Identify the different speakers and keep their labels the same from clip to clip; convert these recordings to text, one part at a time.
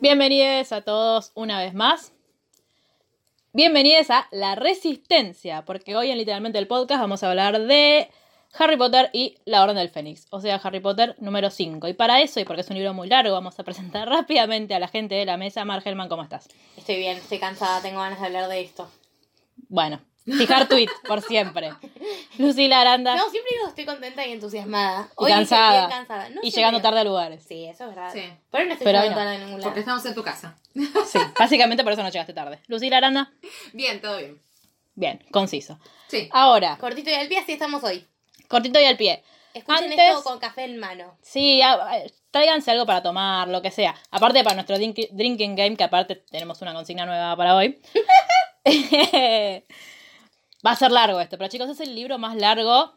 Speaker 1: Bienvenidos a todos una vez más. Bienvenidos a La Resistencia, porque hoy en literalmente el podcast vamos a hablar de Harry Potter y la Orden del Fénix, o sea, Harry Potter número 5. Y para eso, y porque es un libro muy largo, vamos a presentar rápidamente a la gente de la mesa. Margelman, ¿cómo estás?
Speaker 2: Estoy bien, estoy cansada, tengo ganas de hablar de esto.
Speaker 1: Bueno, fijar tweet por siempre. Lucila Aranda
Speaker 2: No, siempre digo estoy contenta y entusiasmada.
Speaker 1: Y cansada.
Speaker 2: estoy cansada. No
Speaker 1: y
Speaker 2: siempre
Speaker 1: llegando
Speaker 2: digo-
Speaker 1: tarde a lugares.
Speaker 2: Sí, eso es verdad.
Speaker 3: Sí.
Speaker 2: Pero no estoy
Speaker 1: Pero
Speaker 2: llegando
Speaker 1: bueno.
Speaker 2: tarde en ningún
Speaker 3: Porque
Speaker 2: lado.
Speaker 3: estamos en tu casa.
Speaker 1: Sí, básicamente por eso no llegaste tarde. Lucila Aranda,
Speaker 3: Bien, todo bien.
Speaker 1: bien, conciso.
Speaker 3: Sí.
Speaker 1: Ahora,
Speaker 2: Cortito y al pie, así estamos hoy.
Speaker 1: cortito y al pie.
Speaker 2: Escuchen
Speaker 1: Antes-
Speaker 2: esto con café en mano.
Speaker 1: Sí, a- eh, tráiganse algo para tomar, lo que sea. Aparte para nuestro drink- drinking game, que aparte tenemos una consigna nueva para hoy. Va a ser largo esto, pero chicos, es el libro más largo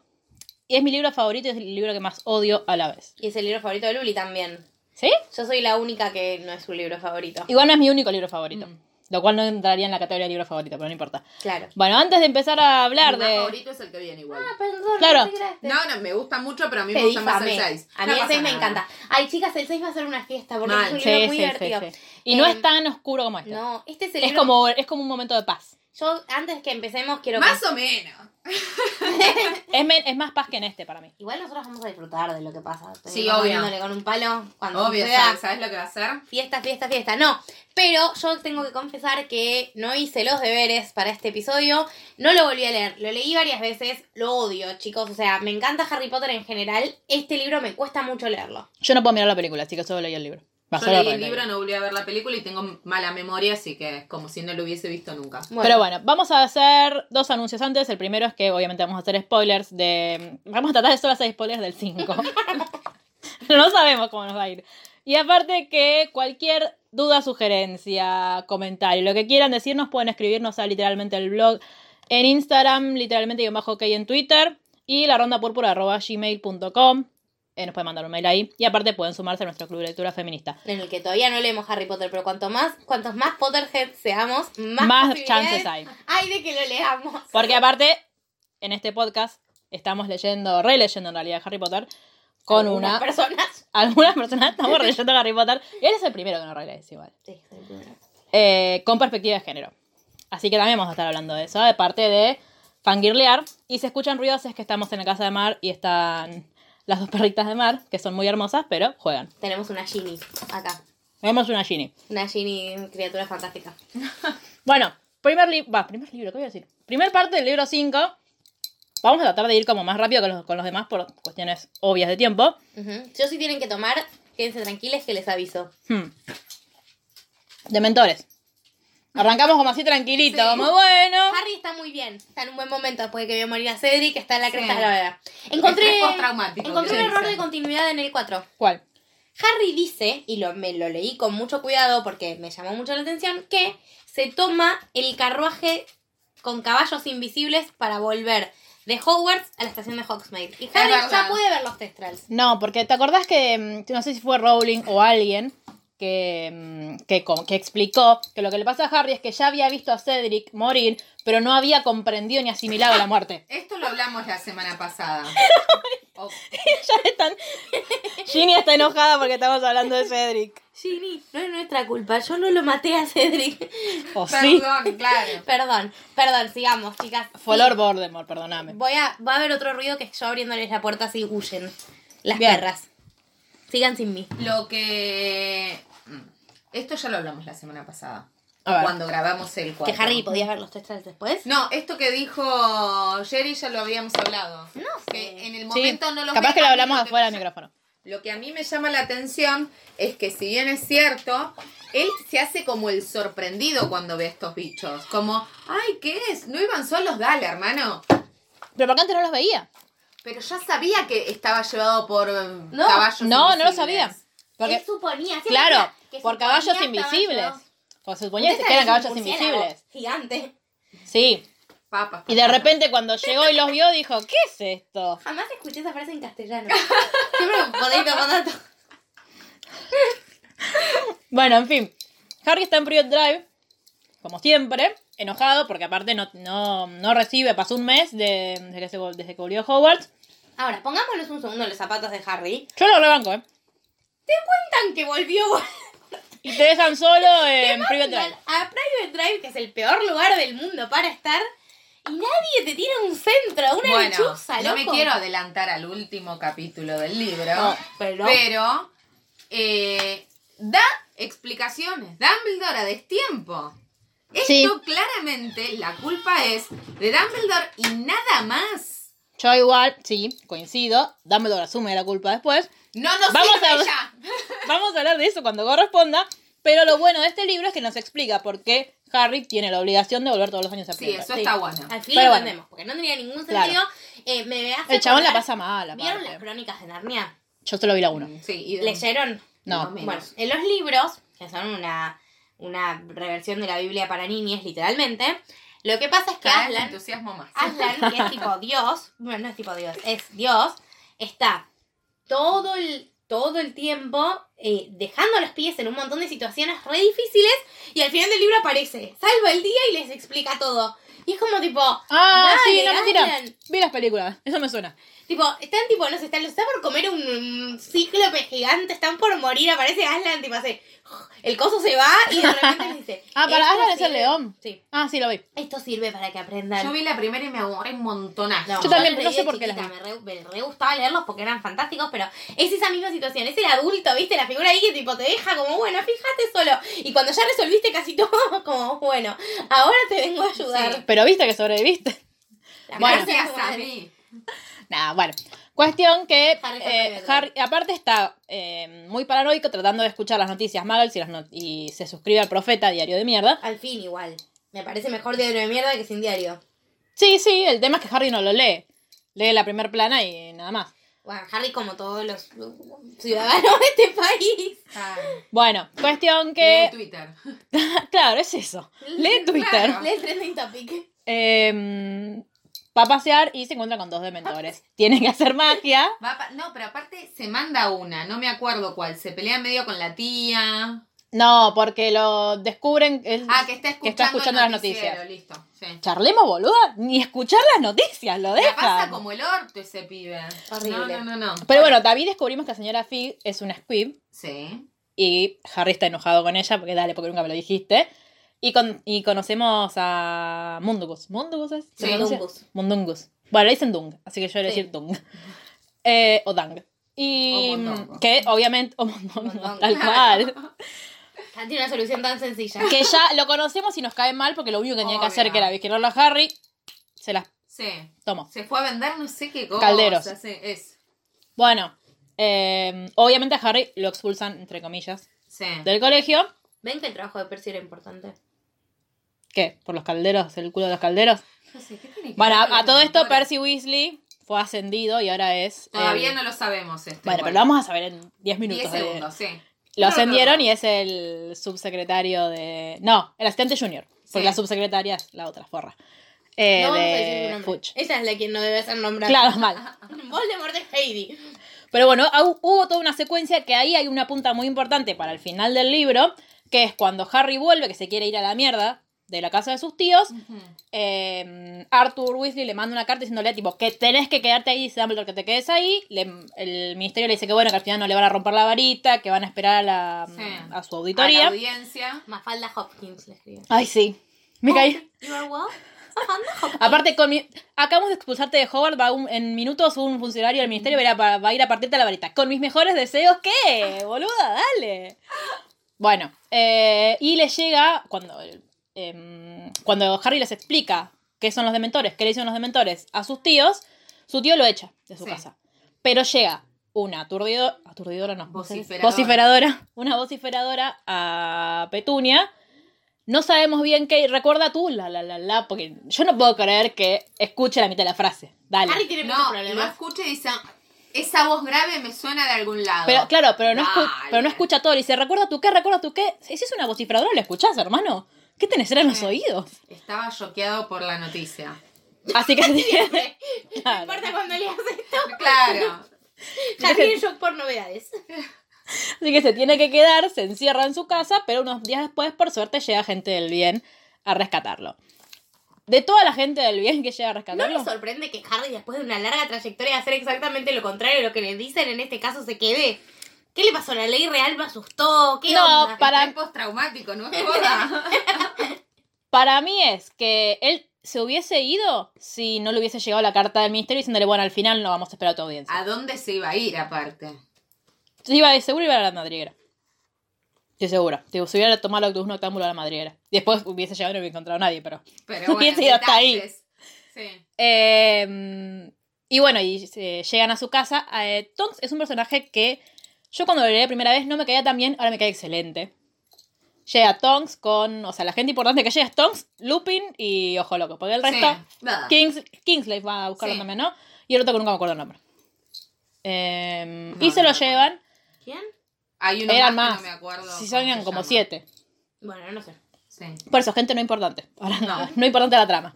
Speaker 1: y es mi libro favorito y es el libro que más odio a la vez.
Speaker 2: Y es el libro favorito de Luli también.
Speaker 1: ¿Sí?
Speaker 2: Yo soy la única que no es su libro favorito.
Speaker 1: Igual no es mi único libro favorito,
Speaker 2: Mm.
Speaker 1: lo cual no entraría en la categoría de libro favorito, pero no importa.
Speaker 2: Claro.
Speaker 1: Bueno, antes de empezar a hablar
Speaker 3: Mi más
Speaker 1: de...
Speaker 3: favorito es el que viene igual.
Speaker 2: Perdón,
Speaker 1: Claro.
Speaker 2: no te creas.
Speaker 3: No, no, me gusta mucho, pero a mí
Speaker 2: Te
Speaker 3: me gusta más el
Speaker 2: difamé.
Speaker 3: 6.
Speaker 2: A mí el 6 me encanta. Ay, chicas, el 6 va a ser una fiesta porque
Speaker 3: Mal.
Speaker 2: es un
Speaker 1: Sí,
Speaker 2: libro muy
Speaker 1: sí, sí,
Speaker 2: divertido.
Speaker 1: sí. Y no
Speaker 2: Em,
Speaker 1: es tan oscuro como este.
Speaker 2: No, este es el
Speaker 1: es,
Speaker 2: libro-
Speaker 1: como, es como un momento de paz.
Speaker 2: Yo, antes que empecemos, quiero...
Speaker 3: Más o menos.
Speaker 1: Es, men- es más paz que en este para mí.
Speaker 2: Igual nosotros vamos a disfrutar de lo que pasa. Te
Speaker 3: Sí,
Speaker 2: digo,
Speaker 3: obvio.
Speaker 2: dándole con un palo cuando
Speaker 3: Obvio,
Speaker 2: suceda.
Speaker 3: ¿sabes, ¿sabes lo que va a hacer?
Speaker 2: Fiesta, fiesta, fiesta. No, pero yo tengo que confesar que no hice los deberes para este episodio. No lo volví a leer. Lo leí varias veces. Lo odio, chicos. O sea, me encanta Harry Potter en general. Este libro me cuesta mucho leerlo.
Speaker 1: Yo no puedo mirar la película, así que solo leí el libro. Va,
Speaker 3: Yo
Speaker 1: solo
Speaker 3: leí
Speaker 1: leí
Speaker 3: el libro, no volví a ver la película y tengo mala memoria, así que es como si no lo hubiese visto nunca.
Speaker 2: Bueno,
Speaker 1: Pero bueno, vamos a hacer dos anuncios antes. El primero es que obviamente vamos a hacer spoilers de... Vamos a tratar de solo hacer spoilers del 5. no sabemos cómo nos va a ir. Y aparte que cualquier duda, sugerencia, comentario, lo que quieran decirnos, pueden escribirnos a literalmente el blog en Instagram, literalmente y bajo en Twitter y la ronda púrpura arroba gmail.com. Eh, nos pueden mandar un mail ahí. Y aparte pueden sumarse a nuestro club de lectura feminista.
Speaker 2: En el que todavía no leemos Harry Potter, pero cuanto más, cuantos más Potterheads seamos, más,
Speaker 1: Más
Speaker 2: posibilidades
Speaker 1: chances hay.
Speaker 2: hay de que lo leamos.
Speaker 1: Porque aparte, en este podcast estamos leyendo, releyendo en realidad Harry Potter con
Speaker 2: Algunas
Speaker 1: una...
Speaker 2: personas.
Speaker 1: Algunas personas estamos releyendo Harry Potter. Y él es el primero que no relees igual.
Speaker 2: Sí, soy primera.
Speaker 1: Eh, con perspectiva de género. Así que también vamos a estar hablando de eso, de parte de fangirlear. Y se escuchan ruidos, es que estamos en la casa de Mar y están las dos perritas de Mar, que son muy hermosas, pero juegan.
Speaker 2: Tenemos una Ginny acá.
Speaker 1: Vemos una Ginny.
Speaker 2: Una Ginny, criatura fantástica.
Speaker 1: Bueno, primer libro. Va, primer libro, ¿qué voy a decir? Primer parte del libro 5. Vamos a tratar de ir como más rápido con los, con los demás por cuestiones obvias de tiempo.
Speaker 2: Ujú. Yo sí tienen que tomar, quédense tranquiles que les aviso.
Speaker 1: Hmm. De mentores. Arrancamos como así tranquilito,
Speaker 3: Sí.
Speaker 1: como bueno.
Speaker 2: Harry está muy bien, está en un buen momento después de que vio morir a Cedric, está en la cresta
Speaker 3: Sí.
Speaker 2: de la verdad. Encontré,
Speaker 3: Estrés postraumático,
Speaker 2: encontré
Speaker 3: que
Speaker 2: un
Speaker 3: le
Speaker 2: error de
Speaker 3: dicen.
Speaker 2: continuidad en el 4.
Speaker 1: ¿Cuál?
Speaker 2: Harry dice, y lo, me lo leí con mucho cuidado porque me llamó mucho la atención, que se toma el carruaje con caballos invisibles para volver de Hogwarts a la estación de Hogsmeade. Y Harry ya
Speaker 3: verdad.
Speaker 2: puede ver los testrals.
Speaker 1: No, porque te acordás que, mm, no sé si fue Rowling o alguien, que, mm, que, co- que explicó que lo que le pasa a Harry es que ya había visto a Cedric morir, pero no había comprendido ni asimilado la muerte.
Speaker 3: Esto lo hablamos la semana pasada. O-
Speaker 1: ya están... Ginny está enojada porque estamos hablando de Cedric.
Speaker 2: Ginny, no es nuestra culpa, yo no lo maté a Cedric.
Speaker 1: ¿O Oh, sí?
Speaker 3: perdón, claro.
Speaker 2: perdón, perdón, sigamos, chicas.
Speaker 1: Fue
Speaker 2: Sí.
Speaker 1: Lord Voldemort, perdóname.
Speaker 2: Voy a, va a haber otro ruido que es yo abriéndoles la puerta así huyen. Las
Speaker 1: Bien.
Speaker 2: perras. Sigan sin mí.
Speaker 3: Lo que. mm, Esto ya lo hablamos la semana pasada.
Speaker 1: A ver.
Speaker 3: Cuando grabamos el cuadro.
Speaker 2: Que Harry podías ver los testrales después.
Speaker 3: No, esto que dijo Jerry ya lo habíamos hablado. No
Speaker 2: sé.
Speaker 3: Que en el
Speaker 1: Sí,
Speaker 3: momento no lo
Speaker 1: capaz que lo hablamos afuera del micrófono.
Speaker 3: Lo que a mí me llama la atención es que si bien es cierto, él se hace como el sorprendido cuando ve a estos bichos. Como, ay, ¿qué es? No iban solos, dale, hermano.
Speaker 1: Pero porque antes no los veía.
Speaker 3: Pero ya sabía que estaba llevado por eh,
Speaker 2: No.
Speaker 3: caballos
Speaker 1: No, no lo
Speaker 3: invisibles.
Speaker 1: sabía. Porque,
Speaker 2: Él suponía, siempre
Speaker 1: claro,
Speaker 2: decía que
Speaker 1: por
Speaker 2: suponía
Speaker 1: caballos invisibles.
Speaker 2: caballos.
Speaker 1: O se suponía
Speaker 2: Usted
Speaker 1: que eran
Speaker 2: sabe, es
Speaker 1: caballos
Speaker 2: un murciélago
Speaker 1: invisibles.
Speaker 2: Gigante.
Speaker 1: Sí.
Speaker 3: Papas,
Speaker 1: Y de
Speaker 3: papas.
Speaker 1: repente cuando llegó y los vio dijo, ¿qué es esto?
Speaker 2: Jamás escuché esa frase en castellano. Siempre me podéis ver cuando-
Speaker 1: Bueno, en fin. Harry está en Private Drive, como siempre, enojado porque aparte no, no, no recibe, pasó un mes de- desde, que se vol- desde que volvió Hogwarts.
Speaker 2: Ahora, pongámonos un segundo en los zapatos de Harry.
Speaker 1: Yo lo rebanco, ¿eh?
Speaker 2: Tan que volvió
Speaker 1: Y te dejan solo en Private Drive.
Speaker 2: a Private Drive, que es el peor lugar del mundo para estar, y nadie te tira un centro, una
Speaker 3: Bueno,
Speaker 2: lechuza,
Speaker 3: no me
Speaker 2: loco.
Speaker 3: quiero adelantar al último capítulo del libro,
Speaker 2: No, pero-
Speaker 3: pero, eh, da explicaciones. Dumbledore a destiempo. Esto
Speaker 1: Sí.
Speaker 3: claramente la culpa es de Dumbledore y nada más.
Speaker 1: Yo igual, sí, coincido. Dumbledore asume la culpa después.
Speaker 3: No nos
Speaker 1: Vamos
Speaker 3: sirve
Speaker 1: a-
Speaker 3: ya.
Speaker 1: Vamos a hablar de eso cuando corresponda. Pero lo bueno de este libro es que nos explica por qué Harry tiene la obligación de volver todos los años a
Speaker 3: Sí,
Speaker 1: Private
Speaker 3: eso
Speaker 1: Drive.
Speaker 3: está bueno.
Speaker 2: Al fin
Speaker 1: Pero
Speaker 2: lo
Speaker 1: bueno.
Speaker 2: entendemos, porque no tenía ningún
Speaker 1: Claro.
Speaker 2: sentido. Eh, me hace
Speaker 1: El chabón la
Speaker 2: acordar-
Speaker 1: pasa mal,
Speaker 2: ¿Vieron
Speaker 1: aparte.
Speaker 2: las crónicas de Narnia?
Speaker 1: Yo solo vi la uno.
Speaker 3: Sí, y de-
Speaker 2: ¿Leyeron?
Speaker 1: No.
Speaker 3: No, menos.
Speaker 2: Bueno, en los libros, que son una, una reversión de la Biblia para niñas, literalmente, lo que pasa es que
Speaker 3: Cada vez me
Speaker 2: Aslan,
Speaker 3: entusiasmo más.
Speaker 2: Aslan, que es tipo Dios, bueno, no es tipo Dios, es Dios, está todo el, todo el tiempo eh, dejando los pies en un montón de situaciones re difíciles y al final del libro aparece, salva el día y les explica todo. Y es como tipo,
Speaker 1: Ah,
Speaker 2: Dale,
Speaker 1: sí, no mentira.
Speaker 2: Alan.
Speaker 1: Vi las películas, eso me suena.
Speaker 2: tipo, están tipo, no sé, están, está por comer un, un cíclope gigante, están por morir, aparece Aslan, tipo hace, el coso se va y de repente les dice.
Speaker 1: Ah, para
Speaker 2: "Esto
Speaker 1: Aslan es el
Speaker 2: sirve-
Speaker 1: león.
Speaker 2: Sí.
Speaker 1: Ah, sí, lo vi.
Speaker 2: Esto sirve para que aprendan.
Speaker 3: Yo vi la primera y me aburrí un montonazo.
Speaker 1: Yo también,
Speaker 2: los
Speaker 1: no sé
Speaker 2: leí de
Speaker 1: por qué las
Speaker 2: chiquita, Me re, me re gustaba leerlos porque eran fantásticos, pero es esa misma situación. Es el adulto, ¿viste? La figura ahí que tipo te deja como, bueno, fíjate solo. Y cuando ya resolviste casi todo, como, bueno, ahora te vengo a ayudar.
Speaker 3: Sí.
Speaker 1: Pero viste que sobreviviste.
Speaker 2: La
Speaker 1: Bueno.
Speaker 2: frase de
Speaker 3: Gracias
Speaker 2: tu
Speaker 3: a
Speaker 2: madre.
Speaker 3: mí.
Speaker 1: Nada, bueno. Cuestión que eh,
Speaker 2: Harry
Speaker 1: Harry,
Speaker 2: está prohibido.
Speaker 1: aparte está eh, muy paranoico tratando de escuchar las noticias malas y, las not- y se suscribe al Profeta, diario de mierda.
Speaker 2: Al fin, igual. Me parece mejor diario de mierda que sin diario.
Speaker 1: Sí, sí, el tema es que Harry no lo lee. Lee la primer plana y nada más.
Speaker 2: Bueno, Harry, como todos los ciudadanos de este país.
Speaker 3: Ah,
Speaker 1: Bueno, cuestión
Speaker 3: de
Speaker 1: que...
Speaker 3: Twitter.
Speaker 1: claro, es eso. Lee Twitter.
Speaker 3: Claro.
Speaker 2: Lee el trending topic.
Speaker 1: Eh, va a pasear y se encuentra con dos dementores. Tiene que hacer magia.
Speaker 3: Va pa- no, pero aparte se manda una, no me acuerdo cuál. Se pelea medio con la tía.
Speaker 1: No, porque lo descubren... él-
Speaker 3: Ah, que está escuchando,
Speaker 1: Que está escuchando
Speaker 3: el
Speaker 1: las noticias.
Speaker 3: noticiero, Listo, sí.
Speaker 1: Charlemos, boluda. Ni escuchar las noticias, lo
Speaker 3: La
Speaker 1: deja.
Speaker 3: pasa como el orto ese pibe.
Speaker 2: Horrible.
Speaker 3: No, no, no, no.
Speaker 1: Pero bueno, David descubrimos que la señora Fig es una squib
Speaker 3: Sí.
Speaker 1: y Harry está enojado con ella porque dale, porque nunca me lo dijiste. Y, con, y conocemos a Mundungus. ¿Mundungus es? ¿Se
Speaker 3: Sí,
Speaker 1: pronuncia?
Speaker 2: Mundungus.
Speaker 1: Mundungus. Bueno, le dicen Dung, así que yo voy a
Speaker 2: Sí.
Speaker 1: decir Dung. Eh, o Dang. Y
Speaker 3: O Mondongo.
Speaker 1: que obviamente, o Mondongo,
Speaker 2: Mondongo.
Speaker 1: tal cual.
Speaker 2: Tiene una solución tan sencilla.
Speaker 1: que ya lo conocemos y nos cae mal porque lo único que tenía que hacer
Speaker 3: Obvio.
Speaker 1: que era vigilarlo a Harry, se las
Speaker 3: Sí.
Speaker 1: tomó.
Speaker 3: Se fue a vender no sé qué cosa.
Speaker 1: Calderos.
Speaker 3: Sí, es.
Speaker 1: Bueno, eh, obviamente a Harry lo expulsan, entre comillas,
Speaker 3: Sí.
Speaker 1: del colegio.
Speaker 2: Ven que el trabajo de Percy era importante.
Speaker 1: ¿Qué? ¿Por los calderos? ¿El culo de los calderos?
Speaker 3: No sé, ¿qué tiene que
Speaker 1: Bueno,
Speaker 3: ver
Speaker 1: a, a
Speaker 3: con
Speaker 1: todo
Speaker 3: los
Speaker 1: esto
Speaker 3: mentores?
Speaker 1: Percy Weasley fue ascendido y ahora es... eh,
Speaker 3: Todavía no lo sabemos esto.
Speaker 1: Bueno, pero lo vamos a saber en 10 minutos.
Speaker 3: 10
Speaker 1: de-
Speaker 3: segundos, sí.
Speaker 1: Lo
Speaker 3: No, no,
Speaker 1: ascendieron
Speaker 3: no.
Speaker 1: y es el subsecretario de... No, el asistente junior. Porque
Speaker 3: Sí.
Speaker 1: la subsecretaria es la otra forra. Eh,
Speaker 2: no vamos a decir su
Speaker 1: de
Speaker 2: nombre.
Speaker 1: Fudge.
Speaker 2: Esa es la que no debe ser nombrada.
Speaker 1: Claro, mal.
Speaker 2: Voldemort de Heidi.
Speaker 1: Pero bueno, hu- hubo toda una secuencia que ahí hay una punta muy importante para el final del libro, que es cuando Harry vuelve, que se quiere ir a la mierda de la casa de sus tíos, eh, Arthur Weasley le manda una carta diciéndole, tipo, que tenés que quedarte ahí, dice Dumbledore que te quedes ahí. Le- el ministerio le dice que bueno, que al final no le van a romper la varita, que van a esperar a, la,
Speaker 3: Sí.
Speaker 1: a su
Speaker 3: A la
Speaker 1: auditoría.
Speaker 3: audiencia.
Speaker 2: Mafalda Hopkins le escribió.
Speaker 1: Ay, sí.
Speaker 3: Oh.
Speaker 1: Me caí.
Speaker 2: You are what? Mafalda Hopkins.
Speaker 1: Aparte, con mi- acabamos de expulsarte de Howard, va un- en minutos un funcionario del ministerio va a ir a, pa- va a ir a partirte la varita. Con mis mejores deseos, ¿qué? Boluda, dale. Bueno, eh, y le llega, cuando, em, cuando Harry les explica qué son los dementores, qué le hicieron los dementores a sus tíos, su tío lo echa de su
Speaker 3: Sí.
Speaker 1: casa. Pero llega una aturdido, aturdidora, no.
Speaker 3: Vociferadora.
Speaker 1: vociferadora. Una vociferadora a Petunia. No sabemos bien qué. Recuerda tú, la, la, la, la, porque yo no puedo creer que escuche la mitad de la frase. Dale.
Speaker 2: Harry tiene muchos
Speaker 3: No, lo
Speaker 2: problemas.
Speaker 3: escucha y dice, esa voz grave me suena de algún lado.
Speaker 1: Pero claro, pero no, escu-
Speaker 3: Dale.
Speaker 1: pero no escucha todo. Le dice, ¿recuerda tú qué? ¿Recuerda tú qué? Si es una vociferadora, la escuchás, hermano. ¿Qué tenés en
Speaker 2: Eh.
Speaker 1: los
Speaker 3: Sí.
Speaker 1: oídos?
Speaker 3: Estaba choqueado por la noticia.
Speaker 1: Así que tiene.
Speaker 2: No
Speaker 1: Claro.
Speaker 2: importa cuando le haces
Speaker 3: Claro.
Speaker 2: Harry en shock por novedades.
Speaker 1: Así que se tiene que quedar, se encierra en su casa, pero unos días después, por suerte, llega gente del bien a rescatarlo. De toda la gente del bien que llega a
Speaker 2: ¿No
Speaker 1: rescatarlo,
Speaker 2: les sorprende que Harry, después de una larga trayectoria de hacer exactamente lo contrario de lo que le dicen, en este caso se quede? ¿Qué le pasó? ¿La ley real me asustó? ¿Qué
Speaker 1: No,
Speaker 2: onda?
Speaker 1: pa- Para-
Speaker 3: Es postraumático, no es joda.
Speaker 1: para mí es que él se hubiese ido si no le hubiese llegado la carta del ministerio diciéndole, bueno, al final no vamos a esperar a tu audiencia.
Speaker 3: ¿A dónde se iba a ir aparte?
Speaker 1: Se Iba de seguro iba a la madriguera. Estoy segura. Digo, se hubiera tomado un octámbulo a la madriguera. Después hubiese llegado y no hubiera encontrado a nadie, pero.
Speaker 3: Pero bueno,
Speaker 1: Hubiese ido hasta ahí.
Speaker 3: detalles. Sí.
Speaker 1: Eh, y bueno, y eh, llegan a su casa. Eh, Tonks es un personaje que yo cuando lo leí la primera vez no me caía tan bien, ahora me cae excelente. Llega Tonks con, o sea, la gente importante que llega es Tonks, Lupin y Ojo Loco, porque el resto,
Speaker 3: Sí. Nada.
Speaker 1: Kings, Kingsley va a buscarlo
Speaker 3: Sí.
Speaker 1: también, ¿no? Y el otro que nunca me acuerdo el nombre. Eh,
Speaker 3: No,
Speaker 1: y se
Speaker 3: no
Speaker 1: lo
Speaker 3: me
Speaker 1: llevan,
Speaker 2: ¿Quién?
Speaker 3: Hay uno
Speaker 1: eran
Speaker 3: más,
Speaker 1: más,
Speaker 3: que no me acuerdo.
Speaker 1: si
Speaker 3: cómo
Speaker 1: son eran
Speaker 3: se
Speaker 1: como
Speaker 3: llama.
Speaker 1: siete.
Speaker 2: Bueno, no sé.
Speaker 3: Sí.
Speaker 1: Por eso, gente no importante. Ahora
Speaker 3: No.
Speaker 1: no, no importante la trama.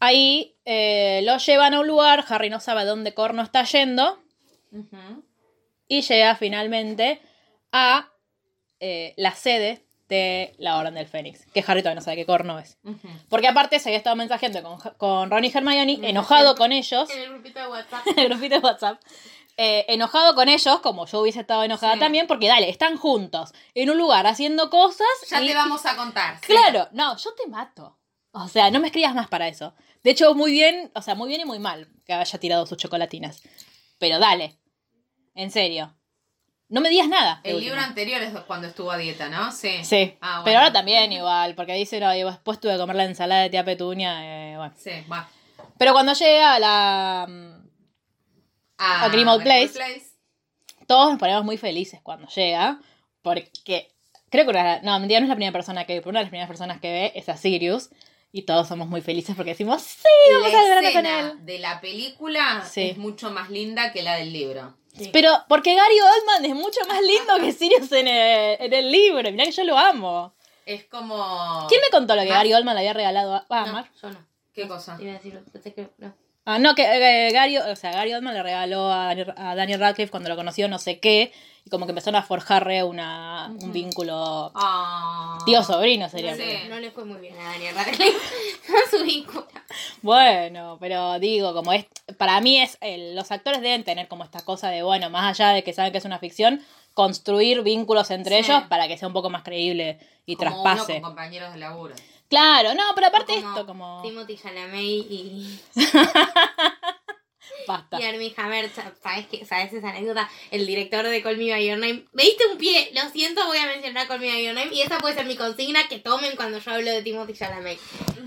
Speaker 1: Ahí eh, lo llevan a un lugar, Harry no sabe a dónde corno está yendo,
Speaker 3: Ujú.
Speaker 1: y llega finalmente a eh, la sede de la Orden del Fénix, que Harry todavía no sabe qué corno es.
Speaker 3: Ujú.
Speaker 1: Porque aparte se había estado mensajeando con, con Ron y Hermione, enojado con ellos,
Speaker 2: En el grupito de WhatsApp.
Speaker 1: en el grupito de WhatsApp, eh, enojado con ellos, como yo hubiese estado enojada
Speaker 3: Sí.
Speaker 1: también, porque dale, están juntos, en un lugar, haciendo cosas.
Speaker 3: Ya
Speaker 1: y-
Speaker 3: te vamos a contar. sí.
Speaker 1: Claro, no, yo te mato. O sea, no me escribas más para eso. De hecho, muy bien, o sea, muy bien y muy mal que haya tirado sus chocolatinas. Pero dale, en serio. No me digas nada. de
Speaker 3: El
Speaker 1: última.
Speaker 3: libro anterior es cuando estuvo a dieta, ¿no? Sí.
Speaker 1: Sí,
Speaker 3: Ah, bueno.
Speaker 1: pero ahora también igual, porque dice, no, digo, después tuve que comer la ensalada de tía Petunia, eh, bueno.
Speaker 3: Sí, va.
Speaker 1: Pero cuando llega a la... mm,
Speaker 3: Ah,
Speaker 1: A Grimmauld
Speaker 3: Grimmauld
Speaker 1: Place. Todos nos ponemos muy felices cuando llega, porque creo que una... No, mentira, no es la primera persona que ve, pero una de las primeras personas que ve es a Sirius, y todos somos muy felices porque decimos, sí, vamos
Speaker 3: la
Speaker 1: a verano con
Speaker 3: escena
Speaker 1: él.
Speaker 3: de la película
Speaker 1: Sí.
Speaker 3: es mucho más linda que la del libro.
Speaker 1: Pero porque Gary Oldman es mucho más lindo que Sirius en el, en el libro. Mirá que yo lo amo.
Speaker 3: Es como...
Speaker 1: ¿Quién me contó lo que
Speaker 3: Mar.
Speaker 1: Gary Oldman le había regalado a, a
Speaker 2: No,
Speaker 1: Mar?
Speaker 2: yo no.
Speaker 3: ¿Qué cosa?
Speaker 2: Iba a decirlo. Pensé que no.
Speaker 1: Ah, no, que eh, Gary, o sea, Gary Oldman le regaló a, Daniel- a Daniel Radcliffe cuando lo conoció no sé qué. Y como que empezaron a forjarle una, un vínculo
Speaker 3: Ah.
Speaker 1: tío-sobrino
Speaker 2: No,
Speaker 1: sería.
Speaker 3: Sí.
Speaker 2: le- no le fue muy bien a Daniel Radcliffe. A su vínculo.
Speaker 1: Bueno, pero digo, como es, para mí es, el- los actores deben tener como esta cosa de, bueno, más allá de que saben que es una ficción, construir vínculos entre
Speaker 3: Sí.
Speaker 1: ellos para que sea un poco más creíble y
Speaker 3: Como uno
Speaker 1: traspase.
Speaker 3: con compañeros de laburo.
Speaker 1: Claro, no, pero aparte
Speaker 2: Como
Speaker 1: esto, como.
Speaker 2: Timothy Chalamet y,
Speaker 1: Basta.
Speaker 2: y Armie Hammer. sa- ¿Sabes qué? ¿Sabes esa anécdota? El director de Call Me By Your Name. Me diste un pie. Lo siento, voy a mencionar Call Me By Your Name. Y esa puede ser mi consigna que tomen cuando yo hablo de Timothy Chalamet.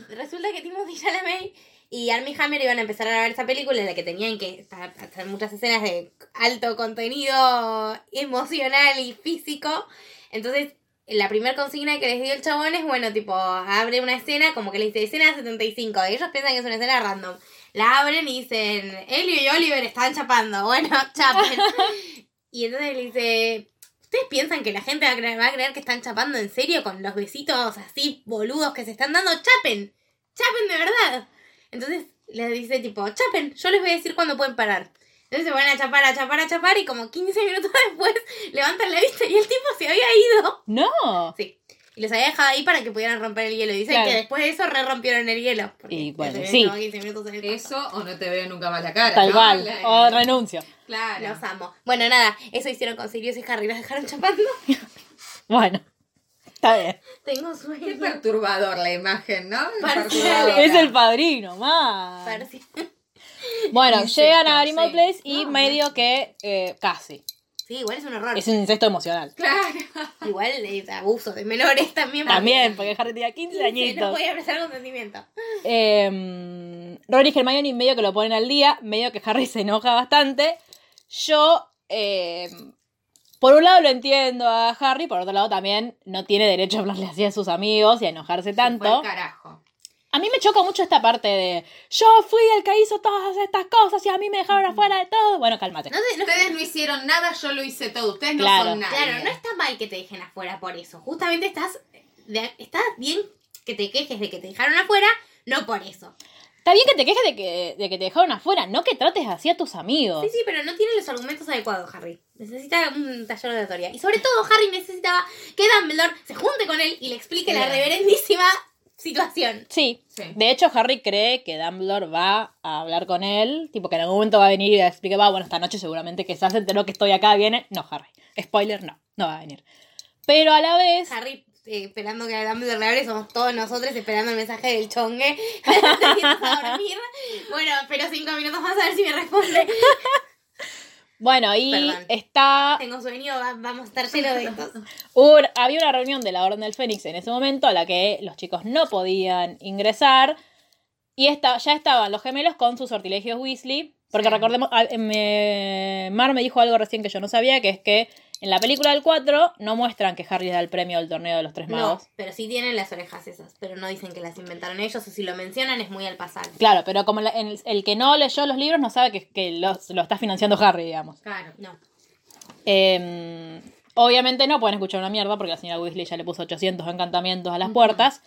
Speaker 2: Resulta que Timothy Chalamet y Armie Hammer iban a empezar a ver esa película en la que tenían que estar- hacer muchas escenas de alto contenido emocional y físico. Entonces, la primera consigna que les dio el chabón es, bueno, tipo, abre una escena, como que le dice escena 75, y ellos piensan que es una escena random. La abren y dicen, Elio y Oliver están chapando, bueno, chapen. y entonces le dice, ¿ustedes piensan que la gente va a, creer, va a creer que están chapando en serio con los besitos así boludos que se están dando? Chapen, chapen de verdad. Entonces les dice tipo, chapen, yo les voy a decir cuándo pueden parar. Entonces se ponen a chapar, a chapar, a chapar y como 15 minutos después levantan la vista y el tipo se había ido.
Speaker 1: No.
Speaker 2: Sí. Y los había dejado ahí para que pudieran romper el hielo. Dicen
Speaker 1: Claro.
Speaker 2: que después de eso re rompieron el hielo. porque
Speaker 1: Y bueno,
Speaker 2: se
Speaker 1: sí.
Speaker 2: llevó 15 minutos en el cuarto.
Speaker 3: Eso o no te veo nunca más la cara.
Speaker 1: Tal
Speaker 3: ¿no?
Speaker 1: cual.
Speaker 3: La-
Speaker 1: O renuncio.
Speaker 3: Claro.
Speaker 2: Los amo. Bueno, nada, eso hicieron con Sirius y Harry. Los dejaron chapando.
Speaker 1: Bueno. Está bien.
Speaker 2: Tengo
Speaker 3: Qué
Speaker 2: sueño.
Speaker 3: perturbador la imagen, ¿no?
Speaker 2: Parcial.
Speaker 3: Perturbadora.
Speaker 1: Es el padrino, más.
Speaker 2: Parece-
Speaker 1: Bueno,
Speaker 3: Incesto,
Speaker 1: llegan a Animal
Speaker 3: sí.
Speaker 1: Place y
Speaker 2: No,
Speaker 1: medio que eh, casi.
Speaker 2: Sí, igual es un horror.
Speaker 1: Es un incesto emocional.
Speaker 3: Claro.
Speaker 2: Igual eh, es abuso de menores también.
Speaker 1: También, porque Harry tenía 15
Speaker 2: Sí, no
Speaker 1: añitos.
Speaker 2: voy a prestar consentimiento.
Speaker 1: Em, Eh, Ron y Hermione medio que lo ponen al día, medio que Harry se enoja bastante. Yo, eh, por un lado lo entiendo a Harry, por otro lado también no tiene derecho a hablarle así a sus amigos y a enojarse
Speaker 3: Se fue
Speaker 1: tanto.
Speaker 3: al carajo.
Speaker 1: A mí me choca mucho esta parte de yo fui el que hizo todas estas cosas y a mí me dejaron afuera de todo. Bueno, cálmate.
Speaker 2: No te- no-
Speaker 3: Ustedes no hicieron nada, yo lo hice todo. Ustedes
Speaker 1: Claro.
Speaker 3: no son nadie.
Speaker 2: claro, no está mal que te dejen afuera por eso. Justamente estás, de- está bien que te quejes de que te dejaron afuera, no por eso.
Speaker 1: Está bien que te quejes de que, de que te dejaron afuera, no que trates así a tus amigos.
Speaker 2: Sí, sí, pero no tiene los argumentos adecuados, Harry. Necesita un taller de oratoria. Y sobre todo, Harry necesitaba que Dumbledore se junte con él y le explique la
Speaker 3: Bien.
Speaker 2: reverendísima situación.
Speaker 1: Sí.
Speaker 3: Sí.
Speaker 1: De hecho, Harry cree que Dumbledore va a hablar con él. Tipo, que en algún momento va a venir y le explica, va, bueno, esta noche seguramente que se enteró que estoy acá, viene. No, Harry. Spoiler, no. No va a venir. Pero a la vez,
Speaker 2: Harry eh, esperando que Dumbledore le hable, somos todos nosotros esperando el mensaje del chongue. Te irás a dormir. Bueno, pero cinco minutos más a ver si me responde.
Speaker 1: bueno, y
Speaker 2: Perdón.
Speaker 1: está...
Speaker 2: Tengo sueño, va- vamos a estar llenos de estos.
Speaker 1: un- había una reunión de la Orden del Fénix en ese momento a la que los chicos no podían ingresar. Y esta- ya estaban los gemelos con sus sortilegios Weasley. Porque
Speaker 3: Sí.
Speaker 1: recordemos, a- me- Mar me dijo algo recién que yo no sabía, que es que en la película del 4 no muestran que Harry le da el premio del torneo de los tres magos.
Speaker 2: No, pero sí tienen las orejas esas, pero no dicen que las inventaron ellos o si lo mencionan es muy al pasar.
Speaker 1: Claro, pero como la- en el, el que no leyó los libros no sabe que, que los- lo está financiando Harry, digamos.
Speaker 3: Claro.
Speaker 2: No.
Speaker 1: Eh, obviamente no pueden escuchar una mierda porque la señora Weasley ya le puso 800 encantamientos a las puertas.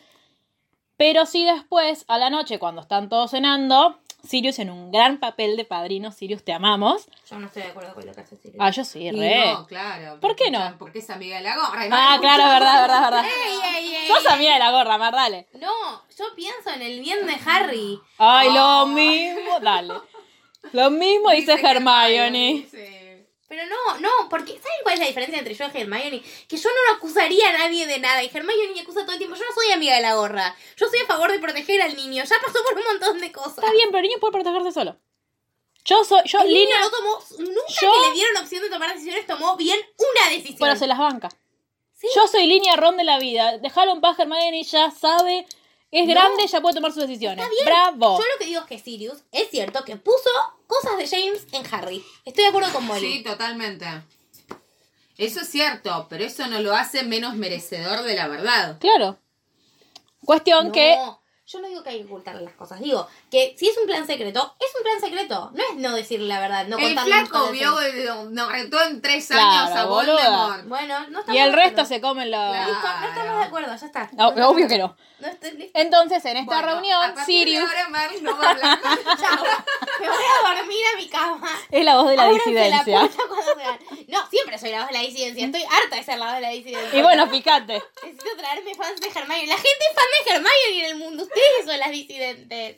Speaker 1: Pero sí después, a la noche, cuando están todos cenando, Sirius en un gran papel de padrino, Sirius, te amamos.
Speaker 2: Yo no estoy de acuerdo con lo que hace Sirius.
Speaker 1: Ah, yo sí,
Speaker 3: Y
Speaker 1: re.
Speaker 3: no, claro.
Speaker 1: ¿Por qué no?
Speaker 3: Porque es amiga de la gorra. y no
Speaker 1: ah,
Speaker 3: la
Speaker 1: claro,
Speaker 3: escucha.
Speaker 1: verdad, verdad, verdad.
Speaker 2: Ey, ey, ey.
Speaker 1: Sos amiga de la gorra, Mar, dale.
Speaker 2: No, yo pienso en el bien de Harry.
Speaker 1: Ay, lo mismo, dale. Lo mismo dice
Speaker 3: que
Speaker 1: Hermione.
Speaker 3: Sí.
Speaker 2: Pero no, no, porque ¿saben cuál es la diferencia entre yo y Hermione? Que yo no acusaría a nadie de nada y Hermione me acusa todo el tiempo. Yo no soy amiga de la gorra. Yo soy a favor de proteger al niño. Ya pasó por un montón de cosas.
Speaker 1: Está bien, pero el niño puede protegerse solo. Yo soy, yo,
Speaker 2: El niño
Speaker 1: Lina,
Speaker 2: no tomó, nunca
Speaker 1: Yo-
Speaker 2: que le dieron opción de tomar decisiones, tomó bien una decisión.
Speaker 1: pero se las banca.
Speaker 2: Sí.
Speaker 1: Yo soy línea ron de la vida. Dejaron en paz Hermione, ya sabe, es
Speaker 2: No.
Speaker 1: grande, ya puede tomar sus decisiones.
Speaker 2: Está bien.
Speaker 1: Bravo.
Speaker 2: Yo lo que digo es que Sirius es cierto que puso cosas de James en Harry. Estoy de acuerdo con
Speaker 3: Sí,
Speaker 2: Molly.
Speaker 3: totalmente. Eso es cierto, pero eso no lo hace menos merecedor de la verdad.
Speaker 1: Claro. Cuestión
Speaker 2: No,
Speaker 1: que
Speaker 2: Yo no digo que hay que ocultar las cosas. Digo que si es un plan secreto, es un plan secreto. No es no decir la verdad, no
Speaker 3: el
Speaker 2: contar
Speaker 3: flaco
Speaker 2: muchas
Speaker 3: vio,
Speaker 2: veces.
Speaker 3: nos retó en tres
Speaker 1: Claro,
Speaker 3: años a
Speaker 1: boluda.
Speaker 3: Voldemort.
Speaker 2: Bueno, no estamos
Speaker 1: y el
Speaker 2: de
Speaker 1: resto
Speaker 2: acuerdo.
Speaker 1: se comen los.
Speaker 3: Claro.
Speaker 2: Listo, no estamos de acuerdo, ya está.
Speaker 1: No,
Speaker 2: estamos
Speaker 1: obvio
Speaker 2: de
Speaker 1: que
Speaker 2: acuerdo.
Speaker 1: no.
Speaker 2: No estoy listo.
Speaker 1: Entonces, en esta
Speaker 3: Bueno, a
Speaker 1: reunión,
Speaker 3: partir de
Speaker 1: Sirius
Speaker 3: ahora Mar no va a hablar.
Speaker 2: Chao. Me voy a dormir a mi cama.
Speaker 1: es la voz de la
Speaker 2: Ábranse
Speaker 1: disidencia.
Speaker 2: puerta cuando se van. No, siempre soy la voz de la disidencia. Estoy harta de ser la voz de la disidencia.
Speaker 1: y bueno, fíjate.
Speaker 2: Necesito traerme fans de Hermione. La gente es fan de Hermione en el mundo. Ustedes son las disidentes.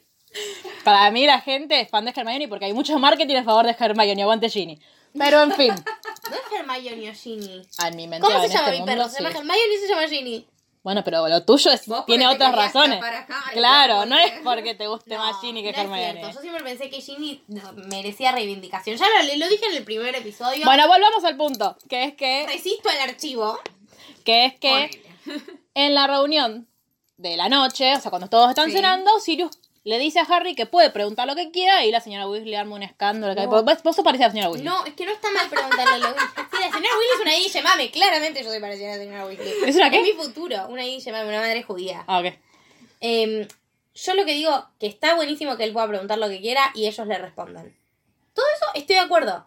Speaker 1: Para mí la gente es fan de Hermione porque hay mucho marketing a favor de Hermione. Aguante Ginny. Pero en fin.
Speaker 2: No es Hermione o Ginny.
Speaker 1: A mi mente,
Speaker 2: ¿Cómo se
Speaker 1: en
Speaker 2: llama
Speaker 1: este
Speaker 2: mi
Speaker 1: mundo,
Speaker 2: perro? Se
Speaker 1: sí.
Speaker 2: llama Hermione y se llama Ginny.
Speaker 1: Bueno, pero lo tuyo es,
Speaker 3: Vos
Speaker 1: tiene
Speaker 3: porque te
Speaker 1: otras
Speaker 3: querías
Speaker 1: razones.
Speaker 3: tapar a Harry,
Speaker 1: Claro,
Speaker 3: vos
Speaker 1: no
Speaker 3: porque-
Speaker 1: es porque te guste más Ginny que
Speaker 2: no es
Speaker 1: Hermione.
Speaker 2: cierto. Yo siempre pensé que Ginny no, merecía reivindicación. Ya lo, lo dije en el primer episodio.
Speaker 1: Bueno, volvamos al punto, que es que,
Speaker 2: Resisto al archivo.
Speaker 1: que es que en la reunión de la noche, o sea, cuando todos están
Speaker 3: Sí.
Speaker 1: cenando, Sirius le dice a Harry que puede preguntar lo que quiera y la señora Weasley arma un escándalo. que hay-
Speaker 2: No.
Speaker 1: Vos, vos sos parecida a la señora Weasley.
Speaker 2: No, es que no está mal preguntarle a la Weasley. Sí, la señora Weasley es una DJ mame. Claramente yo soy parecida a la señora Weasley.
Speaker 1: ¿Es una qué?
Speaker 2: mi futuro. Una DJ mame, una madre judía.
Speaker 1: Ah, ok.
Speaker 2: Em, yo lo que digo, que está buenísimo que él pueda preguntar lo que quiera y ellos le respondan. Todo eso estoy de acuerdo.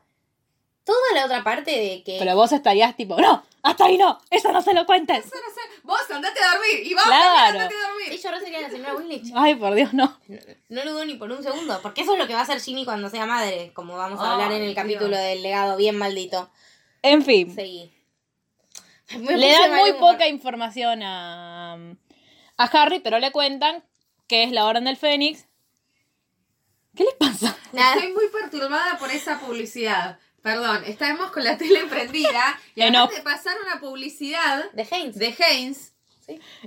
Speaker 2: Toda la otra parte de que...
Speaker 1: Pero vos estarías tipo, no, hasta ahí no, eso no se lo cuentes.
Speaker 3: Eso no sé. Vos andate a dormir. Y vos
Speaker 1: Claro.
Speaker 3: también andate a dormir.
Speaker 2: Sí, yo ahora sería la señora Weasley.
Speaker 1: Ay, por Dios, no.
Speaker 2: No, no lo dudo ni por un segundo, porque eso es lo que va a hacer Ginny cuando sea madre, como vamos a hablar en el
Speaker 3: Ay,
Speaker 2: capítulo
Speaker 3: Dios.
Speaker 2: del legado bien maldito.
Speaker 1: En fin,
Speaker 2: Seguí.
Speaker 1: le dan muy poca información a, a Harry, pero le cuentan que es la Orden del Fénix. ¿Qué les pasa?
Speaker 2: Nada.
Speaker 3: Estoy muy perturbada por esa publicidad. Perdón, estábamos con la tele prendida y
Speaker 1: Eh, no.
Speaker 3: aparte pasaron una publicidad
Speaker 2: De Haynes.
Speaker 3: de Heinz.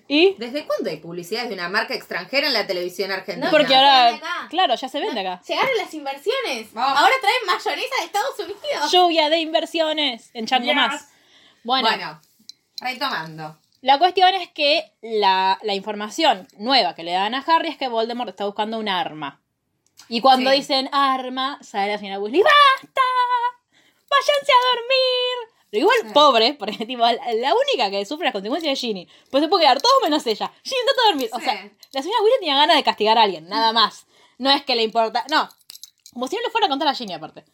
Speaker 1: ¿Y?
Speaker 3: ¿Desde cuándo hay publicidad de una marca extranjera en la televisión argentina?
Speaker 2: No,
Speaker 1: Porque
Speaker 2: ya se
Speaker 1: ahora,
Speaker 2: vende acá.
Speaker 1: claro, ya se vende acá.
Speaker 2: Llegaron las inversiones.
Speaker 3: Vamos.
Speaker 2: Ahora traen mayonesa de Estados Unidos.
Speaker 1: Lluvia de inversiones en Chango
Speaker 3: Yes.
Speaker 1: más. Bueno,
Speaker 3: Bueno, retomando.
Speaker 1: la cuestión es que la, la información nueva que le dan a Harry es que Voldemort está buscando un arma. Y cuando
Speaker 3: Sí.
Speaker 1: dicen arma, sale la señora Weasley, ¡basta! váyanse a dormir. Pero igual, pobre, porque tipo, la la única que sufre las consecuencias es Ginny. Pues se puede quedar todo menos ella. Ginny trata de dormir. O
Speaker 3: Sí.
Speaker 1: sea, la señora Willy tenía ganas de castigar a alguien, nada más. No es que le importa. No. Como si no le fuera a contar a Ginny, aparte.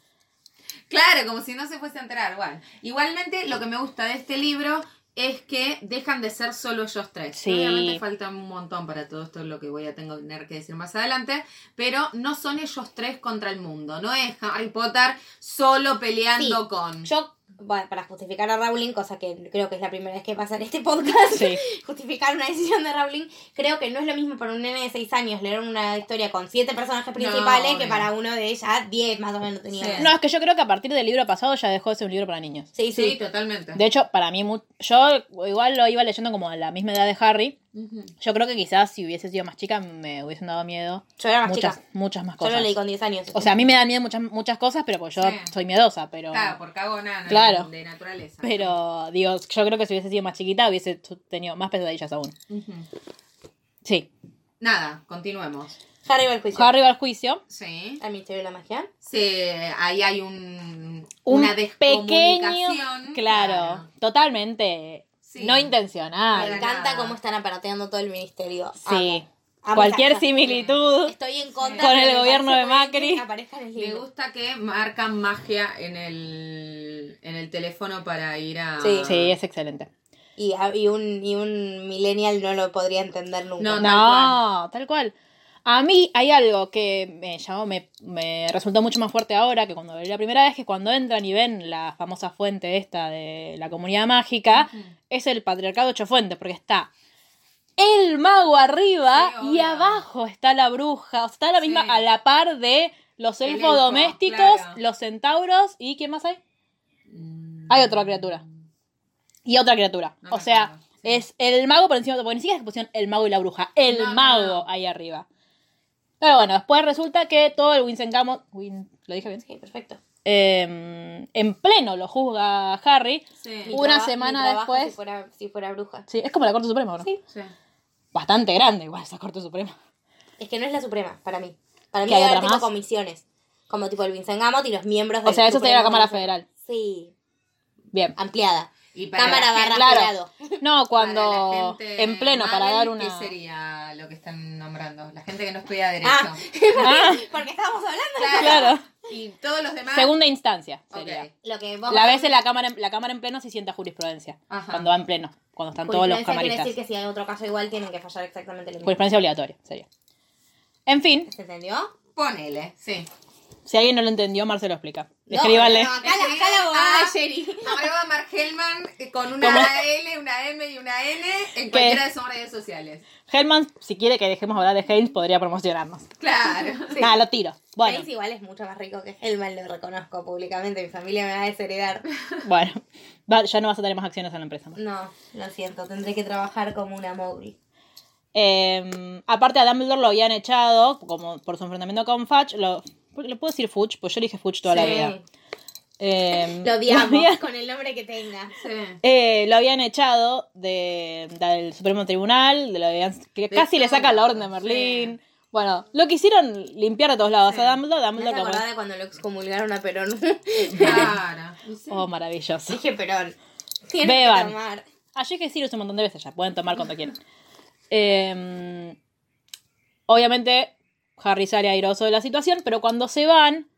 Speaker 3: Claro, como si no se fuese a enterar. Bueno, igualmente lo que me gusta de este libro es que dejan de ser solo ellos tres.
Speaker 1: Sí.
Speaker 3: Obviamente falta un montón para todo esto, lo que voy a tengo- tener que decir más adelante, pero no son ellos tres contra el mundo, no es Harry Potter solo peleando
Speaker 2: Sí.
Speaker 3: con...
Speaker 2: Yo, bueno, para justificar a Rowling, cosa que creo que es la primera vez que pasa en este podcast,
Speaker 1: Sí.
Speaker 2: justificar una decisión de Rowling, creo que no es lo mismo para un nene de 6 años leer una historia con siete personajes principales
Speaker 3: No,
Speaker 2: que
Speaker 3: obvio.
Speaker 2: para uno de ellas 10 más o menos tenía.
Speaker 3: Sí.
Speaker 1: No, es que yo creo que a partir del libro pasado ya dejó de ser un libro para niños.
Speaker 2: Sí, sí.
Speaker 3: Sí, totalmente.
Speaker 1: De hecho, para mí, mu- yo igual lo iba leyendo como a la misma edad de Harry.
Speaker 3: Ujú.
Speaker 1: Yo creo que quizás si hubiese sido más chica me hubiesen dado miedo
Speaker 2: Yo era más
Speaker 1: muchas,
Speaker 2: chica.
Speaker 1: muchas más
Speaker 2: Yo
Speaker 1: cosas.
Speaker 2: lo leí con 10 años.
Speaker 1: O sea, a mí me dan miedo muchas, muchas cosas, pero pues yo
Speaker 3: Sí.
Speaker 1: soy miedosa, pero...
Speaker 3: Claro, por cagona, no,
Speaker 1: Claro.
Speaker 3: de naturaleza.
Speaker 1: Pero, digo, yo creo que si hubiese sido más chiquita hubiese tu- tenido más pesadillas aún.
Speaker 3: Ujú.
Speaker 1: Sí.
Speaker 3: Nada, continuemos.
Speaker 2: Harry va al juicio.
Speaker 1: Harry va al juicio.
Speaker 3: Sí.
Speaker 2: Al Ministerio de la Magia.
Speaker 3: Se- ahí hay un,
Speaker 1: Un
Speaker 3: una
Speaker 1: pequeño...
Speaker 3: descomunicación.
Speaker 1: Claro, totalmente
Speaker 3: Sí.
Speaker 1: no
Speaker 2: Me
Speaker 1: intencional.
Speaker 3: Para
Speaker 2: encanta
Speaker 3: nada.
Speaker 2: cómo están aparateando todo el ministerio.
Speaker 1: Ah, Sí.
Speaker 2: Amo
Speaker 1: Cualquier
Speaker 2: esa-
Speaker 1: similitud.
Speaker 2: Estoy en contra.
Speaker 1: Con el
Speaker 2: pero me
Speaker 1: gobierno
Speaker 2: parece
Speaker 1: de
Speaker 2: muy bien que
Speaker 1: Macri.
Speaker 2: aparezca en el
Speaker 3: Me
Speaker 2: libro.
Speaker 3: gusta que marcan magia en el, en el teléfono para ir a...
Speaker 2: Sí.
Speaker 1: Sí, es excelente.
Speaker 2: Y, y un, y un millennial no lo podría entender nunca.
Speaker 3: No, ¿eh?
Speaker 1: No, tal cual. A mí hay algo que me llamó, me, me resultó mucho más fuerte ahora que cuando lo leí la primera vez, que cuando entran y ven la famosa fuente esta de la comunidad mágica, es el patriarcado hecho fuente, porque está el mago arriba
Speaker 3: Sí,
Speaker 1: y
Speaker 3: obvio.
Speaker 1: abajo está la bruja, o sea, está la misma
Speaker 3: Sí.
Speaker 1: a la par de los
Speaker 3: El
Speaker 1: elfos
Speaker 3: elfo,
Speaker 1: domésticos,
Speaker 3: claro. Mm.
Speaker 1: los centauros y ¿quién más hay? Hay otra criatura. Y otra criatura.
Speaker 3: No
Speaker 1: o
Speaker 3: me
Speaker 1: sea,
Speaker 3: acuerdo, sí.
Speaker 1: es el mago por encima de todo. Porque ni siquiera es que pusieron el mago y la bruja. El
Speaker 3: No, no,
Speaker 1: mago
Speaker 3: no.
Speaker 1: ahí arriba. Pero bueno, después resulta que todo el Winsencamo. Win, ¿Lo dije bien?
Speaker 2: Sí, perfecto.
Speaker 1: Em, en pleno lo juzga Harry.
Speaker 3: Sí,
Speaker 2: Mi
Speaker 1: Una
Speaker 2: traba-
Speaker 1: semana
Speaker 2: mi trabajo
Speaker 1: después-
Speaker 2: Si fuera, si fuera bruja.
Speaker 1: Sí, es como la Corte Suprema, ¿no?
Speaker 2: Sí.
Speaker 3: sí.
Speaker 1: Bastante grande igual esa Corte Suprema.
Speaker 2: Es que no es la suprema para mí. Para mí
Speaker 1: ¿Que hay
Speaker 2: debe haber
Speaker 1: otra
Speaker 2: tipo
Speaker 1: más?
Speaker 2: comisiones. Como tipo el Vincent Gamot y los miembros de
Speaker 1: O sea, eso sería la Cámara Federal.
Speaker 2: Sí,
Speaker 1: Bien.
Speaker 2: ampliada.
Speaker 3: Y para
Speaker 2: Cámara
Speaker 3: la
Speaker 2: barra
Speaker 3: gente-
Speaker 1: Claro.
Speaker 2: jurado.
Speaker 1: No,
Speaker 3: para la
Speaker 1: cuando.
Speaker 3: gente
Speaker 1: En pleno, para
Speaker 3: Mabel,
Speaker 1: dar una.
Speaker 3: ¿Qué sería lo que están nombrando? La gente que no estudia Derecho.
Speaker 2: Ah.
Speaker 1: Ah,
Speaker 2: Porque estábamos hablando de
Speaker 1: claro.
Speaker 3: Y todos los demás...
Speaker 1: Segunda instancia
Speaker 3: Ok.
Speaker 1: sería.
Speaker 2: lo que vos
Speaker 1: La vez en la cámara, en- la cámara en pleno se sienta jurisprudencia.
Speaker 3: Ajá.
Speaker 1: Cuando va en pleno. Cuando están todos los
Speaker 2: Jurisprudencia quiere
Speaker 1: camaristas. Pues
Speaker 2: decir que si hay otro caso igual tienen que fallar exactamente lo mismo.
Speaker 1: Jurisprudencia obligatoria, sería. En fin,
Speaker 2: ¿Se entendió?
Speaker 3: Ponele, sí.
Speaker 1: si alguien no lo entendió, Marcelo explica.
Speaker 2: No,
Speaker 1: Escríbanle.
Speaker 2: no, acá la, acá la abogada
Speaker 3: Ah.
Speaker 2: Sherry.
Speaker 3: Arroba Mark Hellman eh, con una
Speaker 1: ¿Cómo?
Speaker 3: L, una M y una N en cualquiera de sus redes sociales.
Speaker 1: Helman, si quiere que dejemos hablar de Haynes, podría promocionarnos.
Speaker 3: Claro.
Speaker 1: Nada, lo tiro. Bueno,
Speaker 2: Hayes igual es mucho más rico que Hellman, lo reconozco públicamente. Mi familia me va a desheredar.
Speaker 1: bueno. Va- ya no vas a tener más acciones en la empresa. Mar.
Speaker 2: No, lo siento, tendré que trabajar como una móvil.
Speaker 1: Eh, aparte a Dumbledore lo habían echado como por su enfrentamiento con Fudge. Lo, ¿Le puedo decir Fudge? Pues yo le dije Fudge toda la
Speaker 2: Sí.
Speaker 1: vida. Eh,
Speaker 2: Lo odiamos
Speaker 1: habían-
Speaker 2: con el nombre que tenga.
Speaker 3: Sí.
Speaker 1: eh, lo habían echado de- del Supremo Tribunal, de lo habían- que
Speaker 3: De
Speaker 1: casi le
Speaker 3: todo,
Speaker 1: sacan la orden de
Speaker 3: sí.
Speaker 1: Merlín. Bueno, lo quisieron limpiar de todos lados
Speaker 3: Sí.
Speaker 1: a Dumbledore.
Speaker 2: Me hace
Speaker 1: Dumbledore como-
Speaker 2: acordar de cuando lo excomulgaron a Perón.
Speaker 3: Claro.
Speaker 1: Oh, maravilloso.
Speaker 2: Dije Perón. Tienen
Speaker 1: Beban.
Speaker 2: que tomar.
Speaker 1: Allí que Sirius un montón de veces ya. Pueden tomar cuando quieran. Eh, obviamente, Harry sale airoso de la situación, pero cuando se van.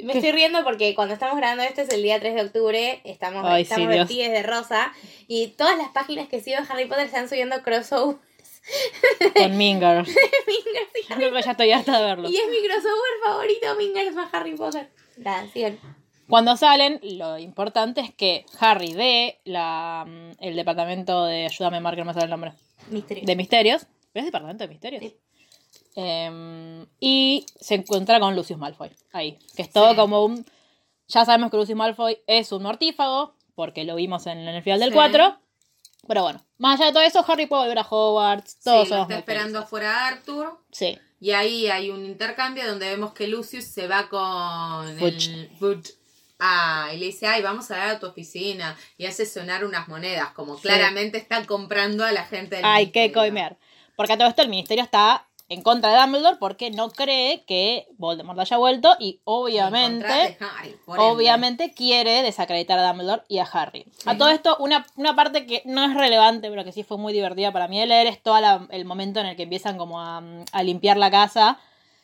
Speaker 2: Me estoy riendo porque cuando estamos grabando esto es el día 3 de octubre, estamos,
Speaker 1: Ay,
Speaker 2: estamos
Speaker 1: sí, Dios.
Speaker 2: vestidos de rosa y todas las páginas que sigo de Harry Potter están subiendo crossover.
Speaker 1: Con Mingers.
Speaker 2: Mingers y
Speaker 1: Yo creo que ya estoy harta de verlo.
Speaker 2: Y es mi crossover favorito, Mingers más Harry Potter. Nada, sigan.
Speaker 1: Cuando salen, lo importante es que Harry de la, mm, el departamento de. Ayúdame a marcar más el nombre.
Speaker 2: Misterio.
Speaker 1: De misterios. ¿Pero es departamento de misterios?
Speaker 2: Sí.
Speaker 1: Em, y se encuentra con Lucius Malfoy. Ahí. Que es todo
Speaker 3: Sí.
Speaker 1: como un. Ya sabemos que Lucius Malfoy es un mortífago. Porque lo vimos en el final del
Speaker 3: Sí.
Speaker 1: 4. Pero bueno, más allá de todo eso, Harry puede volver a Hogwarts. Todos
Speaker 3: sí, lo
Speaker 1: somos
Speaker 3: está
Speaker 1: muy
Speaker 3: esperando afuera Arthur.
Speaker 1: felices. Sí.
Speaker 3: Y ahí hay un intercambio donde vemos que Lucius se va con el Fudge. Ah, y le dice, ay, vamos a dar a tu oficina. Y hace sonar unas monedas, como claramente está comprando a la gente del
Speaker 1: Hay que
Speaker 3: ministerio.
Speaker 1: coimear. Porque a todo esto el ministerio está en contra de Dumbledore porque no cree que Voldemort haya vuelto y obviamente
Speaker 3: Encontrate, Harry, por ende.
Speaker 1: obviamente quiere desacreditar a Dumbledore y a Harry. A todo esto, una, una parte que no es relevante, pero que sí fue muy divertida para mí de leer, es todo el momento en el que empiezan como a, mm, a limpiar la casa,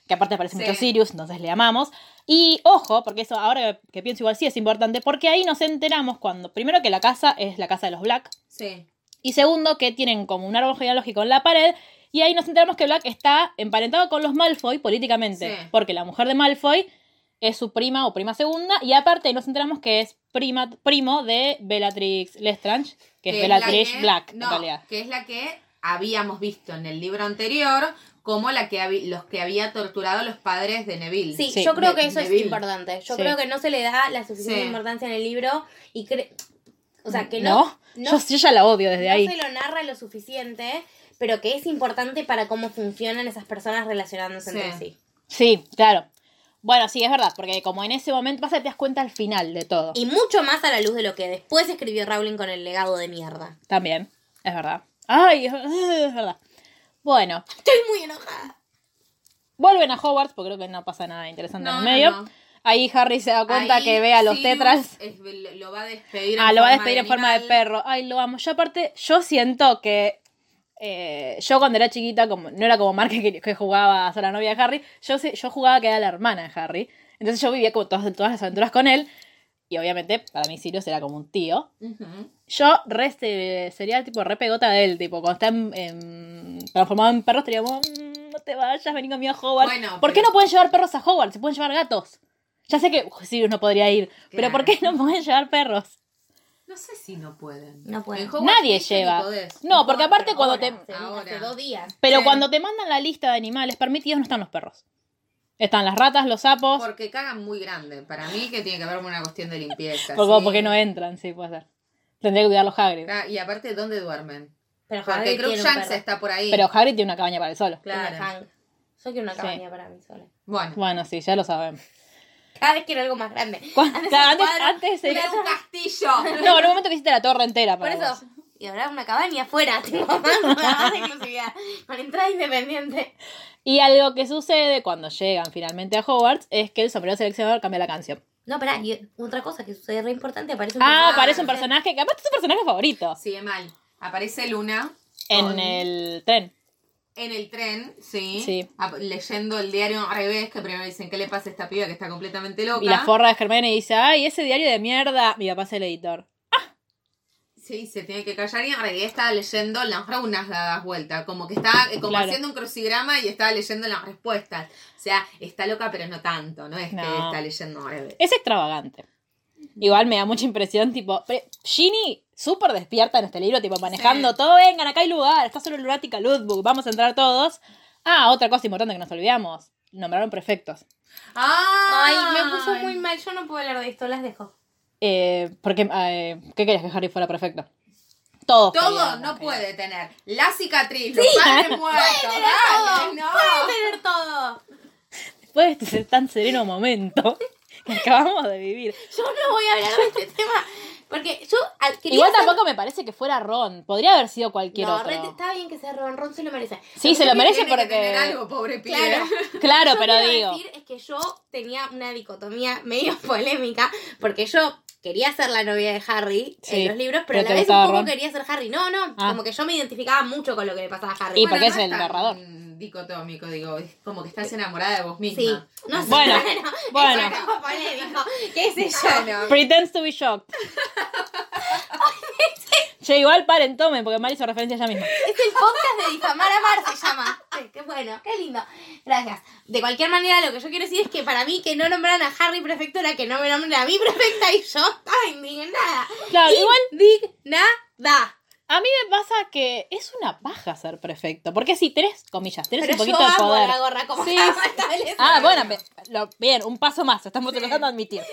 Speaker 1: que aparte aparece
Speaker 3: Sí.
Speaker 1: mucho Sirius, entonces le amamos. Y ojo, porque eso ahora que pienso igual sí es importante, porque ahí nos enteramos cuando, primero que la casa es la casa de los Black,
Speaker 3: Sí.
Speaker 1: y segundo, que tienen como un árbol genealógico en la pared. Y ahí nos enteramos que Black está emparentado con los Malfoy políticamente.
Speaker 3: Sí.
Speaker 1: Porque la mujer de Malfoy es su prima o prima segunda. Y aparte nos enteramos que es prima, primo de Bellatrix Lestrange, que es
Speaker 3: la
Speaker 1: Bellatrix
Speaker 3: que-
Speaker 1: Black,
Speaker 3: no,
Speaker 1: en realidad.
Speaker 3: que es la que habíamos visto en el libro anterior como la que habi- los que había torturado a los padres de Neville.
Speaker 2: Sí,
Speaker 1: Sí.
Speaker 2: yo creo
Speaker 3: De-
Speaker 2: que eso es
Speaker 3: Neville.
Speaker 2: importante. Yo
Speaker 1: Sí.
Speaker 2: creo que no se le da la suficiente
Speaker 3: Sí.
Speaker 2: importancia en el libro y cre- o sea, que
Speaker 1: ¿No?
Speaker 2: no, no,
Speaker 1: Yo, yo ya la odio desde
Speaker 2: no
Speaker 1: ahí.
Speaker 2: se lo narra lo suficiente, pero que es importante para cómo funcionan esas personas relacionándose
Speaker 3: Sí.
Speaker 2: entre sí.
Speaker 1: Sí, claro. Bueno, sí, es verdad. Porque como en ese momento pasa, te das cuenta al final de todo.
Speaker 2: Y mucho más a la luz de lo que después escribió Rowling con el legado de mierda.
Speaker 1: También, es verdad. Ay, es ver- es verdad. Bueno,
Speaker 2: Estoy muy enojada.
Speaker 1: Vuelven a Hogwarts, porque creo que no pasa nada interesante en
Speaker 3: No,
Speaker 1: el
Speaker 3: no,
Speaker 1: medio.
Speaker 3: no.
Speaker 1: Ahí Harry se da cuenta
Speaker 3: Ahí
Speaker 1: que ve a los
Speaker 3: Sirius
Speaker 1: tetras.
Speaker 3: es- lo va a despedir.
Speaker 1: Ah,
Speaker 3: en
Speaker 1: lo va a
Speaker 3: forma
Speaker 1: despedir en forma de
Speaker 3: animal.
Speaker 1: perro. Ay, lo amo. Yo aparte, yo siento que eh, yo cuando era chiquita, como no era como Marque que, que jugaba a ser la novia de Harry, yo, sé- yo jugaba que era la hermana de Harry. Entonces yo vivía como todas, todas las aventuras con él. Y obviamente, para mí Sirius era como un tío.
Speaker 3: Ujú.
Speaker 1: Yo re, se- sería tipo re pegota de él, tipo, cuando está en- en- transformado en perro, estaría como, "Mm, no te vayas, vení conmigo a Hogwarts.
Speaker 3: Bueno,
Speaker 1: ¿Por qué
Speaker 3: pero-
Speaker 1: no pueden llevar perros a Hogwarts? Se pueden llevar gatos. Ya sé que uh, Sirius no podría ir, pero ¿por qué no pueden llevar perros?
Speaker 3: No sé si no pueden.
Speaker 2: No pueden.
Speaker 3: En Hogwarts
Speaker 1: Nadie
Speaker 3: dicen que
Speaker 1: lleva.
Speaker 3: podés.
Speaker 1: No, porque aparte cuando te...
Speaker 3: Ahora.
Speaker 2: Hace dos días.
Speaker 1: Pero
Speaker 3: Sí.
Speaker 1: cuando te mandan la lista de animales permitidos no están los perros. Están las ratas, los sapos,
Speaker 3: Porque cagan muy grande. Para mí que tiene que ver con una cuestión de limpieza.
Speaker 1: porque,
Speaker 3: sí.
Speaker 1: porque no entran, sí, puede ser. Tendría que cuidar los Hagrid.
Speaker 3: Ah, Y aparte, ¿dónde duermen?
Speaker 2: Pero
Speaker 3: Porque
Speaker 2: Harry tiene un
Speaker 3: Crookshanks
Speaker 2: perro.
Speaker 3: está por ahí.
Speaker 1: Pero Hagrid tiene una cabaña para él solo.
Speaker 2: Tiene una
Speaker 3: Claro.
Speaker 2: hang. Yo quiero una
Speaker 1: Sí.
Speaker 2: cabaña para mí sola.
Speaker 3: Bueno.
Speaker 1: Bueno, sí, ya lo sabemos.
Speaker 2: Cada vez quiero algo más grande.
Speaker 1: Cuando- antes,
Speaker 2: cuadro,
Speaker 1: antes se-
Speaker 3: Era un castillo.
Speaker 1: No, en un momento que hiciste la torre entera.
Speaker 2: Por
Speaker 1: Para
Speaker 2: eso.
Speaker 1: vos.
Speaker 2: Y ahora una cabaña afuera. Tengo más, más exclusividad. Con entrada independiente.
Speaker 1: Y algo que sucede cuando llegan finalmente a Hogwarts es que el sombrero seleccionador cambia la canción.
Speaker 2: No, pará. Y otra cosa que sucede re importante. Aparece un
Speaker 1: Ah,
Speaker 2: personaje.
Speaker 1: parece un personaje que aparte es tu personaje favorito.
Speaker 3: Sí, mal. Aparece Luna
Speaker 1: En el tren.
Speaker 3: en el tren, sí,
Speaker 1: Sí.
Speaker 3: Ap- leyendo el diario al revés, que primero dicen, ¿qué le pasa a esta piba que está completamente loca?
Speaker 1: Y la forra de Germán y dice, ay, ese diario de mierda. Mi papá es el editor.
Speaker 3: Sí, se tiene que callar y en realidad estaba leyendo las runas dadas vuelta, como que estaba eh, como
Speaker 1: Claro.
Speaker 3: haciendo un crucigrama y estaba leyendo las respuestas. O sea, está loca pero no tanto, no es que
Speaker 1: No.
Speaker 3: está leyendo al revés.
Speaker 1: Es extravagante. Igual me da mucha impresión, tipo, pre- Ginny súper despierta en este libro, tipo, manejando
Speaker 3: Sí.
Speaker 1: todo, vengan, acá hay lugar, está solo Lunática Ludbook, vamos a entrar todos. Ah, otra cosa importante que nos olvidamos, nombraron prefectos.
Speaker 2: Ay,
Speaker 3: ¡Ay!
Speaker 2: me puso muy mal. Yo no puedo hablar de esto. Las dejo.
Speaker 1: Eh, porque, eh, ¿Qué querías que Harry fuera prefecto? Todos.
Speaker 3: Todo
Speaker 1: queríamos,
Speaker 3: no
Speaker 1: queríamos.
Speaker 3: puede tener la cicatriz, los padres muertos, dale, no.
Speaker 2: Puede tener todo.
Speaker 1: Después de este ser tan sereno momento que acabamos de vivir.
Speaker 2: Yo no voy a hablar de este tema. Porque yo al- quería
Speaker 1: Igual
Speaker 2: hacer-
Speaker 1: tampoco me parece que fuera Ron, podría haber sido cualquier
Speaker 2: No,
Speaker 1: otro.
Speaker 2: Red está bien que sea Ron. Ron se lo merece.
Speaker 1: Sí, se lo merece
Speaker 3: Tiene que
Speaker 1: porque...
Speaker 3: tener
Speaker 1: ¿eh?
Speaker 3: algo, pobre pibe.
Speaker 2: Claro.
Speaker 1: Claro,
Speaker 2: Yo
Speaker 1: pero
Speaker 2: quiero
Speaker 1: digo...
Speaker 2: decir es que yo tenía una dicotomía medio polémica porque yo quería ser la novia de Harry
Speaker 1: Sí,
Speaker 2: en los libros,
Speaker 1: pero
Speaker 2: pero, a
Speaker 1: te
Speaker 2: la vez un
Speaker 1: gustaba
Speaker 2: poco
Speaker 1: Ron.
Speaker 2: quería ser Harry. No, no,
Speaker 1: Ah.
Speaker 2: como que yo me identificaba mucho con lo que le pasaba a Harry.
Speaker 1: Y
Speaker 2: Bueno,
Speaker 1: porque es
Speaker 3: no
Speaker 1: el
Speaker 3: tan
Speaker 1: narrador.
Speaker 3: Dicotómico, digo, es como que estás enamorada de vos misma.
Speaker 2: sí, no sé,
Speaker 1: Bueno, bueno.
Speaker 2: eso era polémico, qué sé yo.
Speaker 3: Bueno,
Speaker 1: Pretends to be shocked. che, igual paren, tomen, porque Mari hizo referencia ella misma.
Speaker 2: Es el podcast de difamar a Mar, se llama. Sí, qué bueno, qué lindo. Gracias. De cualquier manera, lo que yo quiero decir es que para mí que no nombraran a Harry prefecto era que no me nombren a mí prefecta y yo estaba indignada.
Speaker 1: Claro, igual
Speaker 2: Indignada.
Speaker 1: a mí me pasa que es una paja ser perfecto. Porque sí, tenés comillas, tenés
Speaker 2: Pero
Speaker 1: un poquito
Speaker 2: yo
Speaker 1: de
Speaker 2: amo
Speaker 1: poder.
Speaker 2: la gorra como
Speaker 1: Sí,
Speaker 2: estaba
Speaker 1: sí.
Speaker 2: establecida.
Speaker 1: Ah, bueno, pe- lo- bien, un paso más, estamos tratando de admitir.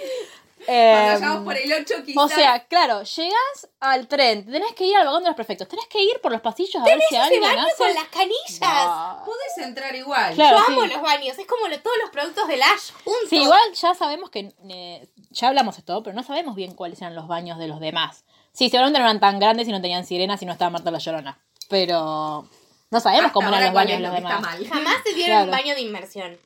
Speaker 3: Cuando
Speaker 1: Eh,
Speaker 3: vayamos por el 8 quizás.
Speaker 1: o sea, claro, llegas al tren, tenés que ir al vagón de los prefectos, tenés que ir por los pasillos a ver si
Speaker 2: Ese
Speaker 1: alguien
Speaker 2: baño
Speaker 1: hace.
Speaker 2: con las canillas.
Speaker 1: No.
Speaker 3: podés entrar igual.
Speaker 1: Claro,
Speaker 2: yo amo
Speaker 1: sí.
Speaker 2: los baños, es como lo- todos los productos de Lash juntos.
Speaker 1: Sí, igual ya sabemos que. eh, ya hablamos de todo, pero no sabemos bien cuáles eran los baños de los demás. Sí, seguramente no eran tan grandes y no tenían sirenas y no estaba Marta la Llorona. Pero. No sabemos
Speaker 3: Hasta
Speaker 1: cómo eran
Speaker 3: Ah, ahora
Speaker 1: los
Speaker 3: cuál
Speaker 1: baños
Speaker 3: es
Speaker 1: de los
Speaker 3: lo que está
Speaker 1: demás.
Speaker 3: mal.
Speaker 2: Jamás se dieron un
Speaker 1: Claro.
Speaker 2: baño de inmersión.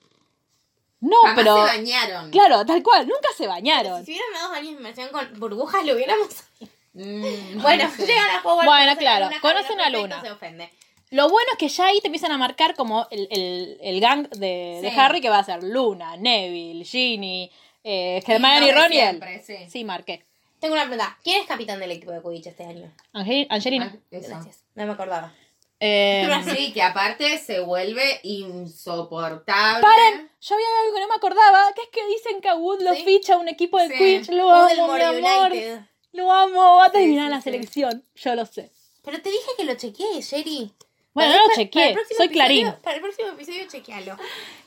Speaker 1: No,
Speaker 3: Jamás
Speaker 1: pero.
Speaker 3: se bañaron.
Speaker 1: Claro, tal cual, nunca se bañaron.
Speaker 2: Si hubieran dado baños de inmersión con burbujas, lo hubiéramos.
Speaker 3: Mm,
Speaker 2: Bueno,
Speaker 3: no sé.
Speaker 2: llegan a Hogwarts.
Speaker 1: Bueno,
Speaker 2: conocen
Speaker 1: claro,
Speaker 2: algunas,
Speaker 1: conocen a
Speaker 2: perfecto,
Speaker 1: Luna.
Speaker 2: Se ofende.
Speaker 1: Lo bueno es que ya ahí te empiezan a marcar como el, el, el gang de, de
Speaker 2: Sí.
Speaker 1: Harry que va a ser Luna, Neville, Ginny, eh,
Speaker 3: Y
Speaker 1: Hermione y
Speaker 3: no de
Speaker 1: Ronnie.
Speaker 3: siempre, sí.
Speaker 1: Sí, marqué.
Speaker 2: Tengo una pregunta. ¿Quién es capitán del equipo de Quidditch este año?
Speaker 1: Ange-
Speaker 3: Ah,
Speaker 1: Angelina.
Speaker 3: eso.
Speaker 2: Gracias. No me acordaba.
Speaker 1: Eh,
Speaker 3: Sí, que aparte se vuelve insoportable.
Speaker 1: Paren, yo había algo que no me acordaba, que es que dicen que a Wood lo
Speaker 2: Sí.
Speaker 1: ficha un equipo de
Speaker 3: Sí.
Speaker 1: Quidditch. Lo amo, mi
Speaker 2: Voldemort
Speaker 1: amor.
Speaker 2: United.
Speaker 1: Lo amo, va a terminar
Speaker 3: sí,
Speaker 1: la
Speaker 3: sí.
Speaker 1: selección. Yo lo sé.
Speaker 2: Pero te dije que lo chequeé, Sherry.
Speaker 1: Bueno,
Speaker 2: Para-
Speaker 1: no lo
Speaker 2: para-
Speaker 1: chequeé,
Speaker 2: para el próximo
Speaker 1: soy
Speaker 2: episodio-
Speaker 1: Clarín.
Speaker 2: Para el próximo episodio, chequealo.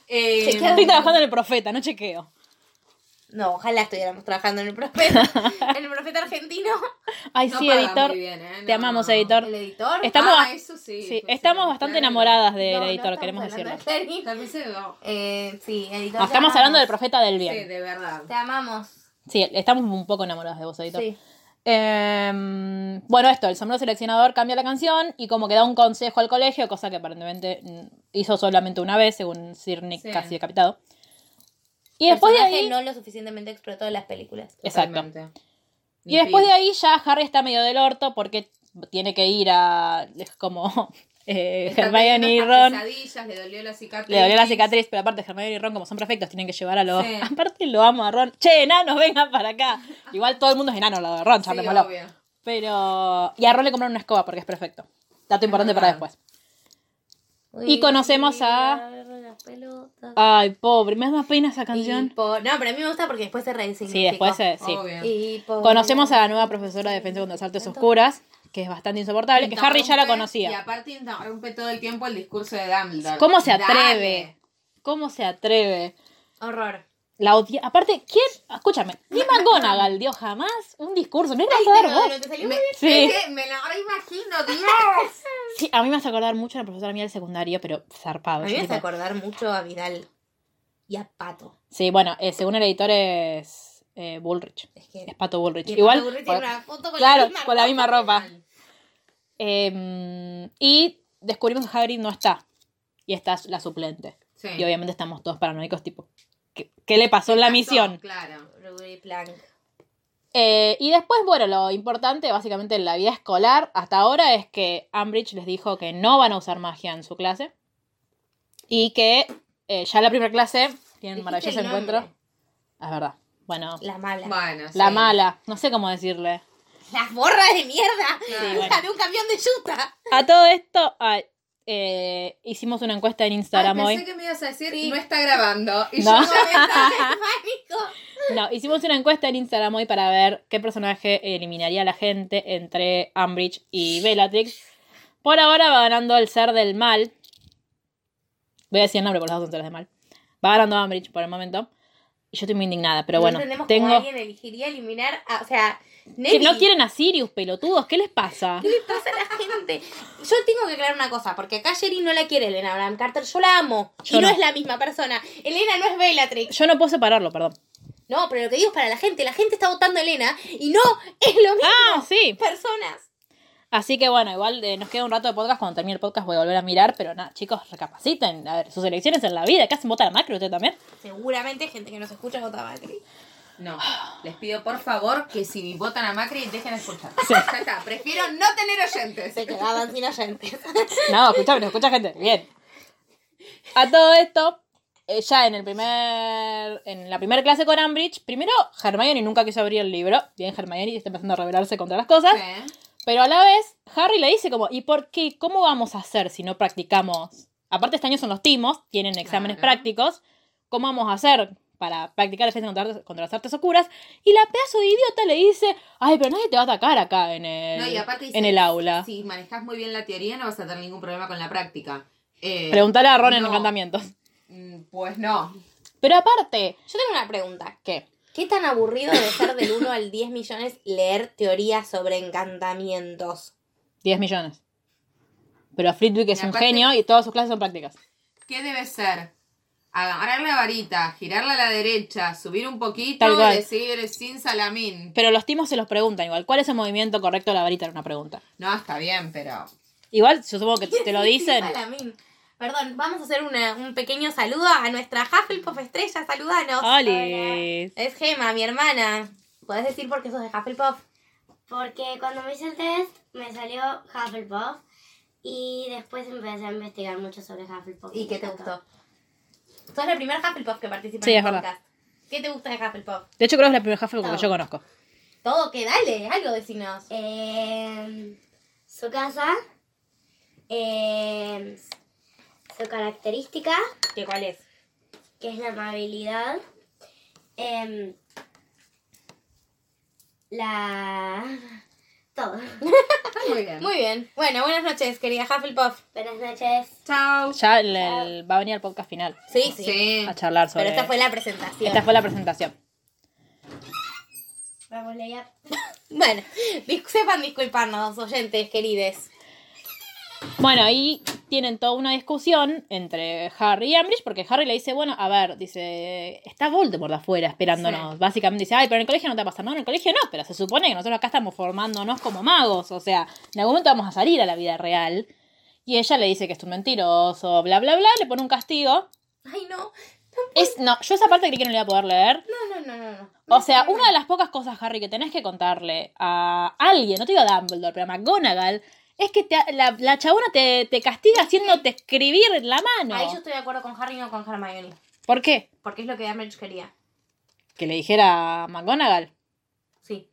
Speaker 3: Eh,
Speaker 2: Chequea-
Speaker 1: Estoy trabajando en el profeta, no chequeo.
Speaker 2: No, ojalá estuviéramos trabajando en el profeta. en el profeta argentino.
Speaker 1: Ay,
Speaker 3: no
Speaker 1: sí,
Speaker 3: paga
Speaker 1: editor.
Speaker 3: muy bien, ¿eh?
Speaker 1: Te
Speaker 3: No.
Speaker 1: amamos, editor.
Speaker 2: El editor.
Speaker 1: Estamos,
Speaker 3: Ah,
Speaker 1: ba-
Speaker 3: eso sí,
Speaker 1: sí,
Speaker 3: pues sí,
Speaker 1: estamos
Speaker 3: claro.
Speaker 1: bastante enamoradas de- del
Speaker 2: No, no
Speaker 1: editor,
Speaker 2: estamos
Speaker 1: queremos
Speaker 2: hablando
Speaker 1: decirlo.
Speaker 2: de Clarín.
Speaker 3: También se vio.
Speaker 2: Eh, sí, editor.
Speaker 1: No,
Speaker 2: te
Speaker 1: estamos
Speaker 2: amamos.
Speaker 1: hablando del profeta del
Speaker 3: Sí,
Speaker 1: bien.
Speaker 3: de verdad.
Speaker 2: Te amamos.
Speaker 1: Sí, estamos un poco enamoradas de vos, editor.
Speaker 2: Sí.
Speaker 1: Em, bueno, esto, el sombrero seleccionador cambia la canción y como que da un consejo al colegio, cosa que aparentemente mm, hizo solamente una vez, según Sir Nick
Speaker 3: Sí.
Speaker 1: casi decapitado. Y después de
Speaker 2: Personaje
Speaker 1: ahí...
Speaker 2: No lo suficientemente explotó en las películas.
Speaker 1: Exacto.
Speaker 3: Totalmente.
Speaker 1: Y después de ahí ya Harry está medio del orto porque tiene que ir a... Es como eh,
Speaker 3: Está
Speaker 1: Hermione y
Speaker 3: teniendo
Speaker 1: Ron.
Speaker 3: estas pesadillas, Le dolió la cicatriz.
Speaker 1: Le dolió la cicatriz, pero aparte Hermione y Ron, como son perfectos, tienen que llevar a los...
Speaker 3: Sí.
Speaker 1: Aparte lo amo a Ron. Che, enanos, vengan para acá. Igual todo el mundo es enano, lo de Ron,
Speaker 3: Sí,
Speaker 1: charlémoslo.
Speaker 3: obvio.
Speaker 1: Pero. Y a Ron le compraron una escoba porque es perfecto. Dato importante para
Speaker 3: verdad.
Speaker 1: después. Y conocemos a-
Speaker 2: agarro las pelotas.
Speaker 1: Ay, pobre, me da más pena esa
Speaker 2: Y
Speaker 1: canción.
Speaker 2: po- No, pero a mí me gusta porque después se resignificó.
Speaker 1: Sí, después eh, sí.
Speaker 3: Obvio.
Speaker 2: Y po-
Speaker 1: Conocemos a la nueva profesora de defensa contra las artes oscuras, que es bastante insoportable, que Harry ya la
Speaker 3: Interrumpe, Y
Speaker 1: conocía.
Speaker 3: aparte interrumpe todo el tiempo el discurso de Dumbledore.
Speaker 1: ¿Cómo se
Speaker 3: Dale.
Speaker 1: atreve? ¿Cómo se atreve?
Speaker 2: Horror.
Speaker 1: La odia. Aparte, ¿quién? Escúchame, ni McGonagall dio jamás un discurso. No ibas a
Speaker 2: Ay,
Speaker 1: dar
Speaker 2: no,
Speaker 1: vos.
Speaker 2: no, te salió
Speaker 3: Me,
Speaker 2: muy
Speaker 1: Sí.
Speaker 3: es que me lo imagino, Dios.
Speaker 1: Sí, a mí me hace acordar mucho a la profesora mía del secundario, pero zarpado.
Speaker 2: A mí
Speaker 1: yo
Speaker 2: me hace
Speaker 1: tipo-
Speaker 2: acordar mucho a Vidal y a Pato.
Speaker 1: Sí, bueno, eh, según el editor es eh, Bullrich.
Speaker 2: Es que
Speaker 1: Es Pato Bullrich.
Speaker 2: y el
Speaker 1: Igual.
Speaker 2: Pato Burri
Speaker 1: por-
Speaker 2: tiene una foto con
Speaker 1: claro,
Speaker 2: la misma
Speaker 1: con la
Speaker 2: ropa.
Speaker 1: misma ropa. Eh, y descubrimos que Hagrid no está. Y está la suplente.
Speaker 3: Sí.
Speaker 1: Y obviamente estamos todos paranoicos, tipo, ¿qué, qué le pasó en la misión?
Speaker 3: Claro.
Speaker 2: Rubí Plank.
Speaker 1: Eh, y después, bueno, lo importante básicamente en la vida escolar hasta ahora es que Ambridge les dijo que no van a usar magia en su clase. Y que eh, ya en la primera clase tienen un
Speaker 2: Dijiste
Speaker 1: maravilloso
Speaker 2: el nombre.
Speaker 1: encuentro. Ah, Es verdad. Bueno,
Speaker 2: La mala.
Speaker 3: Bueno,
Speaker 1: la
Speaker 3: sí.
Speaker 1: mala, no sé cómo decirle.
Speaker 2: Las borras de mierda.
Speaker 3: Sí,
Speaker 2: Usan
Speaker 1: bueno.
Speaker 2: un camión de yuta.
Speaker 1: A todo esto, ay, eh, hicimos una encuesta en
Speaker 3: Ay,
Speaker 1: Instagram hoy.
Speaker 3: pensé que me ibas a decir, no está grabando. Y
Speaker 1: No.
Speaker 3: yo ya me estaba-
Speaker 2: Pánico.
Speaker 1: No, hicimos una encuesta en Instagram hoy para ver qué personaje eliminaría a la gente entre Umbridge y Bellatrix. Por ahora va ganando el ser del mal. Voy a decir el nombre por las dos son seres del mal. Va ganando Umbridge por el momento. Yo estoy muy indignada, pero
Speaker 2: No
Speaker 1: bueno,
Speaker 2: entendemos cómo
Speaker 1: tengo...
Speaker 2: alguien elegiría eliminar a, o sea,
Speaker 1: Que
Speaker 2: Neville.
Speaker 1: no quieren a Sirius, pelotudos, ¿qué les pasa?
Speaker 2: ¿Qué le pasa a la gente? Yo tengo que aclarar una cosa, porque acá Jerry no la quiere Elena Abraham Carter, yo la amo.
Speaker 1: Yo
Speaker 2: y no.
Speaker 1: no.
Speaker 2: es la misma persona. Elena no es Bellatrix.
Speaker 1: Yo no puedo separarlo, perdón.
Speaker 2: No, pero lo que digo es para la gente. La gente está votando a Elena y no es lo mismo.
Speaker 1: Ah, sí.
Speaker 2: Personas.
Speaker 1: Así que bueno, igual eh, nos queda un rato de podcast. Cuando termine el podcast voy a volver a mirar, pero nada, chicos, recapaciten. A ver, sus elecciones en la vida. ¿Qué hacen? ¿Vota la macro usted también?
Speaker 2: Seguramente gente que nos escucha vota a Bellatrix.
Speaker 3: No, les pido por favor que si votan a Macri dejen escuchar.
Speaker 1: Sí.
Speaker 3: Ya está, prefiero no tener oyentes.
Speaker 2: Se quedaban sin oyentes.
Speaker 1: No, escuchame, nos escucha gente. Bien. A todo esto, eh, ya en el primer. En la primera clase con Ambridge, primero Hermione nunca quiso abrir el libro. Bien, Hermione está empezando a rebelarse contra las cosas.
Speaker 3: Sí.
Speaker 1: Pero a la vez, Harry le dice como, ¿y por qué? ¿Cómo vamos a hacer si no practicamos? Aparte, este año son los timos, tienen exámenes
Speaker 3: Claro.
Speaker 1: prácticos. ¿Cómo vamos a hacer para practicar defensa contra, artes- contra las artes oscuras? Y la pedazo de idiota le dice, ay, pero nadie te va a atacar acá en el,
Speaker 3: No, y aparte dice,
Speaker 1: en el aula.
Speaker 3: Si manejas muy bien la teoría no vas a tener ningún problema con la práctica. Eh,
Speaker 1: Preguntale a Ron en
Speaker 3: no.
Speaker 1: encantamientos.
Speaker 3: mm, Pues no.
Speaker 1: Pero aparte,
Speaker 2: Yo tengo una pregunta.
Speaker 1: ¿qué?
Speaker 2: ¿Qué tan aburrido de ser del 1 al 10 millones leer teorías sobre encantamientos?
Speaker 1: 10 millones. Pero Flitwick es
Speaker 3: Y
Speaker 1: un
Speaker 3: aparte-
Speaker 1: genio y todas sus clases son prácticas.
Speaker 3: ¿Qué debe ser? Agarrar la varita, girarla a la derecha, subir un poquito
Speaker 1: Tal cual.
Speaker 3: y decir sin salamín.
Speaker 1: Pero los timos se los preguntan igual. ¿Cuál es el movimiento correcto de la varita? Era una pregunta.
Speaker 3: No, está bien, pero
Speaker 1: Igual, yo supongo que te lo dicen.
Speaker 2: Palamín. Perdón, vamos a hacer una- un pequeño saludo a nuestra Hufflepuff estrella. Saludanos.
Speaker 1: Olis.
Speaker 2: Es Gema, mi hermana. ¿Podés decir por qué sos de Hufflepuff?
Speaker 4: Porque cuando me hice el test me salió Hufflepuff y después empecé a investigar mucho sobre Hufflepuff.
Speaker 2: ¿Y qué te
Speaker 4: Me
Speaker 2: gustó?
Speaker 4: encantó.
Speaker 2: Sos la primera Hufflepuff que participa
Speaker 1: Sí,
Speaker 2: en
Speaker 1: es
Speaker 2: el
Speaker 1: verdad.
Speaker 2: podcast. ¿Qué te gusta de Hufflepuff?
Speaker 1: De hecho, creo que es la primera jefe que
Speaker 2: Todo.
Speaker 1: yo conozco.
Speaker 2: Todo, que dale, algo decinos.
Speaker 4: Em, su casa, em, su característica,
Speaker 2: ¿Qué cuál es?
Speaker 4: que es la amabilidad, em, la... todo.
Speaker 3: Muy bien.
Speaker 2: Muy bien. Bueno, buenas noches, querida Hufflepuff.
Speaker 4: Buenas noches.
Speaker 2: Chao.
Speaker 1: Ya el- el- va a venir el podcast final
Speaker 2: Sí, sí.
Speaker 3: Sí.
Speaker 1: a charlar sobre.
Speaker 2: Pero esta fue la presentación.
Speaker 1: esta fue la presentación.
Speaker 4: Vamos, Leia.
Speaker 2: Bueno, dis- sepan disculparnos, oyentes querides.
Speaker 1: Bueno, ahí tienen toda una discusión entre Harry y Ambridge, porque Harry le dice, bueno, a ver, dice, está Voldemort afuera esperándonos. Básicamente dice, ay, pero en el colegio no te va a pasar nada, en el colegio no, pero se supone que nosotros acá estamos formándonos como magos, o sea, en algún momento vamos a salir a la vida real. Y ella le dice que es un mentiroso, bla, bla, bla, le pone un castigo.
Speaker 2: Ay, no.
Speaker 1: Es, no, yo esa parte creí que no le iba a poder leer.
Speaker 2: No, no, no, no. no.
Speaker 3: Oh,
Speaker 1: O sea, una de las pocas cosas, Harry, que tenés que contarle a alguien, no te digo a Dumbledore, pero a McGonagall, es que te- la, la chabona te, te castiga haciéndote escribir en la mano.
Speaker 2: Ahí yo estoy de acuerdo con Harry y no con Hermione.
Speaker 1: ¿Por qué?
Speaker 2: Porque es lo que Ambridge quería.
Speaker 1: Que le dijera a McGonagall.
Speaker 2: Sí.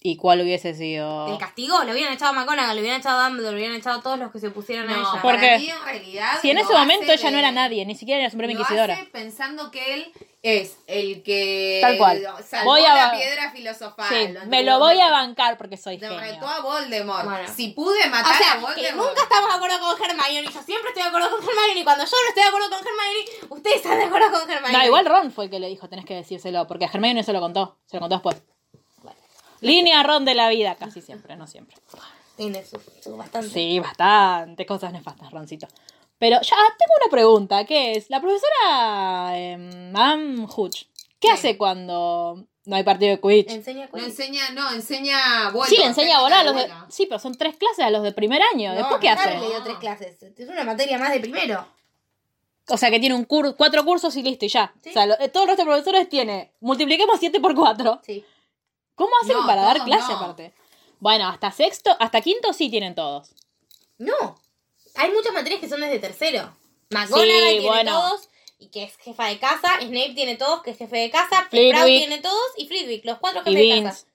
Speaker 1: ¿Y cuál hubiese
Speaker 3: Oh.
Speaker 1: sido?
Speaker 2: El castigo lo hubieran echado a McGonagall, lo hubieran echado a Dumbledore, lo hubieran echado a todos los que se opusieron a
Speaker 3: No,
Speaker 2: ella.
Speaker 1: Por-
Speaker 3: para
Speaker 1: qué?
Speaker 3: mí, en realidad,
Speaker 1: Si en
Speaker 3: lo
Speaker 1: ese momento
Speaker 3: hace
Speaker 1: ella no era
Speaker 3: de-
Speaker 1: nadie, ni siquiera era Suprema
Speaker 3: lo
Speaker 1: Inquisidora.
Speaker 3: hace pensando que él es el que
Speaker 1: Tal cual.
Speaker 3: salvó
Speaker 1: Voy a
Speaker 3: la
Speaker 1: ba-
Speaker 3: piedra filosofal.
Speaker 1: Sí,
Speaker 3: Lo
Speaker 1: me lo voy a
Speaker 3: derrotó-
Speaker 1: bancar porque soy genio.
Speaker 3: Derrotó a Voldemort.
Speaker 2: Bueno.
Speaker 3: Si pude
Speaker 2: O
Speaker 3: matar a
Speaker 2: sea, que
Speaker 3: Voldemort.
Speaker 2: nunca estamos de acuerdo con Hermione. Yo siempre estoy de acuerdo con Hermione. Y cuando yo no estoy de acuerdo con Hermione, ustedes están de acuerdo con Hermione.
Speaker 1: No, igual Ron fue el que le dijo, tenés que decírselo, porque a Hermione se lo contó, se lo contó después. Línea Ron de la vida, casi siempre, no siempre.
Speaker 2: Tiene su, su bastante.
Speaker 1: Sí, bastante cosas nefastas, Roncito. Pero ya tengo una pregunta, que es, la profesora eh, Madame Hooch, ¿qué hace cuando no hay partido de Quidditch?
Speaker 2: Enseña
Speaker 3: No
Speaker 2: cuál.
Speaker 3: enseña, no, enseña vuelo.
Speaker 1: sí, le enseña a volar a los de...
Speaker 3: vuelo.
Speaker 1: Sí, pero son tres clases a los de primer año. ¿Después qué hace?
Speaker 2: Le dio tres clases. Es una materia más de primero.
Speaker 1: O sea, que tiene un cur- cuatro cursos y listo, y ya.
Speaker 2: Sí.
Speaker 1: O sea, lo- eh, todo el resto de profesores tiene, multipliquemos siete por cuatro.
Speaker 2: Sí.
Speaker 1: ¿Cómo hacen
Speaker 3: No,
Speaker 1: para dar
Speaker 3: todos
Speaker 1: clase
Speaker 3: no.
Speaker 1: aparte? Bueno, hasta sexto, hasta quinto sí tienen todos.
Speaker 2: No. Hay muchas materias que son desde tercero. McGonagall
Speaker 1: Sí,
Speaker 2: tiene
Speaker 1: bueno.
Speaker 2: todos y que es jefa de casa. Snape tiene todos, que es jefe de casa.
Speaker 1: Flitwick.
Speaker 2: Sprout tiene todos y Flitwick, los cuatro
Speaker 1: Y
Speaker 2: jefes de casa.
Speaker 1: Vince,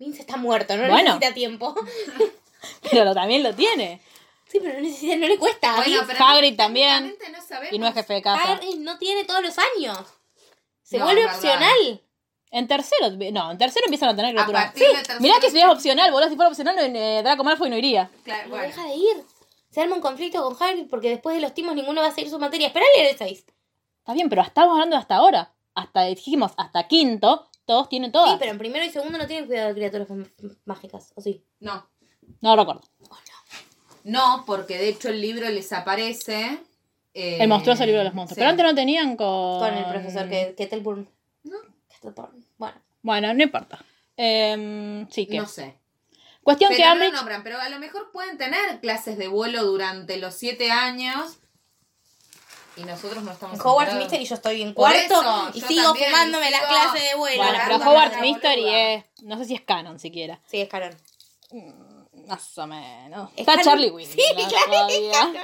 Speaker 2: Vince está muerto, no
Speaker 1: Bueno.
Speaker 2: necesita tiempo.
Speaker 1: pero lo- también lo tiene.
Speaker 2: Sí, pero no necesita, no le cuesta.
Speaker 3: Bueno,
Speaker 2: Vince
Speaker 3: pero
Speaker 1: Hagrid también.
Speaker 3: técnicamente No sabemos.
Speaker 1: Y no es jefe de casa.
Speaker 2: Harry no tiene todos los años. Se
Speaker 3: No,
Speaker 2: vuelve
Speaker 3: es verdad.
Speaker 2: opcional.
Speaker 1: En tercero, no, en tercero empiezan a tener
Speaker 3: A
Speaker 1: criaturas.
Speaker 3: partir de tercero-
Speaker 1: Mirá que si es opcional, boludo, si fuera opcional, no, eh, Draco Malfoy no iría.
Speaker 3: Claro,
Speaker 2: No
Speaker 3: bueno.
Speaker 2: deja de ir. Se arma un conflicto con Harry porque después de los timos ninguno va a seguir su materia. Espera a leer el 6.
Speaker 1: Está bien, pero estamos hablando de hasta ahora. Hasta, dijimos, hasta quinto, todos tienen todas.
Speaker 2: Sí, pero en primero y segundo no tienen cuidado de criaturas m- mágicas. ¿O sí?
Speaker 3: No.
Speaker 1: No recuerdo.
Speaker 3: No, porque de hecho el libro les aparece. eh,
Speaker 1: El monstruoso libro de los monstruos.
Speaker 3: sí.
Speaker 1: Pero antes no tenían con...
Speaker 2: Con el profesor que, que Telburn.
Speaker 3: No.
Speaker 2: Que Telburn. Bueno.
Speaker 1: Bueno, no importa. Em, sí, que...
Speaker 3: No sé.
Speaker 1: Cuestión
Speaker 3: Pero
Speaker 1: que
Speaker 3: no
Speaker 1: Ambridge...
Speaker 3: lo nombran, pero a lo mejor pueden tener clases de vuelo durante los siete años. Y nosotros no estamos.
Speaker 2: En Hogwarts
Speaker 3: enterados.
Speaker 2: Mystery yo estoy en
Speaker 3: Por
Speaker 2: cuarto
Speaker 3: eso,
Speaker 2: y
Speaker 3: yo
Speaker 2: sigo
Speaker 3: también,
Speaker 2: fumándome
Speaker 3: sigo-
Speaker 2: las clases de vuelo.
Speaker 1: Bueno,
Speaker 2: la
Speaker 1: pero
Speaker 2: puta
Speaker 1: Hogwarts
Speaker 2: madre.
Speaker 1: Mystery
Speaker 3: boluda.
Speaker 1: es... No sé si es canon siquiera.
Speaker 2: Sí, es Canon.
Speaker 1: Más o menos.
Speaker 2: Es
Speaker 1: Está
Speaker 2: canon.
Speaker 1: Charlie Winslow.
Speaker 2: Sí, claro,
Speaker 1: todavía.
Speaker 2: es Canon.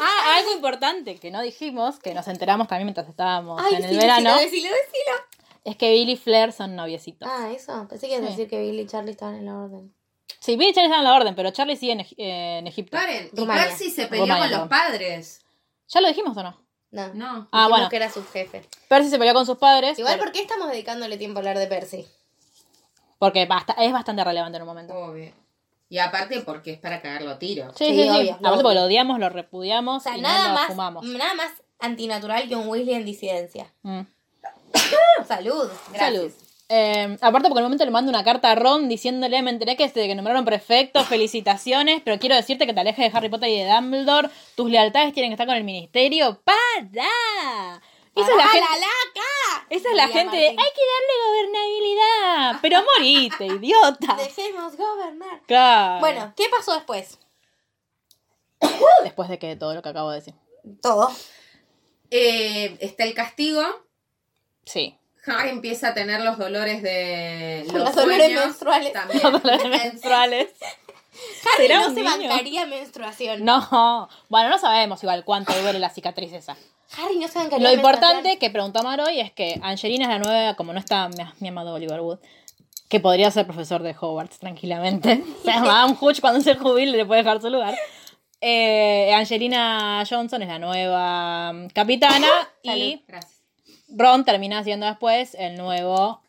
Speaker 1: Ah, algo importante que no dijimos, que nos enteramos también mientras estábamos
Speaker 2: Ay,
Speaker 1: en el
Speaker 2: sí,
Speaker 1: verano,
Speaker 2: decilo, decilo, decilo.
Speaker 1: es que Billy y Flair son noviecitos.
Speaker 2: Ah, eso. Pensé que ibas a
Speaker 1: Sí.
Speaker 2: decir que Billy y Charlie estaban en la orden.
Speaker 1: Sí, Billy y Charlie están en la orden, pero Charlie sigue en, Eg- eh, en Egipto.
Speaker 3: Paren, y
Speaker 2: Rumania.
Speaker 3: Percy se peleó
Speaker 1: Rumania,
Speaker 3: con
Speaker 1: perdón.
Speaker 3: los padres.
Speaker 1: ¿Ya lo dijimos o no?
Speaker 2: No. Dijimos
Speaker 3: No.
Speaker 1: Ah, bueno.
Speaker 2: que era su jefe.
Speaker 1: Percy se peleó con sus padres.
Speaker 2: Igual,
Speaker 1: por-
Speaker 2: ¿por qué estamos dedicándole tiempo a hablar de Percy?
Speaker 1: porque basta- es bastante relevante en un momento.
Speaker 3: Obvio. Y aparte porque es para cagarlo a tiro.
Speaker 1: Sí,
Speaker 2: Mm. Sí,
Speaker 1: sí, sí.
Speaker 2: obvio, lo
Speaker 1: Aparte
Speaker 2: obvio.
Speaker 1: porque lo odiamos, lo repudiamos
Speaker 2: O sea,
Speaker 1: y
Speaker 2: nada,
Speaker 1: no lo
Speaker 2: más,
Speaker 1: fumamos.
Speaker 2: nada más antinatural que un Weasley en disidencia.
Speaker 1: Mm.
Speaker 2: Salud. Gracias.
Speaker 1: Salud. Eh, aparte porque en un momento le mando una carta a Ron diciéndole, me enteré que desde que nombraron prefecto, felicitaciones, pero quiero decirte que te alejes de Harry Potter y de Dumbledore, tus lealtades tienen que estar con el ministerio. ¡Para! Esa es la
Speaker 2: Pará,
Speaker 1: gente,
Speaker 2: Ah, la laca!
Speaker 1: esa es la
Speaker 2: Diría
Speaker 1: gente de, hay que
Speaker 2: Martín.
Speaker 1: darle gobernabilidad, pero morite, idiota.
Speaker 2: Dejemos gobernar.
Speaker 1: Claro.
Speaker 2: Bueno, ¿qué pasó después?
Speaker 1: Uh, Después de que todo lo que acabo de decir.
Speaker 2: Todo.
Speaker 3: Eh, está el castigo.
Speaker 1: Sí.
Speaker 3: Harry empieza a tener los dolores de los,
Speaker 2: Los dolores
Speaker 3: sueños
Speaker 2: menstruales.
Speaker 3: También.
Speaker 1: Dolores menstruales.
Speaker 2: Harry
Speaker 1: ¿Será
Speaker 2: no
Speaker 1: un
Speaker 2: se
Speaker 1: niño?
Speaker 2: bancaría menstruación.
Speaker 1: No. Bueno, no sabemos igual cuánto duele la cicatriz esa.
Speaker 2: Harry no se
Speaker 1: Lo
Speaker 2: bancaría menstruación.
Speaker 1: importante que preguntó Mar hoy es que Angelina es la nueva, como no está mi, mi amado Oliver Wood, que podría ser profesor de Hogwarts tranquilamente. O sea, Madame Hooch cuando se jubile le puede dejar su lugar. Eh, Angelina Johnson es la nueva mm, capitana y
Speaker 3: Gracias.
Speaker 1: Ron termina siendo después el nuevo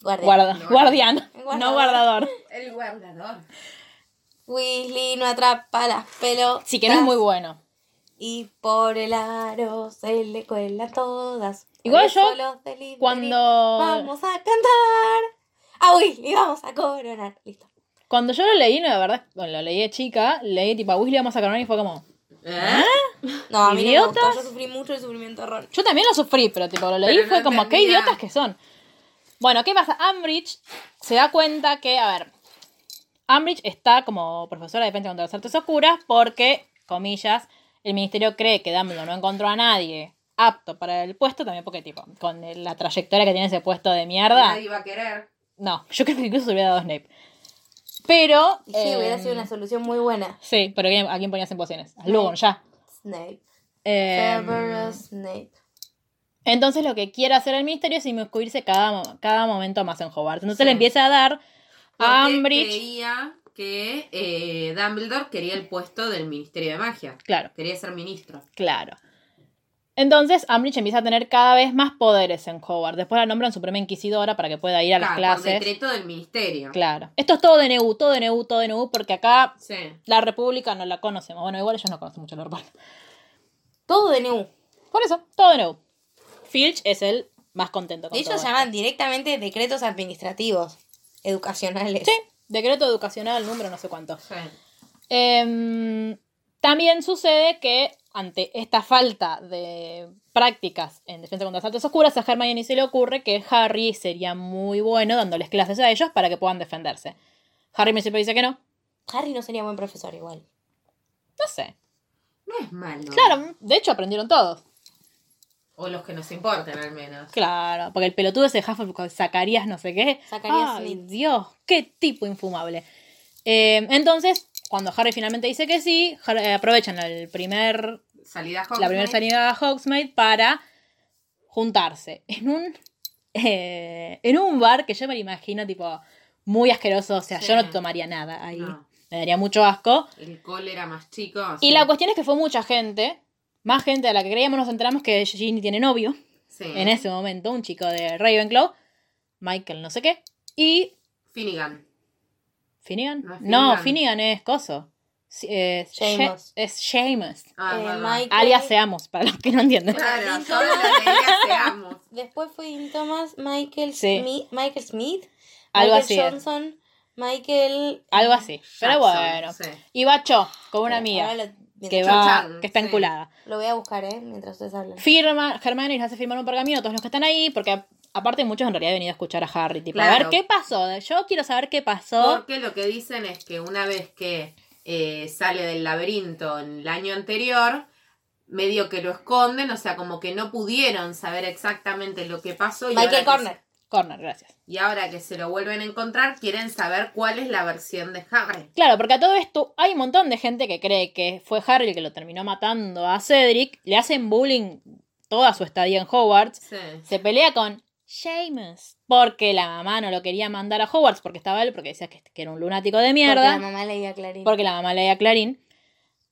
Speaker 2: Guardia.
Speaker 1: guarda- guardián,
Speaker 2: Guardador.
Speaker 1: no guardador.
Speaker 3: El guardador.
Speaker 2: Weasley no atrapa las pelotas.
Speaker 1: Sí, que no es muy bueno.
Speaker 2: Y por el aro se le cuelan todas. Por
Speaker 1: Igual
Speaker 2: eso
Speaker 1: yo,
Speaker 2: los delivery
Speaker 1: cuando-
Speaker 2: Vamos a cantar. A Weasley vamos a coronar. Listo.
Speaker 1: Cuando yo lo leí, no, la verdad, bueno, lo leí de chica, leí tipo a Weasley vamos a coronar y fue como...
Speaker 3: ¿Eh?
Speaker 2: No, a mí no me
Speaker 1: ¿Idiotas?
Speaker 2: gustó. Yo sufrí mucho el sufrimiento de Ron.
Speaker 1: Yo también lo sufrí, pero tipo, lo leí y
Speaker 3: Pero
Speaker 1: fue
Speaker 3: no
Speaker 1: como, qué
Speaker 3: entendía.
Speaker 1: idiotas que son. Bueno, ¿qué pasa? Ambridge se da cuenta que, a ver, Ambridge está como profesora de defensa contra las artes oscuras porque, comillas, el ministerio cree que Dumbledore no encontró a nadie apto para el puesto, también porque, tipo, con la trayectoria que tiene ese puesto de mierda,
Speaker 3: Nadie va a querer.
Speaker 1: no, yo creo que incluso se hubiera dado Snape. Pero...
Speaker 2: Sí, hubiera
Speaker 1: em,
Speaker 2: sido una solución muy buena.
Speaker 1: Sí, pero ¿quién- ¿a quién ponías en pociones? A Slughorn, ya.
Speaker 2: Snape.
Speaker 1: Em,
Speaker 2: Severus Snape.
Speaker 1: Entonces lo que quiere hacer el ministerio es inmiscuirse cada, mo- cada momento más en Hogwarts. Entonces le empieza a dar a
Speaker 3: Porque
Speaker 1: Ambridge.
Speaker 3: creía que eh, Dumbledore quería el puesto del Ministerio de Magia.
Speaker 1: Claro,
Speaker 3: Quería ser ministro.
Speaker 1: claro. Entonces Ambridge empieza a tener cada vez más poderes en Hogwarts. Después la nombran Suprema Inquisidora para que pueda ir a las
Speaker 3: Claro, Por
Speaker 1: clases.
Speaker 3: decreto del ministerio.
Speaker 1: Claro. Esto es todo de DNU, todo DNU, todo DNU, porque acá
Speaker 3: Sí.
Speaker 1: la República no la conocemos. Bueno, igual ellos no conocen mucho la República.
Speaker 2: Todo de new.
Speaker 1: Por eso, todo DNU. Filch es el más contento con todo
Speaker 2: Ellos
Speaker 1: esto.
Speaker 2: llaman directamente decretos administrativos, educacionales.
Speaker 1: Sí, decreto educacional número no sé cuánto.
Speaker 3: sí.
Speaker 1: Em, también sucede que ante esta falta de prácticas en defensa contra las artes oscuras, a Hermione se le ocurre que Harry sería muy bueno dándoles clases a ellos para que puedan defenderse. Harry al principio dice que no. No
Speaker 2: Harry no sería buen profesor igual.
Speaker 1: sé.
Speaker 3: No es malo.
Speaker 1: Claro, de hecho aprendieron todos.
Speaker 3: O los que nos importan, al menos.
Speaker 1: Claro, porque el pelotudo ese Hufflepuff con Zacarías no sé qué.
Speaker 2: Zacarías
Speaker 1: Ay,
Speaker 2: Smith.
Speaker 1: Dios, qué tipo infumable. Eh, entonces, cuando Harry finalmente dice que sí, Har- eh, aprovechan el primer
Speaker 3: Salida
Speaker 1: la primera salida a Hogsmeade para juntarse en un eh, en un bar que yo me lo imagino tipo muy asqueroso, o sea,
Speaker 3: Sí.
Speaker 1: yo no tomaría nada ahí.
Speaker 3: No.
Speaker 1: Me daría mucho asco.
Speaker 3: El cólera más chico.
Speaker 1: Y
Speaker 3: sí.
Speaker 1: la cuestión es que fue mucha gente, más gente de la que creíamos, nos enteramos que Ginny tiene novio
Speaker 3: Sí.
Speaker 1: en ese momento, un chico de Ravenclaw, Michael no sé qué, y
Speaker 3: Finnegan.
Speaker 1: Finnegan.
Speaker 3: No es
Speaker 1: No,
Speaker 3: Finnegan.
Speaker 1: Finnegan es coso. Sí, Es
Speaker 2: Seamus.
Speaker 1: She- es Seamus.
Speaker 3: Ah,
Speaker 2: Eh,
Speaker 3: verdad.
Speaker 2: Mike-
Speaker 1: Alias Seamos, para los que no entienden.
Speaker 3: Claro, todos los días seamos.
Speaker 2: Después fue Dean Thomas, Michael
Speaker 1: Sí.
Speaker 2: Smith, Michael Smith,
Speaker 1: Algo
Speaker 2: Michael
Speaker 1: así es.
Speaker 2: Johnson, Michael
Speaker 1: Algo así. Pero
Speaker 3: Jackson,
Speaker 1: bueno.
Speaker 3: sí.
Speaker 1: Y va Cho con una
Speaker 2: Ahora
Speaker 1: amiga
Speaker 2: lo, mientras-
Speaker 1: que
Speaker 3: Cho
Speaker 1: va
Speaker 3: Chang,
Speaker 1: que está
Speaker 3: sí.
Speaker 1: enculada.
Speaker 2: lo voy a buscar, ¿eh? Mientras ustedes hablan.
Speaker 1: Firma, Hermione les hace firmar un pergamino a todos los que están ahí, porque a- aparte muchos en realidad han venido a escuchar a Harry, tipo, a
Speaker 3: Claro.
Speaker 1: ver qué pasó, yo quiero saber qué pasó.
Speaker 3: Porque lo que dicen es que una vez que eh, sale del laberinto en el año anterior, medio que lo esconden, o sea, como que no pudieron saber exactamente lo que pasó. Y ahora
Speaker 2: Michael
Speaker 3: que-
Speaker 2: Corner.
Speaker 1: Corner, gracias.
Speaker 3: y ahora que se lo vuelven a encontrar, quieren saber cuál es la versión de Harry.
Speaker 1: Claro, porque a todo esto hay un montón de gente que cree que fue Harry el que lo terminó matando a Cedric, le hacen bullying toda su estadía en Hogwarts,
Speaker 3: Sí.
Speaker 1: se pelea con Seamus porque la mamá no lo quería mandar a Hogwarts porque estaba él, porque decía que, que era un lunático de
Speaker 2: Porque la
Speaker 1: mierda,
Speaker 2: mamá leía Clarín.
Speaker 1: porque la mamá leía Clarín.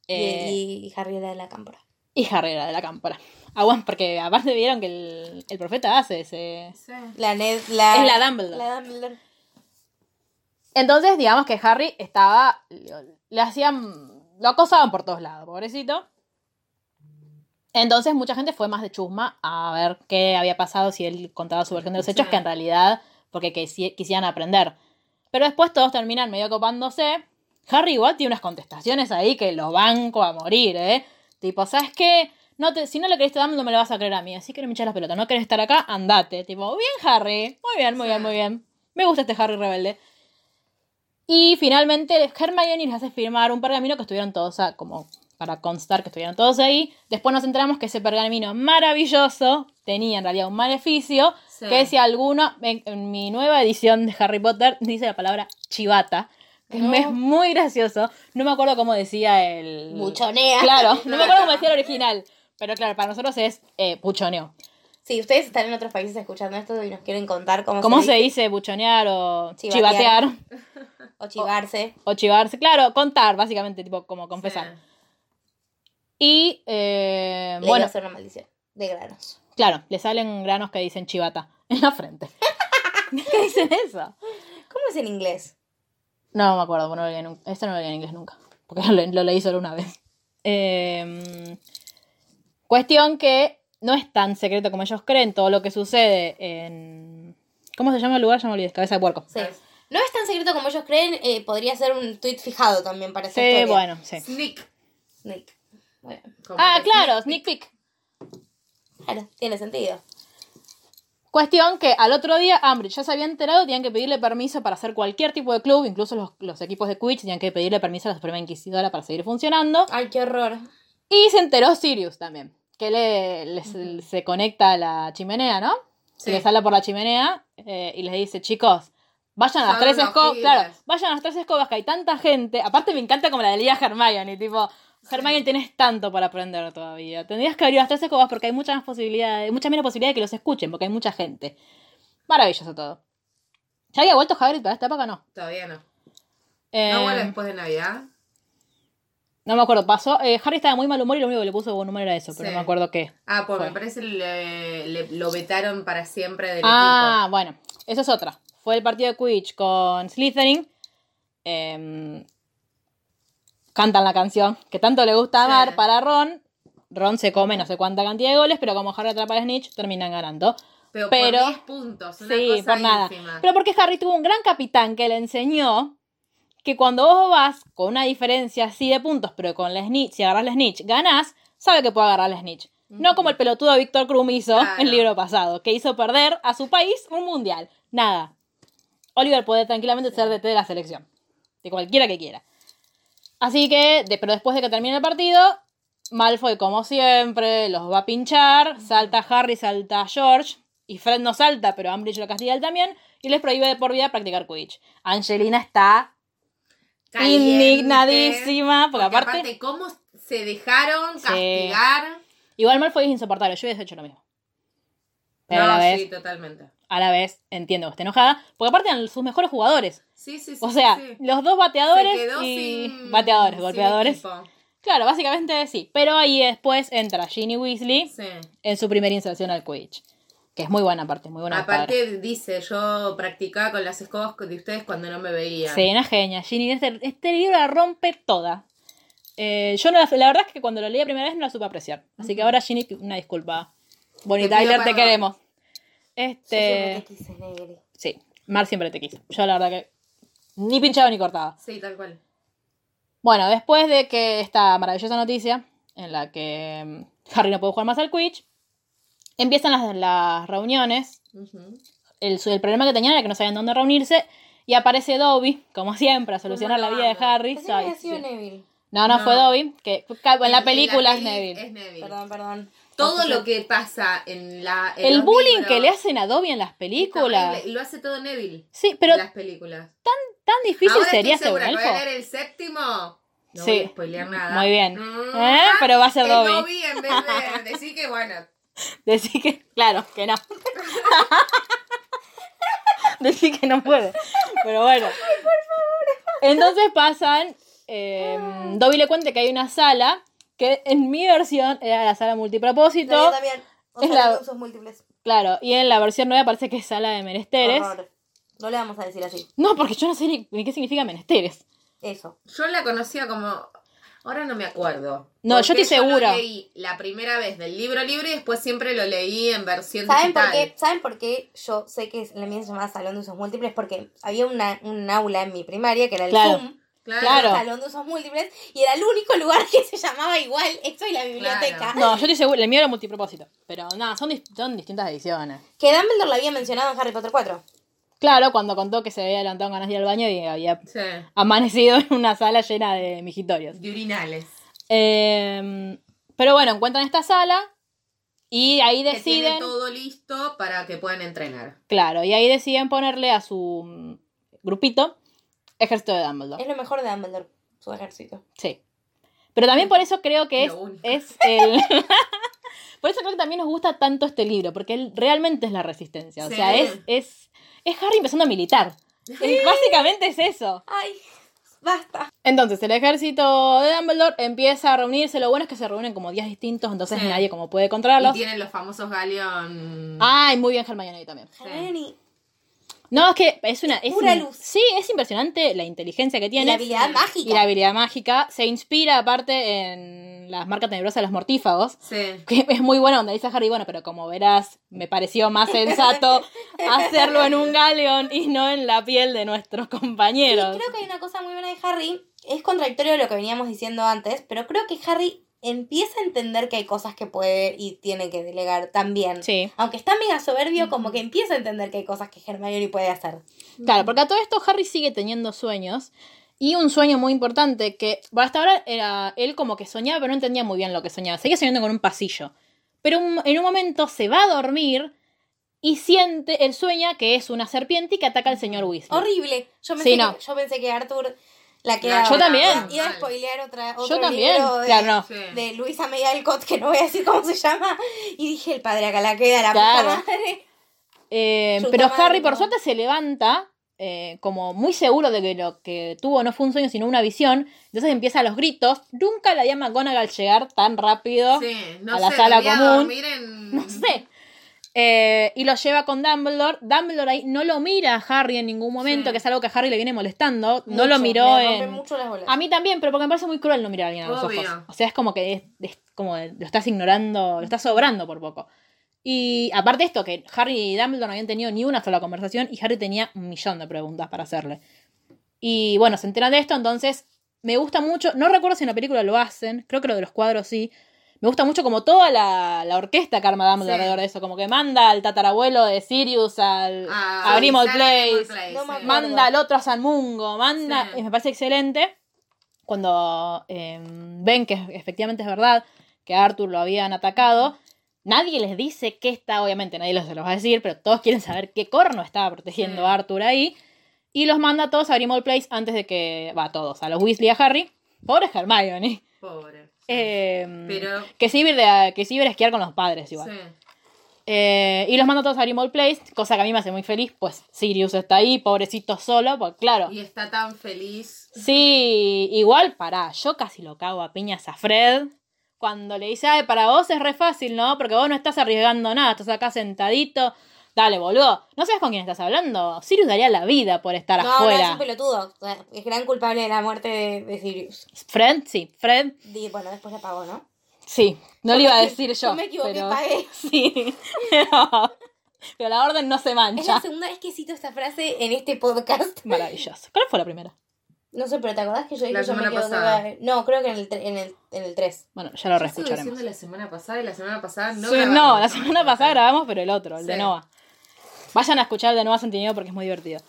Speaker 2: Y,
Speaker 1: Eh,
Speaker 2: y- y Harry era de la cámpora.
Speaker 1: Y Harry era de la cámpora. Aguas, porque aparte vieron que el, el profeta hace ese.
Speaker 3: Sí.
Speaker 2: La Ned, la,
Speaker 1: Es la Dumbledore.
Speaker 2: Ah, La Dumbledore.
Speaker 1: Entonces, digamos que Harry estaba. Le hacían. Lo acosaban por todos lados, pobrecito. Entonces, mucha gente fue más de chusma a ver qué había pasado si él contaba su versión de los hechos,
Speaker 3: Sí.
Speaker 1: que en realidad. Porque quisi- quisieran aprender. Pero después todos terminan medio copándose. Harry igual tiene unas contestaciones ahí que los banco a morir, ¿eh? Tipo, ¿sabes qué? No te, si no le creíste a Dumbledore, me lo vas a creer a mí. Así que no me echas las pelotas. No querés estar acá, andate. Tipo, bien, Harry. Muy bien, muy bien, muy bien. Me gusta este Harry rebelde. Y finalmente Hermione les hace firmar un pergamino que estuvieron todos a- como para constar que estuvieron todos ahí. Después nos enteramos que ese pergamino maravilloso tenía en realidad un maleficio
Speaker 3: Sí.
Speaker 1: que si alguno, en, en mi nueva edición de Harry Potter dice la palabra chivata, que me es muy gracioso. No me acuerdo cómo decía el...
Speaker 2: Buchonea.
Speaker 1: Claro, no me acuerdo cómo decía el original. Pero claro, para nosotros es eh, puchoneo.
Speaker 2: Si ustedes están en otros países escuchando esto y nos quieren contar cómo,
Speaker 1: ¿Cómo
Speaker 2: se
Speaker 1: se
Speaker 2: dice
Speaker 1: dice buchonear o
Speaker 2: Chivatear.
Speaker 1: chivatear?
Speaker 2: o chivarse.
Speaker 1: O chivarse, claro, contar, básicamente, tipo como confesar. Y eh,
Speaker 2: le iba
Speaker 1: bueno,
Speaker 2: a hacer una maldición de granos.
Speaker 1: claro, le salen granos que dicen chivata en la frente. ¿Qué dicen eso?
Speaker 2: ¿Cómo es en inglés?
Speaker 1: No me acuerdo, bueno, no lo leí nunca. Esto no lo leí en inglés nunca. Porque lo, lo leí solo una vez. Eh, cuestión que no es tan secreto como ellos creen. Todo lo que sucede en. ¿Cómo se llama el lugar? Ya me olvidé. Cabeza de puerco.
Speaker 2: Sí. No es tan secreto como ellos creen, eh, podría ser un tweet fijado también para esa
Speaker 1: Sí,
Speaker 2: historia.
Speaker 1: bueno, sí.
Speaker 3: Sneak.
Speaker 2: Nick. Bueno,
Speaker 3: como
Speaker 1: Ah,
Speaker 3: que
Speaker 1: claro, sneak peek.
Speaker 2: claro, tiene sentido.
Speaker 1: Cuestión que al otro día Ambridge ya se había enterado, tenían que pedirle permiso para hacer cualquier tipo de club, incluso los, los equipos de Quidditch tenían que pedirle permiso a la Suprema Inquisidora para seguir funcionando.
Speaker 2: Ay, qué horror.
Speaker 1: Y se enteró Sirius también, que le, les- se conecta a la chimenea, ¿no? Se
Speaker 3: Sí.
Speaker 1: les habla por la chimenea eh, y les dice, chicos, vayan a las
Speaker 3: Son
Speaker 1: tres
Speaker 3: unos
Speaker 1: escobas,
Speaker 3: pibes.
Speaker 1: claro, vayan a las tres escobas que hay tanta gente. Aparte me encanta como la de Lía Hermione, tipo, Hermione tienes tanto para aprender todavía. Tendrías que abrir las tres escobas porque hay muchas más posibilidades, mucha menos posibilidad de que los escuchen, porque hay mucha gente. Maravilloso todo. ¿Ya había vuelto Hagrid para esta época? No.
Speaker 3: Todavía no.
Speaker 1: Eh,
Speaker 3: ¿No vuelve después de Navidad?
Speaker 1: no me acuerdo, pasó. eh, Harry estaba de muy mal humor y lo único que le puso de buen humor era eso, pero
Speaker 3: Sí.
Speaker 1: no me acuerdo qué.
Speaker 3: Ah, pues
Speaker 1: Fue.
Speaker 3: me parece le, le- lo vetaron para siempre del
Speaker 1: Ah, bueno, eso es otra. Fue el partido de Quidditch con Slytherin. Em, cantan la canción que tanto le gusta amar
Speaker 3: Sí.
Speaker 1: para Ron. Ron se come no sé cuánta cantidad de goles, pero como Harry atrapa a Snitch, terminan ganando.
Speaker 3: equipo. Pero,
Speaker 1: pero-
Speaker 3: por 10 puntos. Una
Speaker 1: Sí,
Speaker 3: cosa
Speaker 1: por nada.
Speaker 3: ínfima.
Speaker 1: Pero porque Harry tuvo un gran capitán que le enseñó que cuando vos vas con una diferencia así de puntos, pero con la Snitch, si agarras la Snitch, ganás, sabe que puede agarrar la Snitch. No como el pelotudo Víctor Krum hizo
Speaker 3: Claro.
Speaker 1: en el libro pasado, que hizo perder a su país un mundial. Nada. Oliver puede tranquilamente ser DT de la selección. De cualquiera que quiera. Así que, de- pero después de que termine el partido, Malfoy, como siempre, los va a pinchar. Salta Harry, salta George. Y Fred no salta, pero Umbridge lo castiga a él también. Y les prohíbe de por vida practicar Quidditch. Angelina está
Speaker 3: Caliente.
Speaker 1: indignadísima. Porque,
Speaker 3: Porque aparte,
Speaker 1: aparte,
Speaker 3: ¿cómo se dejaron
Speaker 1: Sí.
Speaker 3: castigar?
Speaker 1: Igual Malfoy es insoportable. Yo hubiese hecho lo mismo. Pero a, la
Speaker 3: no,
Speaker 1: vez,
Speaker 3: sí, totalmente.
Speaker 1: a la vez entiendo que esté enojada. Porque aparte eran sus mejores jugadores.
Speaker 3: Sí, sí, sí.
Speaker 1: O sea,
Speaker 3: sí, sí.
Speaker 1: los dos
Speaker 3: Se
Speaker 1: bateadores
Speaker 3: quedó
Speaker 1: y
Speaker 3: sin-
Speaker 1: bateadores,
Speaker 3: sin
Speaker 1: golpeadores.
Speaker 3: equipo.
Speaker 1: Claro, básicamente sí. Pero ahí después entra Ginny Weasley
Speaker 3: Sí.
Speaker 1: en su primera inserción al Quidditch. Que es muy buena parte, muy buena parte.
Speaker 3: Aparte dice, yo practicaba con las escobas de ustedes cuando no me veían.
Speaker 1: Sí, una genia. Ginny, este, este libro la rompe toda. Eh, yo no, la la verdad es que cuando lo leí la primera vez no la supe apreciar. Así que ahora Ginny, una disculpa. Bonnie
Speaker 3: Te pido
Speaker 1: Tyler, te
Speaker 3: perdón.
Speaker 1: queremos.
Speaker 2: Yo siempre
Speaker 1: Este,
Speaker 2: te quise, Negri.
Speaker 1: sí, Mar siempre te quiso. Yo la verdad que ni pinchaba ni cortaba.
Speaker 3: Sí, tal cual.
Speaker 1: Bueno, después de que esta maravillosa noticia, en la que mm, Harry no puede jugar más al Quidditch, empiezan las, las reuniones.
Speaker 3: Ujú.
Speaker 1: El, su- el problema que tenían era que no sabían dónde reunirse. Y aparece Dobby, como siempre, a solucionar la vida de
Speaker 3: banda.
Speaker 1: Harry.
Speaker 2: Pensé que
Speaker 1: Ay,
Speaker 2: había sido
Speaker 1: sí.
Speaker 2: Neville.
Speaker 1: No, no, fue
Speaker 3: No.
Speaker 1: Dobby, que fue ca- en la película es
Speaker 3: peli
Speaker 1: Neville.
Speaker 3: es Neville.
Speaker 2: Perdón, perdón.
Speaker 3: Todo lo que pasa en la... en
Speaker 1: El
Speaker 3: los
Speaker 1: bullying
Speaker 3: libros
Speaker 1: que le hacen a Dobby en las
Speaker 3: es
Speaker 1: películas.
Speaker 3: horrible. Lo hace todo Neville.
Speaker 1: Sí, pero
Speaker 3: en las películas.
Speaker 1: tan difícil
Speaker 3: Ahora
Speaker 1: sería
Speaker 3: estoy
Speaker 1: ser un
Speaker 3: segura que
Speaker 1: elfo.
Speaker 3: voy a leer el séptimo. No
Speaker 1: Sí.
Speaker 3: voy a spoilear nada.
Speaker 1: Muy bien.
Speaker 3: Mm,
Speaker 1: ¿Eh? Pero va a ser
Speaker 3: es
Speaker 1: Dobby.
Speaker 3: Dobby en vez de decir que, bueno,
Speaker 1: Decir que, claro, que no. Decir que no puede. Pero bueno. Entonces pasan. eh,
Speaker 3: Ah.
Speaker 1: Dobby le cuenta que hay una sala que en mi versión era la sala multipropósito.
Speaker 2: No, yo también. O
Speaker 1: Es
Speaker 2: sea,
Speaker 1: la-
Speaker 2: de usos múltiples.
Speaker 1: Claro, y en la versión nueva parece que es sala de menesteres.
Speaker 2: Horror. No le vamos a decir así.
Speaker 1: No, porque yo no sé ni, ni qué significa menesteres.
Speaker 2: Eso.
Speaker 3: Yo la conocía como. Ahora no me acuerdo.
Speaker 1: No, yo
Speaker 3: Porque
Speaker 1: estoy segura.
Speaker 3: Lo leí la primera vez del libro libre y después siempre lo leí en versión
Speaker 2: ¿Saben por,
Speaker 3: digital.
Speaker 2: qué, ¿Saben por qué yo sé que la mía se llamaba Salón de Usos Múltiples? Porque había una, un aula en mi primaria que era el
Speaker 1: Claro.
Speaker 2: Zoom,
Speaker 3: Claro.
Speaker 2: que era el
Speaker 1: Claro.
Speaker 2: Salón de Usos Múltiples, y era el único lugar que se llamaba igual. Esto y la biblioteca.
Speaker 3: Claro.
Speaker 1: No, yo estoy segura, el mío era multipropósito. Pero nada, son, dis- son distintas ediciones.
Speaker 2: Que Dumbledore lo había mencionado en Harry Potter 4.
Speaker 1: Claro, cuando contó que se había adelantado en ganas de ir al baño y había
Speaker 3: Sí.
Speaker 1: amanecido en una sala llena de mijitorios.
Speaker 3: De urinales.
Speaker 1: Eh, pero bueno, encuentran esta sala y ahí
Speaker 3: Que tiene
Speaker 1: deciden.
Speaker 3: todo listo para que puedan entrenar.
Speaker 1: Claro, y ahí deciden ponerle a su mm, grupito Ejército de Dumbledore.
Speaker 2: Es lo mejor de Dumbledore, su ejército.
Speaker 1: Sí. Pero también
Speaker 2: Mm.
Speaker 1: por eso creo que es,
Speaker 3: Lo único.
Speaker 1: es el. por eso creo que también nos gusta tanto este libro, porque él realmente es la resistencia. O
Speaker 3: Sí.
Speaker 1: sea, es, es, es Harry empezando a militar. Es- básicamente es eso.
Speaker 2: Ay, basta.
Speaker 1: Entonces, el ejército de Dumbledore empieza a reunirse. Lo bueno es que se reúnen como días distintos, entonces
Speaker 3: Sí.
Speaker 1: nadie como puede
Speaker 3: Y
Speaker 1: controlarlos.
Speaker 3: tienen los famosos Galeón.
Speaker 1: Ay, muy bien Hermione también.
Speaker 2: Hermione.
Speaker 1: No, es que es una. Es
Speaker 2: pura
Speaker 1: un-
Speaker 2: luz.
Speaker 1: Sí, es impresionante la inteligencia que
Speaker 2: Y
Speaker 1: tiene.
Speaker 2: la habilidad mágica.
Speaker 1: Y la habilidad mágica. Se inspira, aparte, en las marcas tenebrosas de los mortífagos.
Speaker 3: Sí.
Speaker 1: Que es muy bueno donde dice Harry, bueno, pero como verás, me pareció más sensato hacerlo en un galeón y no en la piel de nuestros
Speaker 2: Sí,
Speaker 1: compañeros.
Speaker 2: creo que hay una cosa muy buena de Harry. Es contradictorio de lo que veníamos diciendo antes, pero creo que Harry empieza a entender que hay cosas que puede y tiene que delegar también.
Speaker 1: Sí.
Speaker 2: Aunque está mega soberbio, como que empieza a entender que hay cosas que Hermione puede hacer.
Speaker 1: Claro, porque a todo esto Harry sigue teniendo sueños. Y un sueño muy importante que bueno, hasta ahora era él como que soñaba, pero no entendía muy bien lo que soñaba. Seguía soñando con un pasillo. Pero un- en un momento se va a dormir y siente, él sueña que es una serpiente y que ataca al señor Weasley.
Speaker 2: Horrible. Yo pensé,
Speaker 1: Sí, no.
Speaker 2: que, yo pensé que Arthur la que
Speaker 3: No,
Speaker 1: yo también.
Speaker 2: Iba a spoilear otra, otro
Speaker 1: Yo también,
Speaker 2: libro de,
Speaker 1: claro, no.
Speaker 3: Sí.
Speaker 2: de Luisa May Alcott, que no voy a decir cómo se llama. Y dije, el padre acá la queda, la
Speaker 1: Claro.
Speaker 2: puta madre.
Speaker 1: Eh,
Speaker 2: Su
Speaker 1: pero
Speaker 2: tamaño.
Speaker 1: Harry, por suerte, se levanta eh, como muy seguro de que lo que tuvo no fue un sueño, sino una visión. Entonces empieza los gritos. Nunca la llama McGonagall llegar tan rápido.
Speaker 3: Sí, no
Speaker 1: a la
Speaker 3: sé,
Speaker 1: sala
Speaker 3: debía
Speaker 1: común.
Speaker 3: dormir en-
Speaker 1: No sé. Eh, y lo lleva con Dumbledore. Dumbledore ahí no lo mira a Harry en ningún momento,
Speaker 3: Sí.
Speaker 1: que es algo que a Harry le viene molestando.
Speaker 2: Mucho,
Speaker 1: no lo miró
Speaker 2: me rompe
Speaker 1: en.
Speaker 2: mucho las bolas.
Speaker 1: A mí también, pero porque me parece muy cruel no mirar a alguien a los
Speaker 3: Obvio.
Speaker 1: ojos. O sea, es como que es, es como lo estás ignorando, lo estás sobrando por poco. Y aparte esto, que Harry y Dumbledore no habían tenido ni una sola conversación y Harry tenía un millón de preguntas para hacerle. Y bueno, se enteran de esto, entonces me gusta mucho, no recuerdo si en la película lo hacen, creo que lo de los cuadros sí. Me gusta mucho como toda la, la orquesta que arma Dumbledore
Speaker 3: Sí.
Speaker 1: alrededor de eso, como que manda al tatarabuelo de Sirius al,
Speaker 3: Ah,
Speaker 1: a Grimmauld
Speaker 3: sí,
Speaker 1: Place,
Speaker 3: Place,
Speaker 2: No
Speaker 3: sí.
Speaker 2: me acuerdo.
Speaker 1: manda al otro a San Mungo, manda.
Speaker 3: Sí.
Speaker 1: y me parece excelente. Cuando eh, ven que efectivamente es verdad que a Arthur lo habían atacado, nadie les dice qué está, obviamente nadie los- se los va a decir, pero todos quieren saber qué corno estaba protegiendo
Speaker 3: Sí.
Speaker 1: a Arthur ahí. Y los manda a todos a Grimmauld Place antes de que. Va, a todos, a los Weasley y a Harry. Pobre Hermione.
Speaker 3: Pobre.
Speaker 1: Eh,
Speaker 3: Pero.
Speaker 1: Que se iba a ir de- que se iba a ir a esquiar con los padres igual.
Speaker 3: sí.
Speaker 1: Eh, y los manda todos a Grimmauld Place, cosa que a mí me hace muy feliz, pues Sirius está ahí, pobrecito solo, pues claro.
Speaker 3: Y está tan feliz.
Speaker 1: Sí, igual pará, yo casi lo cago a piñas a Fred cuando le dice, ay, para vos es re fácil, ¿no? Porque vos no estás arriesgando nada, estás acá sentadito. Dale, boludo, no sabes con quién estás hablando. Sirius daría la vida por estar
Speaker 2: No, no, es
Speaker 1: afuera.
Speaker 2: un pelotudo. O sea, Es gran culpable de la muerte de, de Sirius.
Speaker 1: Fred, sí, Fred,
Speaker 2: Y bueno, después la pagó, ¿no?
Speaker 1: sí, no lo iba a decir yo.
Speaker 2: Yo me equivoqué,
Speaker 1: pero-
Speaker 2: pagué.
Speaker 1: Sí, pero, pero la orden no se
Speaker 2: Es la
Speaker 1: mancha.
Speaker 2: segunda vez que cito esta frase en este podcast.
Speaker 1: Maravilloso. ¿Cuál fue la primera?
Speaker 2: No sé, pero ¿te acordás que yo dije
Speaker 3: La
Speaker 2: yo me
Speaker 3: semana
Speaker 2: equivoqué?
Speaker 3: pasada.
Speaker 2: No, creo que en el, tre- en el, en el 3.
Speaker 1: Bueno, ya lo
Speaker 3: Yo estuve
Speaker 1: reescucharemos.
Speaker 3: diciendo la semana pasada y la semana pasada no.
Speaker 1: Sí, No,
Speaker 3: grabamos.
Speaker 1: la semana pasada grabamos, pero el otro, el de
Speaker 3: Sí.
Speaker 1: Nova. Vayan a escuchar el de Nova Centineo porque es muy divertido.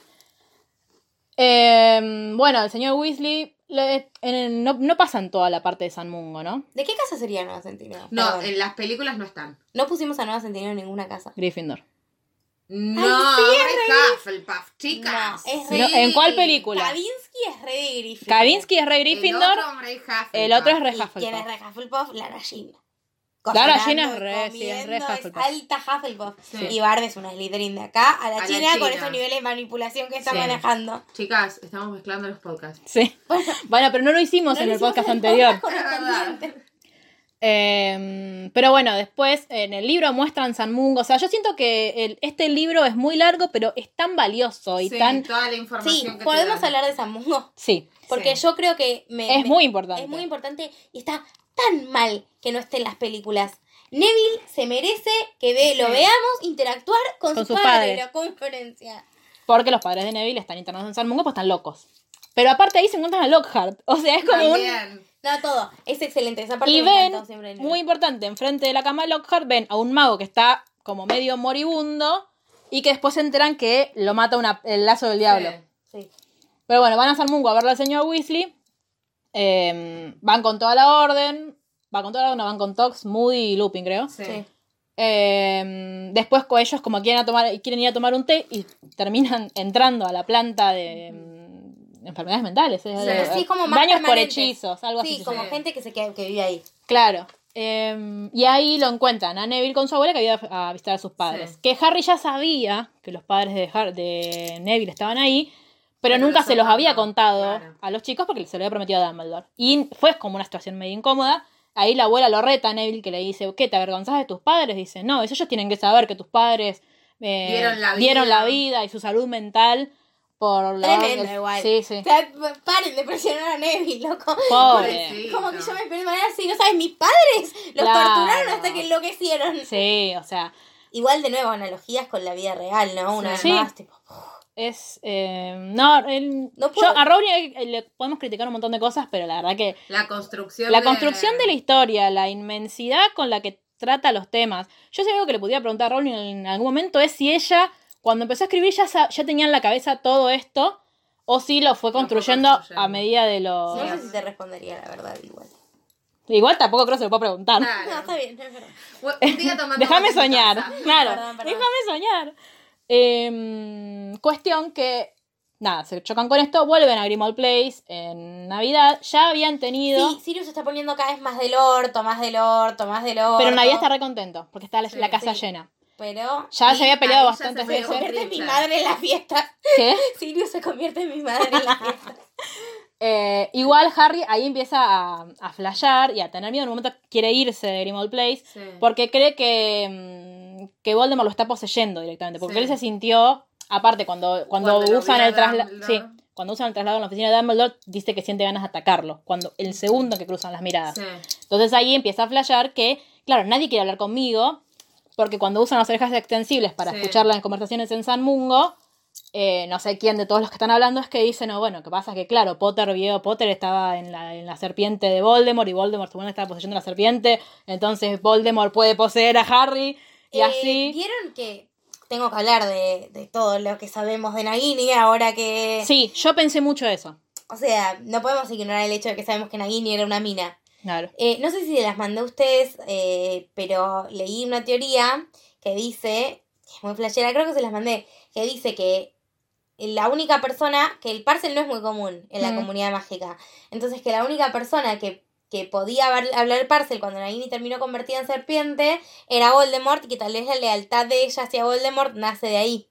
Speaker 1: Eh, bueno, el señor Weasley le- en el- no, no pasan toda la parte de San Mungo, ¿no?
Speaker 2: ¿De qué casa sería Nueva Centineo?
Speaker 3: No,
Speaker 2: Perdón.
Speaker 3: en las películas no están.
Speaker 2: No pusimos a Nueva Centineo en ninguna casa.
Speaker 1: Gryffindor.
Speaker 3: No, es Hufflepuff, chicas.
Speaker 2: No, es
Speaker 1: No, ¿En cuál película?
Speaker 2: Kavinsky es re de Griffin.
Speaker 1: Kavinsky es re
Speaker 3: El
Speaker 1: Gryffindor,
Speaker 3: otro, hombre, es Hufflepuff.
Speaker 1: el otro es re
Speaker 2: ¿Y ¿Quién es
Speaker 1: Hufflepuff.
Speaker 2: re Hufflepuff? Lara Jean.
Speaker 1: Lara
Speaker 2: Cocinando,
Speaker 1: Jean es re- sí, es re
Speaker 2: comiendo,
Speaker 1: Hufflepuff.
Speaker 2: alta Hufflepuff.
Speaker 3: Sí.
Speaker 2: Y Barb es una Slytherin de acá, a la,
Speaker 3: la
Speaker 2: China, con
Speaker 3: China.
Speaker 2: esos niveles de manipulación que está
Speaker 1: Sí.
Speaker 2: manejando.
Speaker 3: Chicas, estamos mezclando los podcasts.
Speaker 1: Sí. Bueno, pero no lo hicimos
Speaker 2: No
Speaker 1: en
Speaker 2: lo
Speaker 1: el
Speaker 2: hicimos
Speaker 1: podcast
Speaker 2: en el
Speaker 1: anterior.
Speaker 2: podcast correspondiente.
Speaker 1: Eh, pero bueno, después en el libro muestran San Mungo. O sea, yo siento que el- este libro es muy largo, pero es tan valioso y
Speaker 3: Sí,
Speaker 1: tan...
Speaker 3: toda la información
Speaker 2: Sí,
Speaker 3: que te
Speaker 2: podemos
Speaker 3: dan.
Speaker 2: hablar de San Mungo.
Speaker 1: Sí,
Speaker 2: Porque
Speaker 3: Sí.
Speaker 2: yo creo que me-
Speaker 1: es
Speaker 2: me-
Speaker 1: muy importante.
Speaker 2: es muy importante y está tan mal que no esté en las películas. Neville se merece que ve, lo
Speaker 3: Sí.
Speaker 2: veamos interactuar con,
Speaker 1: Con
Speaker 2: su
Speaker 1: sus
Speaker 2: padre
Speaker 1: padres.
Speaker 2: en la conferencia.
Speaker 1: Porque los padres de Neville están internados en San Mungo, pues están locos. Pero aparte ahí se encuentran a Lockhart. O sea, es como un...
Speaker 3: También.
Speaker 2: No, todo. Es excelente. Esa parte
Speaker 1: Y
Speaker 2: me
Speaker 1: ven,
Speaker 2: encantó siempre de Neville.
Speaker 1: muy importante, enfrente de la cama de Lockhart ven a un mago que está como medio moribundo y que después se enteran que lo mata una- el lazo del diablo.
Speaker 3: Sí.
Speaker 2: Sí.
Speaker 1: Pero bueno, van a San Mungo a verlo al señor Weasley. eh, van con toda la orden. Van con toda la orden, no, van con Tox, Moody y Lupin, creo.
Speaker 3: Sí.
Speaker 1: Eh, después co- ellos como quieren, a tomar, quieren ir a tomar un té y terminan entrando a la planta de mm, enfermedades mentales. eh,
Speaker 3: Sí.
Speaker 1: de-
Speaker 2: Sí, como más
Speaker 1: daños por
Speaker 2: permanentes.
Speaker 1: hechizos, algo así.
Speaker 2: Sí,
Speaker 1: se
Speaker 2: como
Speaker 1: llama.
Speaker 2: gente que se queda, que vive ahí.
Speaker 1: Claro. Eh, y ahí lo encuentran a Neville con su abuela que había ido a visitar a sus padres.
Speaker 3: Sí.
Speaker 1: Que Harry ya sabía que los padres de, Har- de Neville estaban ahí, pero,
Speaker 3: Pero
Speaker 1: nunca
Speaker 3: los
Speaker 1: se los
Speaker 3: otros
Speaker 1: había
Speaker 3: no,
Speaker 1: contado
Speaker 3: claro.
Speaker 1: a los chicos porque se lo había prometido a Dumbledore. Y fue como una situación medio incómoda. Ahí la abuela lo reta a Neville que le dice, ¿qué te avergonzás de tus padres? Dice, no, ellos tienen que saber que tus padres eh,
Speaker 3: Dieron la
Speaker 1: dieron
Speaker 3: vida".
Speaker 1: la vida y su salud mental por la...
Speaker 2: Tremendo igual.
Speaker 1: Sí, sí.
Speaker 2: O sea, paren de presionar a Neville, loco.
Speaker 1: Pobre.
Speaker 3: Sí,
Speaker 2: Como que
Speaker 3: no.
Speaker 2: yo me perdí manera si no sabes, mis padres los
Speaker 1: Claro.
Speaker 2: torturaron hasta que enloquecieron.
Speaker 1: Sí, o sea...
Speaker 2: Igual de nuevo, analogías con la vida real, ¿no? Una
Speaker 1: Sí.
Speaker 2: vez más, tipo,
Speaker 1: Es. eh, no, el-
Speaker 2: No
Speaker 1: yo,
Speaker 2: puedo-
Speaker 1: a Rowling eh, le podemos criticar un montón de cosas, pero la verdad que.
Speaker 3: La construcción.
Speaker 1: La construcción de la historia, la inmensidad con la que trata los temas. Yo sé algo que le pudiera preguntar a Rowling en algún momento es si ella, cuando empezó a escribir, ya, sa- ya tenía en la cabeza todo esto, o si lo fue
Speaker 3: fue
Speaker 1: construyendo,
Speaker 3: construyendo.
Speaker 1: a medida de los.
Speaker 2: no sé si te respondería la verdad igual.
Speaker 1: Igual tampoco creo que se lo pueda preguntar.
Speaker 3: Claro.
Speaker 2: No, está bien, es verdad.
Speaker 3: Bueno, un día tomando
Speaker 1: Déjame
Speaker 3: mate en
Speaker 1: soñar,
Speaker 3: casa.
Speaker 1: claro.
Speaker 2: Perdón, perdón.
Speaker 1: Déjame soñar. Em, cuestión que, nada, se chocan con esto, vuelven a Grimald Place en Navidad. Ya habían tenido,
Speaker 2: Sí, Sirius está poniendo cada vez más del orto, más del orto, más del orto.
Speaker 1: pero en Navidad está re contento porque está la,
Speaker 3: Sí,
Speaker 1: la casa
Speaker 2: sí.
Speaker 1: llena.
Speaker 2: Pero
Speaker 1: Ya
Speaker 3: Y
Speaker 1: se había peleado
Speaker 3: ahí ya
Speaker 1: bastantes
Speaker 3: se fue
Speaker 2: se
Speaker 3: con
Speaker 1: veces.
Speaker 2: convierte en mi
Speaker 3: Richard.
Speaker 2: madre en la fiesta.
Speaker 1: ¿Qué?
Speaker 2: Sirius se convierte en mi madre en la fiesta.
Speaker 1: Eh, igual Harry ahí empieza a, a flashear y a tener miedo. En un momento quiere irse de Grimald Place
Speaker 3: Sí.
Speaker 1: porque cree que, mm, que Voldemort lo está poseyendo directamente. Porque
Speaker 3: Sí.
Speaker 1: él se sintió, aparte, cuando, cuando,
Speaker 3: Cuando lo
Speaker 1: usan
Speaker 3: vio a
Speaker 1: el traslado.
Speaker 3: Dumbledore.
Speaker 1: Sí, cuando usan el traslado en la oficina de Dumbledore, dice que siente ganas de atacarlo. Cuando el segundo que cruzan las miradas.
Speaker 3: Sí.
Speaker 1: Entonces ahí empieza a flashear que, claro, nadie quiere hablar conmigo, porque cuando usan las orejas extensibles para
Speaker 3: Sí.
Speaker 1: escuchar las conversaciones en San Mungo, eh, no sé quién de todos los que están hablando es que dice, no, bueno, que pasa que, claro, Potter vio, Potter estaba en la, en la serpiente de Voldemort y Voldemort según estaba poseyendo la serpiente, entonces Voldemort puede poseer a Harry y
Speaker 2: Eh,
Speaker 1: así.
Speaker 2: ¿Vieron que tengo que hablar de, de todo lo que sabemos de Nagini ahora que...
Speaker 1: Sí, yo pensé mucho eso.
Speaker 2: O sea, no podemos ignorar el hecho de que sabemos que Nagini era una mina.
Speaker 1: Claro.
Speaker 2: Eh, no sé si las mandé a ustedes, eh, pero leí una teoría que dice, que es muy flashera, creo que se las mandé, que dice que la única persona, que el parcel no es muy común en la
Speaker 1: Mm.
Speaker 2: comunidad mágica, entonces que la única persona que, que podía hablar, hablar parcel cuando Nagini terminó convertida en serpiente era Voldemort y que tal vez la lealtad de ella hacia Voldemort nace de ahí,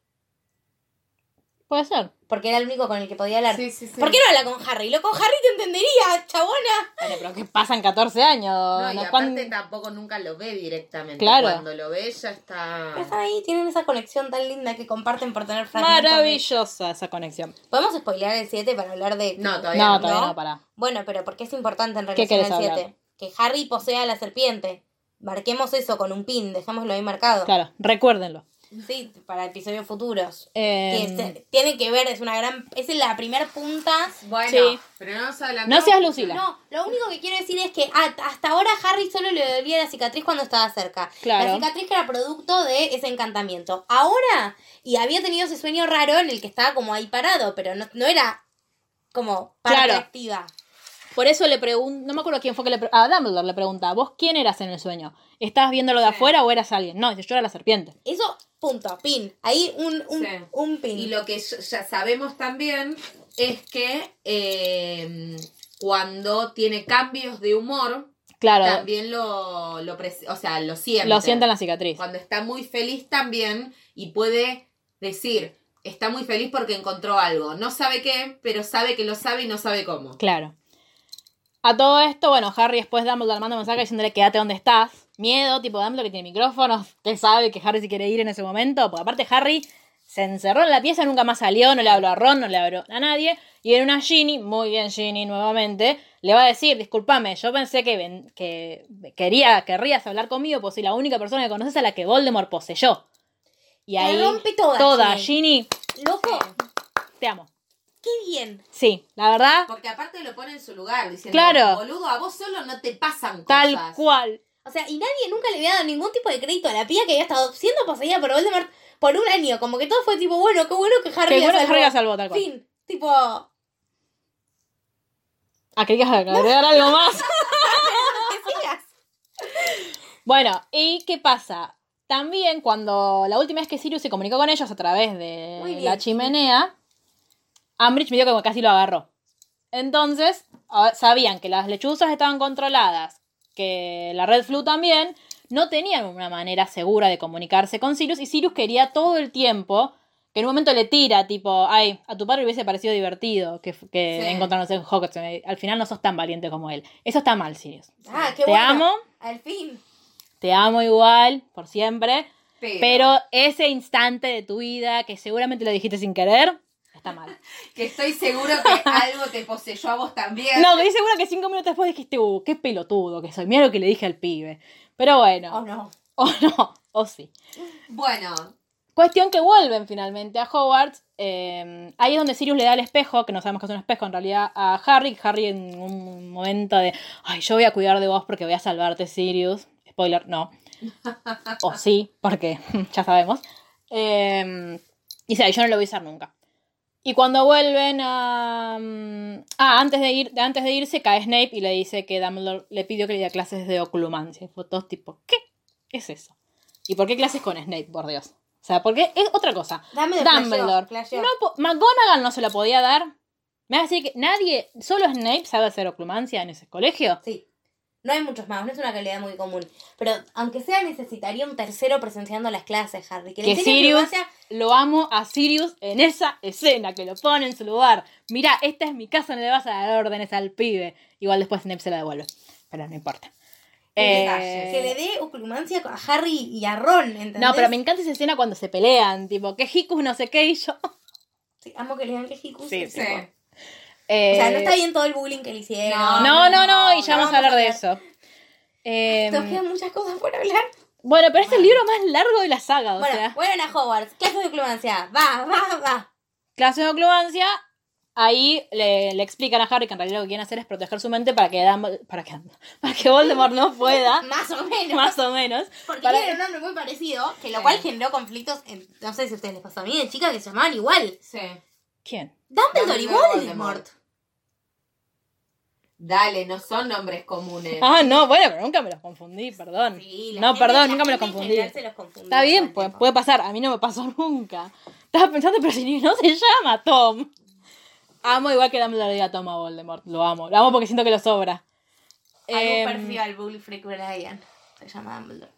Speaker 1: Puede ser.
Speaker 2: porque era el único con el que podía hablar.
Speaker 3: Sí, sí, sí.
Speaker 2: ¿Por qué no habla con Harry? Loco, Harry te entendería, chabona.
Speaker 1: Vale, pero que pasan 14 años.
Speaker 3: No, y
Speaker 1: ¿no?
Speaker 3: aparte
Speaker 1: ¿Cuán-
Speaker 3: tampoco nunca lo ve directamente.
Speaker 1: Claro.
Speaker 3: Cuando lo ve ya está...
Speaker 2: Pero están ahí, tienen esa conexión tan linda que comparten por tener fragmentos de-
Speaker 1: Maravillosa esa conexión.
Speaker 2: ¿Podemos spoilear el 7 para hablar de.?
Speaker 3: No, todavía
Speaker 1: No,
Speaker 3: no.
Speaker 1: todavía
Speaker 2: ¿No?
Speaker 1: no, pará.
Speaker 2: Bueno, pero porque es importante en
Speaker 1: ¿Qué
Speaker 2: relación
Speaker 1: querés
Speaker 2: al
Speaker 1: hablar?
Speaker 2: 7. Que Harry posea a la serpiente. Marquemos eso con un pin, dejémoslo ahí marcado.
Speaker 1: Claro, recuérdenlo.
Speaker 2: Sí, para episodios futuros.
Speaker 1: Eh,
Speaker 2: Que se- tiene que ver, es una gran. Es la primera punta.
Speaker 3: Bueno,
Speaker 1: Sí. pero
Speaker 3: pero no nos adelantamos.
Speaker 1: No seas Lucila.
Speaker 2: No, lo único que quiero decir es que ah, hasta ahora Harry solo le dolía la cicatriz cuando estaba cerca.
Speaker 1: Claro.
Speaker 2: La cicatriz que era producto de ese encantamiento. Ahora, y había tenido ese sueño raro en el que estaba como ahí parado, pero no, no era como parte
Speaker 1: Claro.
Speaker 2: activa.
Speaker 1: Por eso le pregunto, no me acuerdo quién fue que le preguntó, a Dumbledore le pregunta, ¿vos quién eras en el sueño? ¿Estabas viéndolo de afuera o eras alguien? No, dice, yo era la serpiente.
Speaker 2: Eso, punto, pin. Ahí un, un,
Speaker 3: Sí.
Speaker 2: un pin.
Speaker 3: Y lo que ya ya sabemos también es que eh, cuando tiene cambios de humor,
Speaker 1: Claro,
Speaker 3: también lo, lo, pres- o sea, lo siente.
Speaker 1: lo siente en la cicatriz.
Speaker 3: Cuando está muy feliz también y puede decir, está muy feliz porque encontró algo. No sabe qué, pero sabe que lo sabe y no sabe cómo.
Speaker 1: Claro. A todo esto, bueno, Harry después Dumbledore manda un mensaje diciéndole quédate donde estás. Miedo, tipo Dumbledore que tiene micrófonos, que sabe que Harry se quiere ir en ese momento. Porque aparte Harry se encerró en la pieza, nunca más salió, no le habló a Ron, no le habló a nadie. Y en una Ginny, muy bien Ginny nuevamente, le va a decir, discúlpame, yo pensé que, ven- que quería, querrías hablar conmigo, pues soy la única persona que conoces a la que Voldemort poseyó. Y
Speaker 2: La
Speaker 1: ahí
Speaker 2: rompe toda,
Speaker 1: toda Ginny,
Speaker 2: Loco,
Speaker 1: te amo.
Speaker 2: qué bien.
Speaker 1: Sí, la verdad,
Speaker 3: Porque aparte lo pone en su lugar, diciendo,
Speaker 1: Claro.
Speaker 3: boludo, a vos solo no te pasan
Speaker 1: tal
Speaker 3: cosas.
Speaker 1: cual.
Speaker 2: O sea, y nadie nunca le había dado ningún tipo de crédito a la pía que había estado siendo poseída por Voldemort por un año. Como que todo fue tipo, bueno, qué bueno que Harry
Speaker 1: Qué
Speaker 2: la
Speaker 1: bueno que
Speaker 2: salvó.
Speaker 1: Harry la salvó, tal cual.
Speaker 2: Fin. Tipo.
Speaker 1: Ah, querías agregar algo más.
Speaker 2: Que sigas.
Speaker 1: Bueno, ¿y qué pasa? También cuando la última vez que Sirius se comunicó con ellos a través de
Speaker 2: Muy bien.
Speaker 1: la chimenea, Ambridge medio que casi lo agarró. Entonces, a- sabían que las lechuzas estaban controladas, que la Red Flu también, no tenían una manera segura de comunicarse con Sirius y Sirius quería todo el tiempo que en un momento le tira, tipo, ay, a tu padre le hubiese parecido divertido que, que
Speaker 3: Sí.
Speaker 1: encontrarnos en Hogwarts. Al final no sos tan valiente como él. Eso está mal, Sirius.
Speaker 2: Ah, qué
Speaker 1: Te
Speaker 2: bueno.
Speaker 1: amo.
Speaker 2: Al fin.
Speaker 1: Te amo igual, por siempre.
Speaker 3: Pero,
Speaker 1: Pero ese instante de tu vida, que seguramente lo dijiste sin querer, está mal.
Speaker 3: que estoy seguro que algo te poseyó a vos también.
Speaker 1: No, estoy segura que cinco minutos después dijiste, uh, qué pelotudo que soy. Mira lo que le dije al pibe. Pero bueno.
Speaker 2: Oh, no.
Speaker 1: O no, o sí.
Speaker 3: Bueno,
Speaker 1: Cuestión que vuelven finalmente a Hogwarts. eh, ahí es donde Sirius le da el espejo, que no sabemos que es un espejo en realidad, a Harry. Harry en un momento de, ay, yo voy a cuidar de vos porque voy a salvarte, Sirius. Spoiler, no. O sí, porque ya sabemos. Eh, dice, "Ay, yo no lo voy a usar nunca. Y cuando vuelven a... Ah, antes de, ir, antes de irse cae Snape y le dice que Dumbledore le pidió que le diera clases de oclumancia. Y fue todos tipo, ¿qué? ¿Qué es eso? ¿Y por qué clases con Snape, por Dios? O sea, porque es otra cosa.
Speaker 2: Dame de
Speaker 1: Dumbledore.
Speaker 2: flasheó, flasheó.
Speaker 1: No po- McGonagall no se la podía dar. Me vas a decir que nadie, solo Snape sabe hacer oclumancia en ese colegio.
Speaker 2: Sí. No hay muchos magos, no es una calidad muy común. Pero aunque sea, necesitaría un tercero presenciando las clases, Harry. Que, le
Speaker 1: Que
Speaker 2: enseñe
Speaker 1: Sirius-
Speaker 2: primacia-
Speaker 1: Lo amo a Sirius en esa escena, que lo pone en su lugar. Mirá, esta es mi casa, no le vas a dar órdenes al pibe. Igual después Snape se la devuelve. Pero no importa. Eh,
Speaker 2: Que le dé oclumancia a Harry y a Ron, ¿entendés?
Speaker 1: no, pero me encanta esa escena cuando se pelean, tipo, que Hikus no sé qué y yo.
Speaker 2: Sí, amo que le digan que es Hikus.
Speaker 1: Sí,
Speaker 3: sí.
Speaker 2: O sea,
Speaker 1: Eh,
Speaker 2: no está bien todo el bullying que le hicieron.
Speaker 3: No,
Speaker 1: No, no, no, y ya
Speaker 2: No,
Speaker 1: vamos a hablar de eso. Eh,
Speaker 2: Nos quedan muchas cosas por hablar.
Speaker 1: bueno, pero este es el libro más largo de la saga, o
Speaker 2: bueno,
Speaker 1: sea.
Speaker 2: vuelven a Hogwarts. Clases de oclumancia. Va, va, va.
Speaker 1: Clases de oclumancia, ahí le, le explican a Harry que en realidad lo que quieren hacer es proteger su mente para que, Dumbledore- para que, para que Voldemort no pueda,
Speaker 2: Más o menos.
Speaker 1: más o menos.
Speaker 2: Porque
Speaker 1: Para-
Speaker 2: tienen un nombre muy parecido, que lo cual generó conflictos, en- no sé si a ustedes les pasó a mí, de chicas que se llamaban igual.
Speaker 3: Sí.
Speaker 1: ¿Quién?
Speaker 2: Dumbledore y
Speaker 3: Dumbledore y
Speaker 2: Voldemort.
Speaker 3: Dale, no son nombres comunes.
Speaker 1: Ah, no, bueno, pero nunca me los confundí, perdón.
Speaker 2: Sí, la
Speaker 1: no,
Speaker 2: gente-
Speaker 1: perdón,
Speaker 2: la
Speaker 1: nunca me los
Speaker 2: gente en
Speaker 1: confundí.
Speaker 2: general se los confundí
Speaker 1: Está bien, pues,
Speaker 2: todo el
Speaker 1: puede, puede
Speaker 2: tiempo.
Speaker 1: pasar. A mí no me pasó nunca. Estaba pensando, pero si no se llama Tom. Amo igual que Dumbledore diga Tom a Voldemort. Lo amo. Lo amo porque siento que lo sobra.
Speaker 2: Algo
Speaker 1: Em,
Speaker 2: parecido al Bully Freak Brian. Se llama Dumbledore.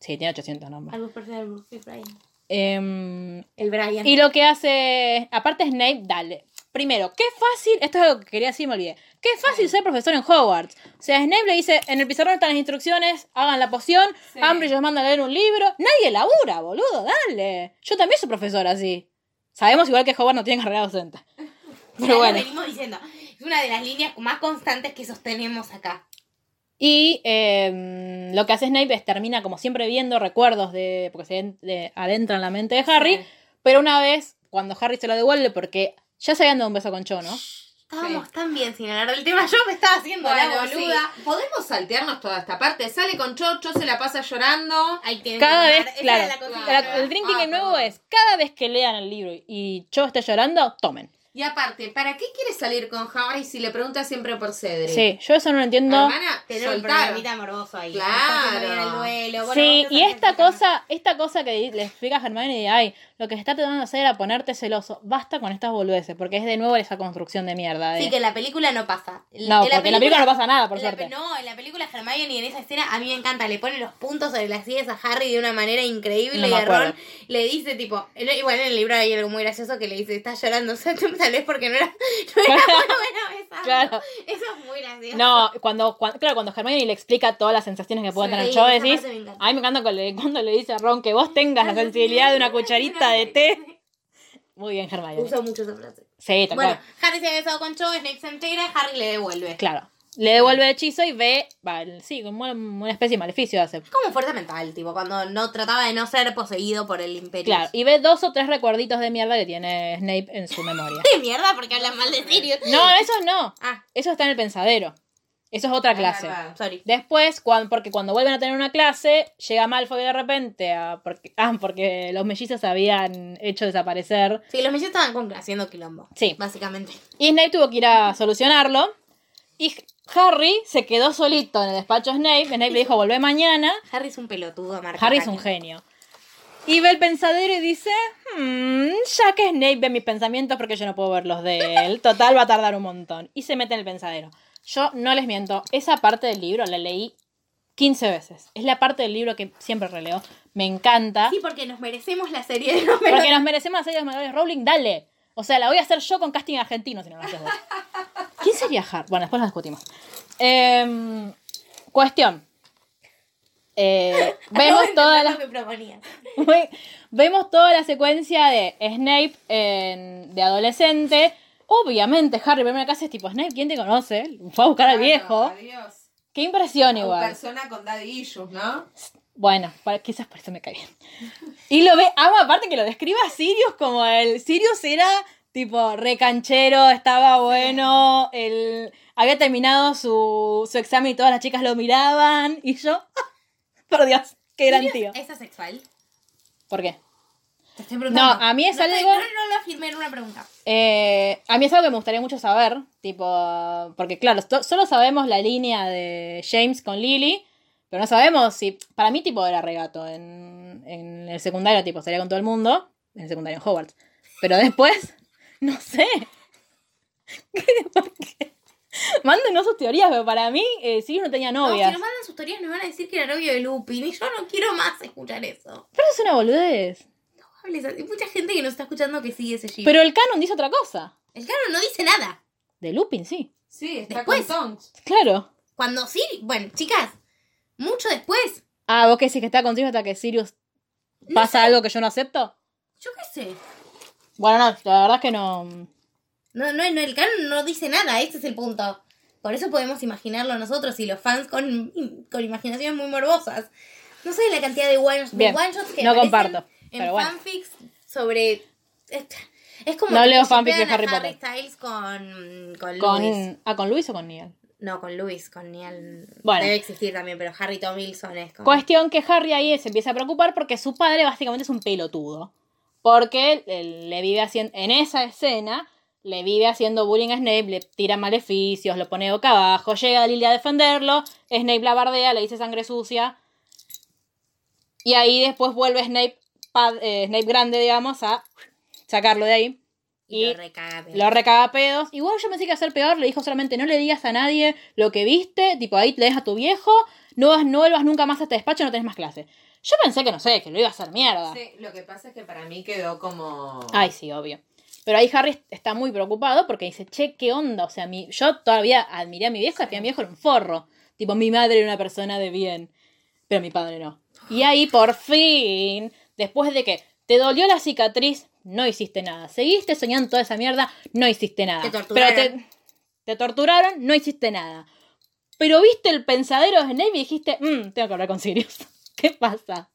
Speaker 1: Sí, tiene 800 nombres.
Speaker 2: Algo parecido al Bully Freak Brian.
Speaker 1: Em,
Speaker 2: El Brian.
Speaker 1: Y lo que hace, aparte Snape, dale. Primero, qué fácil, esto es algo que quería decir, y me olvidé. Qué fácil ser profesor en Hogwarts. O sea, Snape le dice, en el pizarrón están las instrucciones, hagan la poción, Ambridge los manda a leer un libro. Nadie labura, boludo, dale. Yo también soy profesora así. Sabemos igual que Hogwarts no tiene carrera docente. Pero bueno.
Speaker 2: venimos diciendo. Es una de las líneas más constantes que sostenemos acá.
Speaker 1: Y em, lo que hace Snape es termina como siempre viendo recuerdos de. porque se en- de- adentra en la mente de Harry. Pero una vez, cuando Harry se lo devuelve, porque ya se habían dado un beso con Cho, ¿no?
Speaker 2: Estábamos tan bien sin hablar del tema. Yo me estaba haciendo la
Speaker 3: Bueno,
Speaker 2: boluda.
Speaker 3: sí. Podemos saltearnos toda esta parte. Sale con Chocho, se la pasa llorando.
Speaker 2: Ahí tienen
Speaker 1: Cada
Speaker 2: que
Speaker 1: vez,
Speaker 2: tomar. Esa
Speaker 1: claro,
Speaker 2: era la cosita.
Speaker 1: La- el drinking
Speaker 3: Ah,
Speaker 1: game nuevo
Speaker 3: perdón.
Speaker 1: es cada vez que lean el libro y Cho esté llorando, tomen.
Speaker 3: Y aparte, ¿para qué quiere salir con Harry si le pregunta siempre por Cedric?
Speaker 1: Sí, yo eso no lo entiendo.
Speaker 3: Hermana,
Speaker 2: Tener un
Speaker 3: soltar.
Speaker 2: problemita morboso ahí.
Speaker 3: Claro.
Speaker 2: Estás haciendo bien el duelo. Bueno,
Speaker 1: Sí,
Speaker 2: vos te
Speaker 1: y
Speaker 2: estás
Speaker 1: esta
Speaker 2: explicando.
Speaker 1: cosa, esta cosa que di- le explica a Hermione de ay, lo que se está tratando de hacer era ponerte celoso. Basta con estas boludeces, porque es de nuevo esa construcción de mierda. de-
Speaker 2: Sí, que en la película no pasa. En-
Speaker 1: no,
Speaker 2: en
Speaker 1: porque en la película no pasa nada, por
Speaker 2: en la pe-
Speaker 1: suerte.
Speaker 2: no, en la película Hermione y en esa escena a mí me encanta. Le pone los puntos sobre las sillas a Harry de una manera increíble
Speaker 1: No
Speaker 2: y
Speaker 1: me
Speaker 2: a Ron
Speaker 1: acuerdo.
Speaker 2: le dice tipo... no, Igual en el libro hay algo muy gracioso que le dice, estás llorando, o sea, tal vez porque no era, no era muy buena besando.
Speaker 1: Claro.
Speaker 2: Eso es muy gracioso.
Speaker 1: No, cuando, cuan- claro, cuando Hermione le explica todas las sensaciones que puede
Speaker 3: Sí,
Speaker 1: tener Cho,
Speaker 2: esa
Speaker 1: decís,
Speaker 2: parte me encanta.
Speaker 1: a mí me encanta cuando le, cuando le dice a Ron que vos tengas la sensibilidad de una cucharita de té. Muy bien, Hermione.
Speaker 2: Uso mucho esa frase.
Speaker 1: Sí, tal
Speaker 2: Bueno,
Speaker 1: cual.
Speaker 2: Harry se ha besado con Cho, Snape se entera, Harry le devuelve.
Speaker 1: Claro. Le devuelve el hechizo y ve, va, el- sí, como una especie de maleficio hace.
Speaker 2: Como fuerza mental, tipo, cuando no trataba de no ser poseído por el imperio.
Speaker 1: Claro, y ve dos o tres recuerditos de mierda que tiene Snape en su memoria.
Speaker 2: De mierda porque hablan mal de Sirius.
Speaker 1: No, esos no.
Speaker 2: Ah,
Speaker 1: Eso está en el pensadero. Eso es otra clase.
Speaker 3: verdad.
Speaker 2: sorry.
Speaker 1: Después, cuan- porque cuando vuelven a tener una clase, llega Malfoy de repente a- porque, ah, porque los mellizos habían hecho desaparecer.
Speaker 2: Sí, los mellizos estaban con- haciendo quilombo.
Speaker 1: Sí.
Speaker 2: Básicamente.
Speaker 1: Y Snape tuvo que ir a solucionarlo. Y Harry se quedó solito en el despacho de Snape. Snape le dijo, volvé mañana.
Speaker 2: Harry es un pelotudo, Marco.
Speaker 1: Harry es un genio. Y ve el pensadero y dice, "Hmm, ya que Snape ve mis pensamientos porque yo no puedo ver los de él, total va a tardar un montón. Y se mete en el pensadero. Yo no les miento, esa parte del libro la leí 15 veces. Es la parte del libro que siempre releo. Me encanta.
Speaker 2: Sí, porque nos merecemos la serie de números.
Speaker 1: Porque nos merecemos la serie de Margaret Rowling, dale. O sea, la voy a hacer yo con casting argentino si no la haces vos. ¿Quién sería Harry? Bueno, después lo discutimos. Em, cuestión. Eh, vemos
Speaker 2: Acabo de
Speaker 1: todas
Speaker 2: entender
Speaker 1: las
Speaker 2: lo que proponías.
Speaker 1: Ve- Vemos toda la secuencia de Snape en- de adolescente. Obviamente, Harry primero que hace es tipo, Snape, ¿quién te conoce? Fue a buscar al viejo.
Speaker 3: Adiós.
Speaker 1: Qué impresión
Speaker 3: Una
Speaker 1: igual.
Speaker 3: persona con daddy issues, ¿no?
Speaker 1: Bueno, para- quizás por eso me cae bien. Y lo ve, ama aparte que lo describe a Sirius como el. Sirius era tipo recanchero, estaba bueno, el, había terminado su, su examen y todas las chicas lo miraban. Y yo, ¡ah! por Dios, qué gran tío.
Speaker 2: ¿Es asexual?
Speaker 1: ¿Por qué?
Speaker 2: Te estoy
Speaker 1: No, a mí es
Speaker 2: No estoy-
Speaker 1: algo-
Speaker 2: no, no lo afirmé en una pregunta.
Speaker 1: Eh, a mí es algo que me gustaría mucho saber, tipo, porque claro, to- solo sabemos la línea de James con Lily, pero no sabemos si, para mí tipo era regato, en, en el secundario tipo salía con todo el mundo, en el secundario en Hogwarts, pero después, no sé, ¿Por qué? mándenos sus teorías, pero para mí eh, Sirius no tenía
Speaker 2: No, si
Speaker 1: novia,
Speaker 2: nos mandan sus teorías nos van a decir que era novio de Lupin y yo no quiero más escuchar eso.
Speaker 1: pero es una boludez,
Speaker 2: Hables así. Hay mucha gente que nos está escuchando que sigue ese giro.
Speaker 1: pero el canon dice otra cosa,
Speaker 2: El canon no dice nada.
Speaker 1: de Lupin sí,
Speaker 3: Sí, está
Speaker 2: Después.
Speaker 3: con Tonks.
Speaker 1: claro.
Speaker 2: Cuando sí, bueno, chicas, mucho después.
Speaker 1: Ah, vos que decís que está contigo hasta que Sirius
Speaker 2: No
Speaker 1: pasa algo que yo no acepto.
Speaker 2: Yo qué sé.
Speaker 1: Bueno, no, la verdad es que no.
Speaker 2: No, no, no, el canon no dice nada, ese es el punto. Por eso podemos imaginarlo nosotros y los fans con, con imaginaciones muy morbosas. No sé la cantidad de one, de
Speaker 1: Bien,
Speaker 2: one shots que
Speaker 1: no
Speaker 2: aparecen
Speaker 1: comparto,
Speaker 2: en
Speaker 1: pero bueno.
Speaker 2: fanfics sobre... Es, es como
Speaker 1: No
Speaker 2: que
Speaker 1: leo
Speaker 2: shippean
Speaker 1: fanfics de
Speaker 2: a
Speaker 1: Harry Potter.
Speaker 2: Styles con, con, Lewis.
Speaker 1: Con, ah, ¿con Luis o con Neil?
Speaker 2: No, con Luis, con Neil.
Speaker 1: Bueno. Pues,
Speaker 2: Debe existir también, pero Harry Tom Wilson es como...
Speaker 1: Cuestión que Harry ahí se empieza a preocupar porque su padre básicamente es un pelotudo. Porque él le vive haciendo. En esa escena, le vive haciendo bullying a Snape, le tira maleficios, lo pone boca abajo, llega Lily a defenderlo, Snape la bardea, le dice sangre sucia. Y ahí después vuelve Snape, pa- eh, Snape grande, digamos, a sacarlo de ahí.
Speaker 2: y
Speaker 1: y-
Speaker 2: lo recaga. pero-
Speaker 1: Lo recaga a pedos. Igual yo pensé que hacer peor, le dijo solamente no le digas a nadie lo que viste, tipo ahí le dejas a tu viejo, no, vas- no vuelvas nunca más a este despacho, no tenés más clase. Yo pensé que no sé, que lo iba a hacer mierda.
Speaker 3: Sí, lo que pasa es que para mí quedó como.
Speaker 1: Ay, sí, obvio. Pero ahí Harry está muy preocupado porque dice, che, ¿qué onda? O sea, mi, yo todavía admiré a mi vieja, pero mi viejo era un forro. Tipo, mi madre era una persona de bien, pero mi padre no. Y ahí por fin, después de que te dolió la cicatriz, no hiciste nada. Seguiste soñando toda esa mierda, no hiciste nada.
Speaker 2: Te
Speaker 1: Pero
Speaker 2: torturaron.
Speaker 1: te, te torturaron, no hiciste nada. Pero viste el pensadero de Snape y dijiste, mmm, tengo que hablar con Sirius. ¿Qué pasa?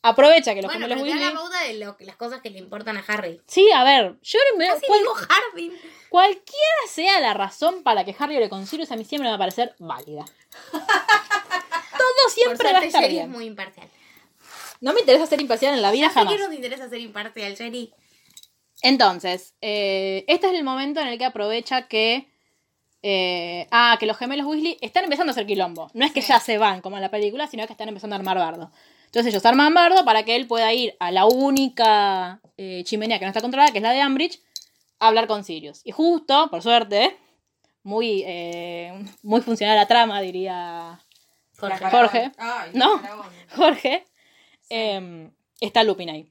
Speaker 1: Aprovecha que los
Speaker 2: bueno,
Speaker 1: gemelos
Speaker 2: pero te da
Speaker 1: Weasley-
Speaker 2: la pauta de lo- las cosas que le importan a Harry.
Speaker 1: Sí, a ver, yo no me,
Speaker 2: Casi
Speaker 1: cual-
Speaker 2: digo Harvin.
Speaker 1: cualquiera sea la razón para que Harry le con Sirius, a mí siempre me va a parecer válida. Todo
Speaker 2: Por
Speaker 1: siempre va a
Speaker 2: suerte,
Speaker 1: estar
Speaker 2: Jerry es
Speaker 1: bien.
Speaker 2: muy imparcial.
Speaker 1: No me interesa ser imparcial en la vida
Speaker 2: ¿Por
Speaker 1: jamás.
Speaker 2: qué nos interesa ser imparcial, Jerry?
Speaker 1: Entonces, eh, este es el momento en el que aprovecha que. eh, ah, que los gemelos Weasley están empezando a hacer quilombo. No es que
Speaker 2: Sí.
Speaker 1: ya se van, como en la película, sino que están empezando a armar bardo. Entonces ellos arman bardo para que él pueda ir a la única eh, chimenea que no está controlada, que es la de Ambridge, a hablar con Sirius. Y justo, por suerte, muy, eh, muy funcional la trama, diría
Speaker 3: Jorge.
Speaker 1: Jorge.
Speaker 3: Ay,
Speaker 1: No.
Speaker 3: faraón.
Speaker 1: Jorge, eh, está Lupin ahí.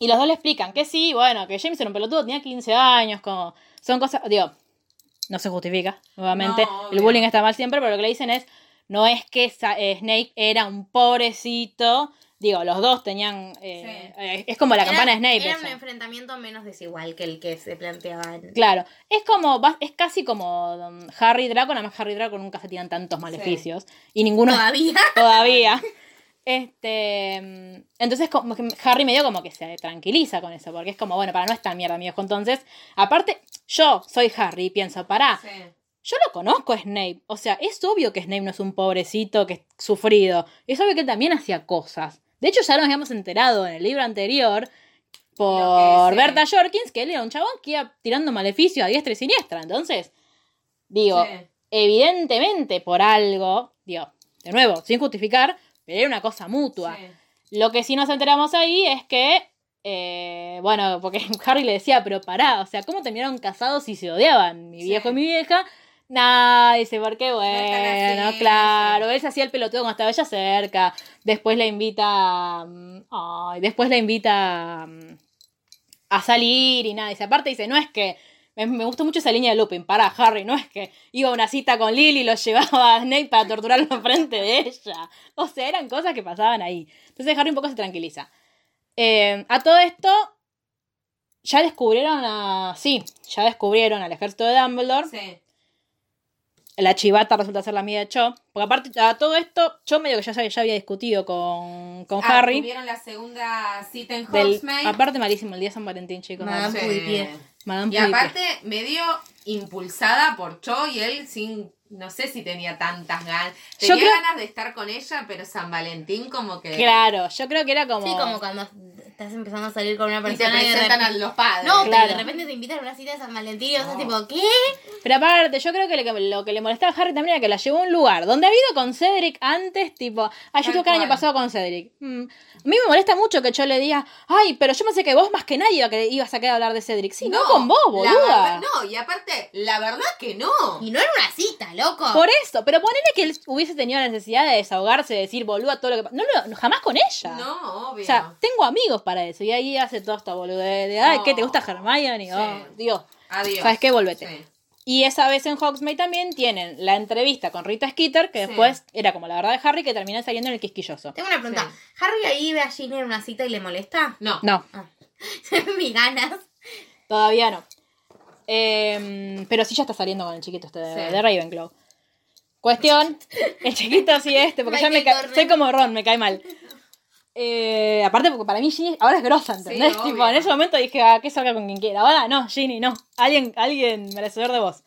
Speaker 1: Y los dos le explican que sí, bueno, que James era un pelotudo, tenía 15 años, como. Son cosas. Digo, no se justifica, nuevamente.
Speaker 3: No,
Speaker 1: el
Speaker 3: obvio.
Speaker 1: bullying está mal siempre, pero lo que le dicen es: no es que Sa- eh, Snape era un pobrecito. Digo, los dos tenían. eh, eh, es como la campana de Snape.
Speaker 2: Era
Speaker 1: eso.
Speaker 2: un enfrentamiento menos desigual que el que se planteaba. en-
Speaker 1: Claro, es como va- es casi como um, Harry y Draco, nada más Harry y Draco nunca se tiran tantos maleficios y ninguno
Speaker 2: Todavía.
Speaker 1: todavía. Este, mm, entonces como que Harry medio como que se tranquiliza con eso, porque es como, bueno, para no esta mierda, mi viejo. Entonces, aparte, yo soy Harry y pienso, pará,
Speaker 3: Sí.
Speaker 1: yo lo conozco a Snape. O sea, es obvio que Snape no es un pobrecito que es sufrido. Es obvio que él también hacía cosas. De hecho, ya nos habíamos enterado en el libro anterior por
Speaker 3: Lo que es,
Speaker 1: Berta Jorkins que él era un chabón que iba tirando maleficio a diestra y siniestra. Entonces, digo,
Speaker 3: Sí.
Speaker 1: evidentemente por algo, digo, de nuevo, sin justificar, pero era una cosa mutua. Lo que sí nos enteramos ahí es que, eh, bueno, porque Harry le decía, pero pará, o sea, ¿cómo terminaron casados si se odiaban? Mi
Speaker 3: Sí.
Speaker 1: viejo y mi vieja. Nah, dice, porque
Speaker 3: están
Speaker 1: bueno,
Speaker 3: así,
Speaker 1: claro. Él se hacía el pelotudo cuando estaba ella cerca. Después la invita. mm, Ay, después la invita mm, a salir y nada. Dice, aparte dice, no es que. Me, me gustó mucho esa línea de Lupin. Para, Harry, no es que iba a una cita con Lily y lo llevaba a Snape para torturarlo enfrente de ella. O sea, eran cosas que pasaban ahí. Entonces Harry un poco se tranquiliza. Eh, a todo esto, ya descubrieron a. Sí, ya descubrieron al ejército de Dumbledore.
Speaker 3: Sí.
Speaker 1: La chivata resulta ser la amiga de Cho. Porque aparte, a todo esto, Cho medio que ya, sabe- ya había discutido con, con
Speaker 3: Ah,
Speaker 1: Harry.
Speaker 3: Tuvieron la segunda cita en
Speaker 1: Del-
Speaker 3: Hogsmeade.
Speaker 1: aparte, malísimo, el día de San Valentín, chicos.
Speaker 2: Madame
Speaker 3: Sí.
Speaker 2: Pudipié.
Speaker 1: Madame
Speaker 3: Y
Speaker 1: Pudipié.
Speaker 3: aparte, medio impulsada por Cho y él sin. No sé si tenía tantas ganas.
Speaker 1: Yo
Speaker 3: Tenía
Speaker 1: creo-
Speaker 3: ganas de estar con ella, pero San Valentín como que.
Speaker 1: Claro, yo creo que era como.
Speaker 2: Sí, como cuando estás empezando a salir con una
Speaker 3: Y te
Speaker 2: persona y, de
Speaker 3: presentan
Speaker 2: repente...
Speaker 3: a los padres.
Speaker 2: No,
Speaker 1: Claro.
Speaker 2: pero de repente te invitan a una cita de San Valentín y vos estás tipo, ¿qué?
Speaker 1: Pero aparte, yo creo que le- lo que le molestaba a Harry también era que la llevó a un lugar donde ha ido con Cedric antes, tipo, ay, yo
Speaker 3: Tal
Speaker 1: tuve que el año
Speaker 3: cual.
Speaker 1: pasado con Cedric. Mm. A mí me molesta mucho que yo le diga, ay, pero yo pensé que vos más que nadie iba a querer- ibas a querer hablar de Cedric. Sí, no, con vos,
Speaker 3: la
Speaker 1: boluda.
Speaker 3: verdad- no, y aparte, la verdad que no.
Speaker 2: Y no era una cita, loco.
Speaker 1: Por eso, pero ponele que él hubiese tenido la necesidad de desahogarse, de decir, boluda, todo lo que pasa. No, no, jamás con ella.
Speaker 3: No, obvio.
Speaker 1: O sea, tengo amigos para eso. Y ahí hace toda esta boludez de, ay, ¿qué te gusta
Speaker 3: No.
Speaker 1: Hermione? Oh,
Speaker 3: Sí.
Speaker 1: Dios.
Speaker 3: Adiós.
Speaker 1: ¿Sabes qué? Volvete.
Speaker 3: Sí.
Speaker 1: Y esa vez en Hogsmeade también tienen la entrevista con Rita Skeeter, que
Speaker 3: Sí.
Speaker 1: después era como la verdad de Harry, que termina saliendo en el quisquilloso.
Speaker 2: Tengo una pregunta. ¿Harry ahí ve a Ginny en una cita y le molesta?
Speaker 3: No.
Speaker 1: No,
Speaker 2: Mis ganas.
Speaker 1: todavía no. Em, pero sí ya está saliendo con el chiquito este de,
Speaker 3: Sí.
Speaker 1: de Ravenclaw. Cuestión, el chiquito sí este, porque ya me
Speaker 2: Michael
Speaker 1: ca-
Speaker 2: Corner.
Speaker 1: soy como Ron, me cae mal. Eh, aparte porque para mí Ginny ahora es grosa, ¿entendés?
Speaker 3: Sí, obvio.
Speaker 1: tipo, en ese momento dije, ah, que salga con quien quiera. Ahora no, Ginny, no. Alguien, alguien merecedor de vos.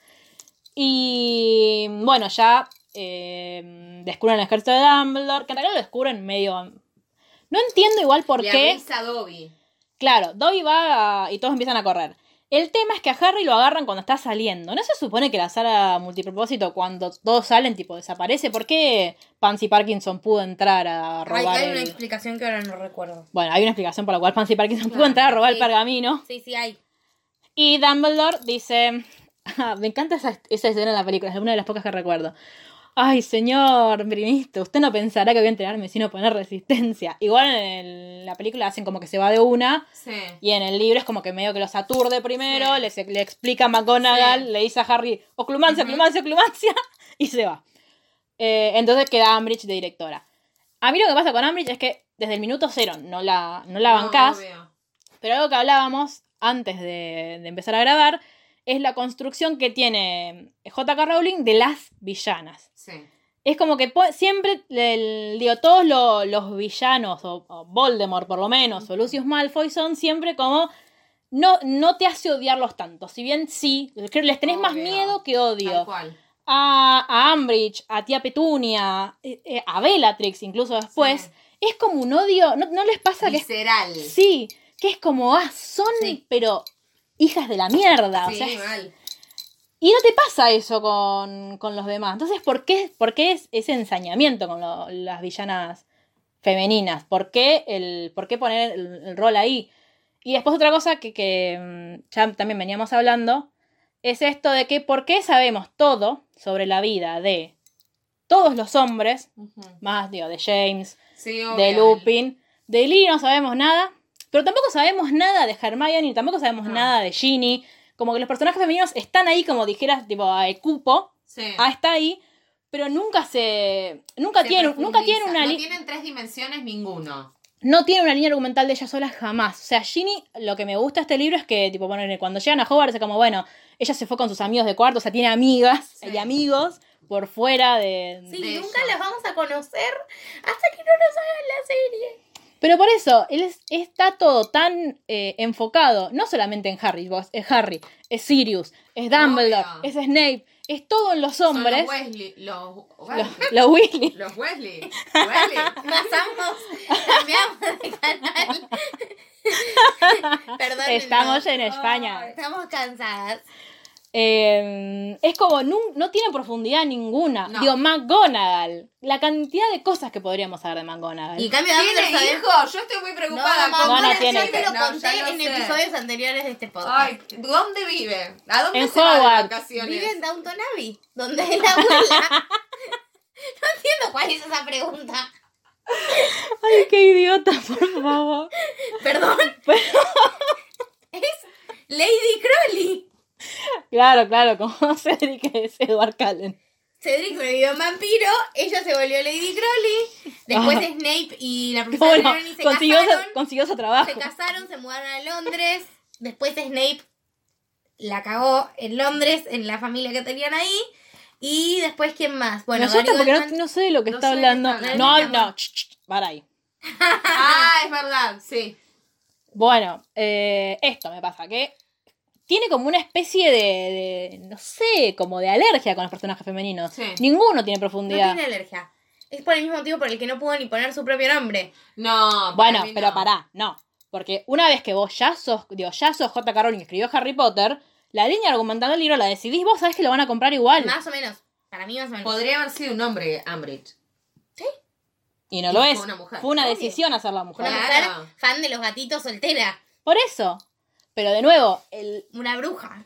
Speaker 1: Y bueno, ya eh, descubren el ejército de Dumbledore, que en realidad lo descubren medio... No entiendo igual por
Speaker 3: Le
Speaker 1: qué.
Speaker 3: avisa a Dobby.
Speaker 1: Claro, Dobby va a- y todos empiezan a correr. El tema es que a Harry lo agarran cuando está saliendo. ¿No se supone que la sala multipropósito, cuando todos salen, tipo, desaparece? ¿Por qué Pansy Parkinson pudo entrar a
Speaker 2: Hay,
Speaker 1: robar
Speaker 2: hay
Speaker 1: el-
Speaker 2: una explicación que ahora no recuerdo.
Speaker 1: Bueno, hay una explicación por la cual Pansy Parkinson pudo
Speaker 2: Claro,
Speaker 1: entrar a robar el
Speaker 2: sí.
Speaker 1: pergamino.
Speaker 2: Sí, sí, hay.
Speaker 1: Y Dumbledore dice... Ah, me encanta esa, esa escena en la película, es una de las pocas que recuerdo. Ay, señor Brinisto, usted no pensará que voy a enterarme sino poner resistencia. Igual en el- la película hacen como que se va de una...
Speaker 3: Sí.
Speaker 1: Y en el libro es como que medio que los aturde primero,
Speaker 3: Sí.
Speaker 1: les- le, explica a McGonagall,
Speaker 3: Sí.
Speaker 1: le dice a Harry, oclumancia, oclumancia, oclumancia, y se va. Eh, entonces queda Ambridge de directora. A mí lo que pasa con Ambridge es que desde el minuto cero no la, no la
Speaker 3: No,
Speaker 1: bancás,
Speaker 3: obvio.
Speaker 1: pero algo que hablábamos antes de, de empezar a grabar es la construcción que tiene J.K. Rowling de las villanas.
Speaker 3: Sí.
Speaker 1: Es como que po- siempre, el- digo, todos lo- los villanos, o, o Voldemort por lo menos, o Lucius Malfoy, son siempre como, no, no te hace odiarlos tanto, si bien sí, creo les tenés más
Speaker 3: Obvio.
Speaker 1: miedo que
Speaker 3: Tal
Speaker 1: odio.
Speaker 3: cual.
Speaker 1: A, a Umbridge, a tía Petunia, eh, eh, a Bellatrix incluso después,
Speaker 3: Sí.
Speaker 1: es como un odio, ¿no, no les pasa que es-
Speaker 3: Visceral.
Speaker 1: Sí, que es como, ah, son,
Speaker 2: Sí.
Speaker 1: pero hijas de la mierda,
Speaker 3: Sí,
Speaker 1: o sea, es-
Speaker 3: mal.
Speaker 1: y no te pasa eso con, con los demás. Entonces, ¿por qué, por qué es ese ensañamiento con lo- las villanas femeninas? ¿Por qué, el, por qué poner el, el rol ahí? Y después otra cosa que, que, mm, ya también veníamos hablando es esto de que por qué sabemos todo sobre la vida de todos los hombres,
Speaker 3: Ujú.
Speaker 1: más digo, de James,
Speaker 3: Sí, obvio.
Speaker 1: de Lupin, de Lee no sabemos nada, pero tampoco sabemos nada de Hermione, tampoco sabemos
Speaker 3: No.
Speaker 1: nada de Ginny. Como que los personajes femeninos están ahí, como dijeras, tipo, a el cupo,
Speaker 3: Sí.
Speaker 1: ah, está ahí, pero nunca se. Nunca
Speaker 3: Se
Speaker 1: tienen, nunca
Speaker 3: profundiza.
Speaker 1: tienen una
Speaker 3: No
Speaker 1: li-
Speaker 3: tienen tres dimensiones ninguno.
Speaker 1: no tiene una línea argumental de ella sola jamás. O sea, Ginny, lo que me gusta de este libro es que, tipo, bueno, cuando llegan a Hogwarts es como, bueno, ella se fue con sus amigos de cuarto, o sea, tiene amigas
Speaker 3: Sí.
Speaker 1: y amigos por fuera de...
Speaker 2: Sí,
Speaker 3: De
Speaker 2: nunca
Speaker 3: ellos.
Speaker 2: las vamos a conocer hasta que no nos hagan la serie.
Speaker 1: Pero por eso, él es- está todo tan eh, enfocado, no solamente en Harry, vos- es Harry, es Sirius, es Dumbledore,
Speaker 3: Obvio.
Speaker 1: es Snape, es todo en los
Speaker 3: Son
Speaker 1: hombres.
Speaker 3: Los Wesley. Los,
Speaker 1: Los, los Weasley.
Speaker 3: los Wesley. Wesley.
Speaker 2: Pasamos, cambiamos de canal. Perdón.
Speaker 1: Estamos en España.
Speaker 2: Estamos cansadas.
Speaker 1: Eh, es como, nun- no, tiene profundidad ninguna.
Speaker 3: No.
Speaker 1: Digo, McGonagall. La cantidad de cosas que podríamos saber de McGonagall.
Speaker 2: Y en cambio,
Speaker 3: ¿Tiene
Speaker 2: Dumbledore sabemos-
Speaker 3: hijo? Yo estoy muy
Speaker 2: No,
Speaker 3: preocupada.
Speaker 2: mamá,
Speaker 1: No,
Speaker 3: ¿Cómo
Speaker 1: no
Speaker 3: le
Speaker 2: ya
Speaker 1: tiene.
Speaker 2: te
Speaker 3: sirve?
Speaker 2: lo
Speaker 3: No, ya
Speaker 2: conté
Speaker 3: lo
Speaker 2: en
Speaker 3: sé.
Speaker 2: episodios anteriores de este podcast.
Speaker 3: Ay, ¿dónde vive? ¿A dónde
Speaker 1: En
Speaker 3: se va de
Speaker 1: Hogwarts.
Speaker 3: vacaciones?
Speaker 2: Vive en Downton Abbey, donde es la abuela. no entiendo cuál es esa pregunta.
Speaker 1: Ay, qué idiota, por favor.
Speaker 2: Perdón. es Lady Crowley.
Speaker 1: Claro, claro, como Cedric es Edward Cullen.
Speaker 2: Cedric volvió un vampiro, ella se volvió Lady Crowley, después
Speaker 1: Ah.
Speaker 2: Snape y la
Speaker 1: Cómo
Speaker 2: profesora
Speaker 1: no,
Speaker 2: Trelawney se
Speaker 1: consiguió, ese-
Speaker 2: casaron.
Speaker 1: consiguió ese trabajo.
Speaker 2: Se casaron, se mudaron a Londres. Después Snape la cagó en Londres, en la familia que tenían ahí. Y después, ¿quién más?
Speaker 1: Me
Speaker 2: Bueno,
Speaker 1: asusta
Speaker 2: Gary
Speaker 1: porque no,
Speaker 2: Goldman-
Speaker 1: no sé de lo que
Speaker 3: No
Speaker 1: está
Speaker 3: sé de qué
Speaker 1: hablando.
Speaker 3: está
Speaker 1: No,
Speaker 2: hablando.
Speaker 1: no, ch, ch, para ahí.
Speaker 3: Ah, es verdad, sí.
Speaker 1: Bueno, eh, esto me pasa, que tiene como una especie de, de, no sé, como de alergia con los personajes femeninos.
Speaker 3: Sí.
Speaker 1: Ninguno tiene
Speaker 2: no
Speaker 1: profundidad.
Speaker 2: tiene alergia. Es por el mismo motivo por el que no pudo ni poner su propio nombre.
Speaker 3: No, para
Speaker 1: Bueno,
Speaker 3: mí
Speaker 1: pero
Speaker 3: no.
Speaker 1: pará, no. Porque una vez que vos ya sos, digo, ya sos J.K. Rowling y escribió Harry Potter, la línea argumentando el libro la decidís, vos sabés que lo van a comprar igual.
Speaker 2: Más o menos. Para mí, más o menos.
Speaker 3: Podría haber sido un hombre, Ambridge.
Speaker 1: y no
Speaker 3: y
Speaker 1: lo
Speaker 3: fue
Speaker 1: es.
Speaker 3: una mujer.
Speaker 1: Fue una
Speaker 2: Obvio.
Speaker 1: decisión hacerla mujer.
Speaker 2: Una
Speaker 3: Claro.
Speaker 2: mujer fan de los gatitos soltera.
Speaker 1: Por eso. Pero de nuevo, el,
Speaker 2: Una bruja.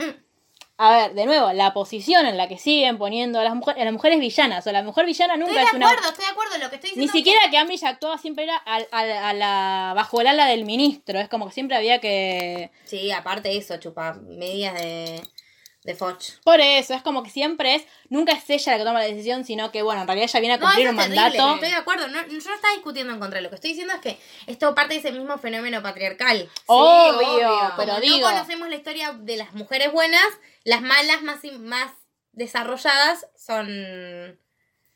Speaker 1: A ver, de nuevo, la posición en la que siguen poniendo a las mujeres, a las mujeres villanas. O la mujer villana
Speaker 2: Estoy
Speaker 1: nunca
Speaker 2: de
Speaker 1: es una.
Speaker 2: acuerdo, estoy de acuerdo. Lo que estoy
Speaker 1: Ni
Speaker 2: diciendo.
Speaker 1: siquiera que Ambridge actuaba siempre era al- al- a la, bajo el ala del ministro. Es como que siempre había que.
Speaker 2: Sí, aparte de eso, chupa medias de. de Foch.
Speaker 1: Por eso, es como que siempre es. Nunca es ella la que toma la decisión, sino que, bueno, en realidad ella viene a
Speaker 2: No, eso
Speaker 1: cumplir
Speaker 2: es
Speaker 1: un
Speaker 2: terrible,
Speaker 1: mandato.
Speaker 2: Estoy de acuerdo, no, yo no estaba discutiendo en contra. Lo que estoy diciendo es que esto parte de ese mismo fenómeno patriarcal.
Speaker 1: obvio,
Speaker 3: obvio.
Speaker 1: pero
Speaker 2: Como
Speaker 1: digo.
Speaker 2: no conocemos la historia de las mujeres buenas, las malas más, y- más desarrolladas son...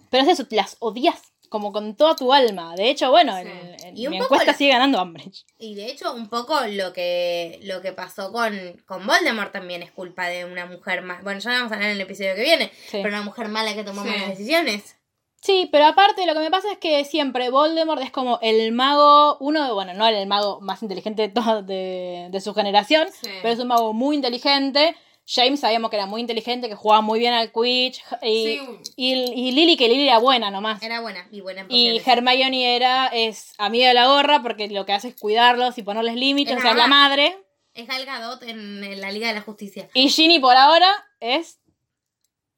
Speaker 1: Pero es eso, las odias como con toda tu alma. De hecho, bueno,
Speaker 3: Sí.
Speaker 1: en, en
Speaker 2: Y un
Speaker 1: mi
Speaker 2: poco
Speaker 1: encuesta
Speaker 2: la-
Speaker 1: sigue ganando Ambridge.
Speaker 2: Y de hecho, un poco lo que, lo que pasó con, con Voldemort también es culpa de una mujer más... Bueno, ya vamos a hablar en el episodio que viene,
Speaker 1: Sí.
Speaker 2: pero una mujer mala que tomó
Speaker 3: Sí.
Speaker 2: malas decisiones.
Speaker 1: Sí, pero aparte lo que me pasa es que siempre Voldemort es como el mago, uno, de- bueno, no el mago más inteligente de, todo- de, de su generación,
Speaker 3: Sí.
Speaker 1: pero es un mago muy inteligente. James sabíamos que era muy inteligente, que jugaba muy bien al Quidditch. Y,
Speaker 3: Sí.
Speaker 1: y, y Lily, que Lily era buena nomás.
Speaker 2: Era buena y buena en
Speaker 1: Y
Speaker 2: pociones.
Speaker 1: Hermione era, es amiga de la gorra porque lo que hace es cuidarlos y ponerles límites,
Speaker 2: Es
Speaker 1: o sea, es la
Speaker 2: mamá.
Speaker 1: madre.
Speaker 2: Es Gal Gadot en, en la Liga de la Justicia.
Speaker 1: Y Ginny por ahora es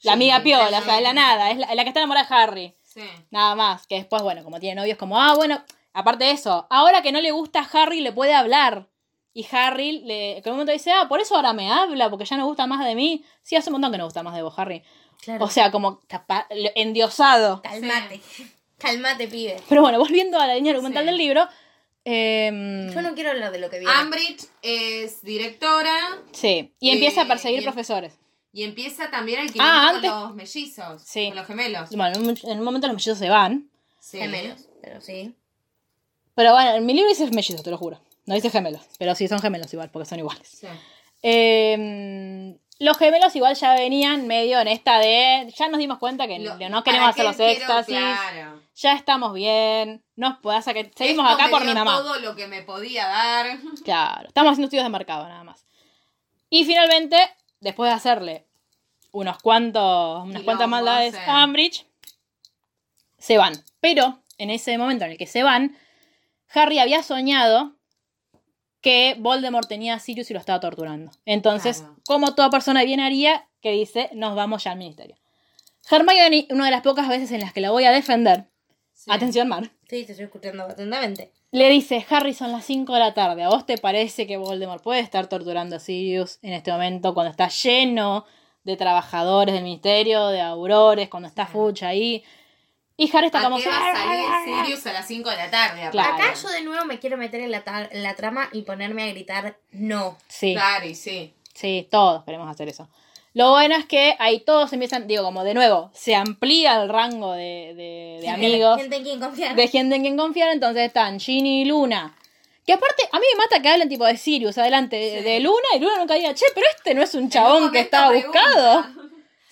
Speaker 1: la amiga
Speaker 3: Ginny,
Speaker 1: piola, o
Speaker 3: sí.
Speaker 1: sea, de la nada, es la, la que está enamorada de Harry.
Speaker 3: Sí.
Speaker 1: Nada más, que después, bueno, como tiene novios, como, ah, bueno, aparte de eso, ahora que no le gusta a Harry, le puede hablar. Y Harry, le, que en un momento dice, ah, por eso ahora me habla, porque ya no gusta más de mí. Sí, hace un montón que no gusta más de vos, Harry.
Speaker 2: Claro.
Speaker 1: O sea, como capa- lo- endiosado.
Speaker 2: Calmate. Calmate, pibe.
Speaker 1: Pero bueno, volviendo a la línea argumental
Speaker 3: Sí.
Speaker 1: del libro. em,
Speaker 2: Yo no quiero hablar de lo que viene.
Speaker 3: Ambridge es directora
Speaker 1: Sí, y empieza a
Speaker 3: Eh,
Speaker 1: perseguir
Speaker 3: y-
Speaker 1: profesores.
Speaker 3: y empieza también el que
Speaker 1: Ah,
Speaker 3: con
Speaker 1: antes-
Speaker 3: los mellizos,
Speaker 1: Sí.
Speaker 3: con los gemelos.
Speaker 1: Y Bueno, en un- en un momento los mellizos se van.
Speaker 3: Sí.
Speaker 2: Gemelos, pero sí.
Speaker 1: Pero bueno, en mi libro dice mellizos, te lo juro. No dice gemelos, pero sí son gemelos igual, porque son iguales.
Speaker 3: Sí.
Speaker 1: Eh, los gemelos igual ya venían medio en esta de. Ya nos dimos cuenta que
Speaker 3: Lo-
Speaker 1: no
Speaker 3: ¿para
Speaker 1: queremos hacer
Speaker 3: qué
Speaker 1: los
Speaker 3: quiero?
Speaker 1: éxtasis.
Speaker 3: Claro.
Speaker 1: Ya estamos bien. Nos puede hacer que. Seguimos
Speaker 3: Esto
Speaker 1: acá
Speaker 3: me
Speaker 1: por
Speaker 3: dio
Speaker 1: mi mamá.
Speaker 3: todo lo que me podía dar.
Speaker 1: Claro. Estamos haciendo estudios de mercado nada más. Y finalmente, después de hacerle unos cuantos. unas cuantas
Speaker 3: Quilombos,
Speaker 1: maldades
Speaker 3: eh.
Speaker 1: a Ambridge, se van. Pero en ese momento en el que se van, Harry había soñado que Voldemort tenía a Sirius y lo estaba torturando. Entonces,
Speaker 3: Claro.
Speaker 1: como toda persona bien haría, que dice, nos vamos ya al ministerio. Hermione, una de las pocas veces en las que la voy a defender,
Speaker 3: Sí.
Speaker 1: atención Mar,
Speaker 2: Sí, te estoy escuchando atentamente.
Speaker 1: le dice, Harry, son las 5 de la tarde, ¿a vos te parece que Voldemort puede estar torturando a Sirius en este momento cuando está lleno de trabajadores del ministerio, de aurores, cuando está Fucha ahí? Y Harry está
Speaker 3: ¿A
Speaker 1: como...
Speaker 3: qué va a salir Sirius a las 5 de la tarde? aparte?
Speaker 1: Claro.
Speaker 2: Acá yo de nuevo me quiero meter en la, tar- en la trama y ponerme a gritar no.
Speaker 1: Sí.
Speaker 3: Claro, y sí.
Speaker 1: Sí, todos queremos hacer eso. Lo bueno es que ahí todos empiezan, digo, como de nuevo, se amplía el rango de, de- de amigos,
Speaker 2: Gente en quien confiar.
Speaker 1: de gente en quien confiar, entonces están Ginny y Luna. Que aparte, a mí me mata que hablen tipo de Sirius, adelante, de-
Speaker 3: Sí.
Speaker 1: de Luna, y Luna nunca diga, che, pero este no es un
Speaker 3: En
Speaker 1: chabón
Speaker 3: un
Speaker 1: que
Speaker 3: momento
Speaker 1: estaba
Speaker 3: pregunta.
Speaker 1: buscado.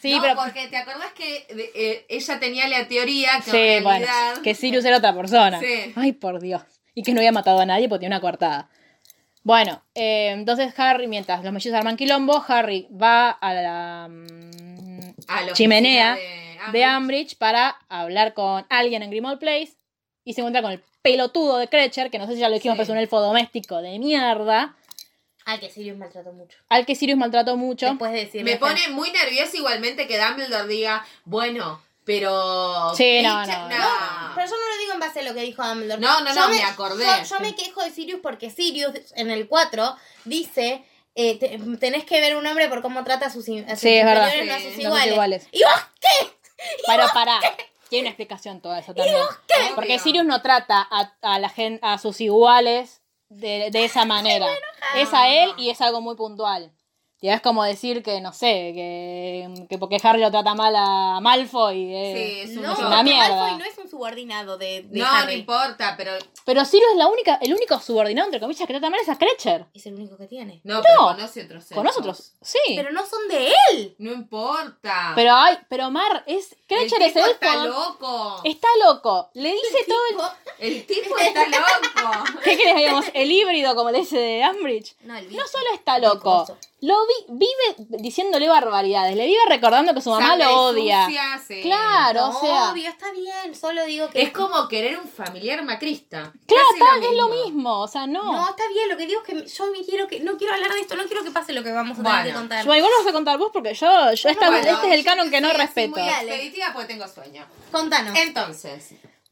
Speaker 1: Sí,
Speaker 3: no,
Speaker 1: pero...
Speaker 3: porque te acordás que de- eh, ella tenía la teoría que
Speaker 1: Sí,
Speaker 3: en
Speaker 1: bueno,
Speaker 3: realidad...
Speaker 1: que Sirius era otra persona.
Speaker 3: Sí.
Speaker 1: Ay, por Dios. Y que no había matado a nadie porque tenía una coartada. Bueno, eh, entonces Harry, mientras los mellizos arman quilombo, Harry va a la mm,
Speaker 3: A la oficina
Speaker 1: chimenea
Speaker 3: de
Speaker 1: de
Speaker 3: Ambridge.
Speaker 1: Ambridge para hablar con alguien en Grimald Place y se encuentra con el pelotudo de Cretcher, que no sé si ya lo dijimos,
Speaker 3: Sí.
Speaker 1: pero es un elfo doméstico de mierda,
Speaker 2: Ay, que Sirius maltrató mucho.
Speaker 1: al que Sirius maltrató mucho.
Speaker 2: Después de decirle.
Speaker 3: Me pone muy nerviosa igualmente que Dumbledore diga, bueno, pero...
Speaker 1: Sí, no,
Speaker 3: Cretcher-
Speaker 1: no,
Speaker 2: No, pero yo no lo digo en base a lo que dijo Dumbledore.
Speaker 3: No, no,
Speaker 2: Yo
Speaker 3: no, me acordé.
Speaker 2: Yo, yo me quejo de Sirius porque Sirius en el 4 dice. eh, te- tenés que ver un hombre por cómo trata a sus, in- a sus
Speaker 1: Sí, es verdad.
Speaker 2: inferiores, no a sus
Speaker 3: Sí,
Speaker 1: no a sus
Speaker 2: iguales.
Speaker 1: iguales.
Speaker 2: ¿Y vos qué?
Speaker 1: Pero pará, tiene una explicación toda eso también. Porque
Speaker 3: Obvio.
Speaker 1: Sirius no trata a, a la gen- a sus iguales de, de esa manera. Es a él y es algo muy puntual. Y es como decir que, no sé, que, que porque Harry lo trata mal a Malfoy.
Speaker 3: Sí,
Speaker 1: eh.
Speaker 3: es un
Speaker 2: No,
Speaker 3: shock.
Speaker 1: una
Speaker 2: porque
Speaker 1: mierda.
Speaker 2: Malfoy no es un subordinado de, de
Speaker 3: No, no
Speaker 2: Harry.
Speaker 3: importa, pero...
Speaker 1: Pero Sirius es la única, el único subordinado, entre comillas, que trata mal es a Cretcher.
Speaker 2: Es el único que tiene.
Speaker 3: No, pero
Speaker 1: No.
Speaker 3: conoce otros
Speaker 1: Con
Speaker 3: elfos.
Speaker 1: nosotros, sí.
Speaker 2: Pero no son de él.
Speaker 3: No importa.
Speaker 1: Pero, ay, pero Mar, es, Cretcher
Speaker 3: el
Speaker 1: es
Speaker 3: tipo
Speaker 1: el
Speaker 3: está loco.
Speaker 1: Está loco. Le dice todo el...
Speaker 3: El tipo está loco.
Speaker 1: ¿Qué querés, digamos? El híbrido, como le dice de Ambridge.
Speaker 2: No, el
Speaker 1: No solo está loco, lo vi- vive diciéndole barbaridades, le vive recordando que su mamá
Speaker 3: Sangre
Speaker 1: lo odia.
Speaker 3: sucia, sí.
Speaker 1: Claro,
Speaker 2: No,
Speaker 1: o sea,
Speaker 2: obvio, está bien. Solo digo que.
Speaker 3: Es como querer un familiar macrista.
Speaker 1: claro,
Speaker 3: Casi
Speaker 1: tal, es lo mismo, o sea, no.
Speaker 2: No. está bien. Lo que digo es que yo me quiero que. No quiero hablar de esto. No quiero que pase lo que vamos a tener que
Speaker 3: Bueno.
Speaker 2: contar.
Speaker 1: Yo- igual lo vas a contar vos porque yo, yo esta-
Speaker 3: Bueno,
Speaker 1: este es el canon que no
Speaker 2: sí, sí,
Speaker 1: respeto.
Speaker 2: muy al-
Speaker 3: Expeditiva porque tengo sueño. Ah.
Speaker 2: Contanos.
Speaker 3: Entonces,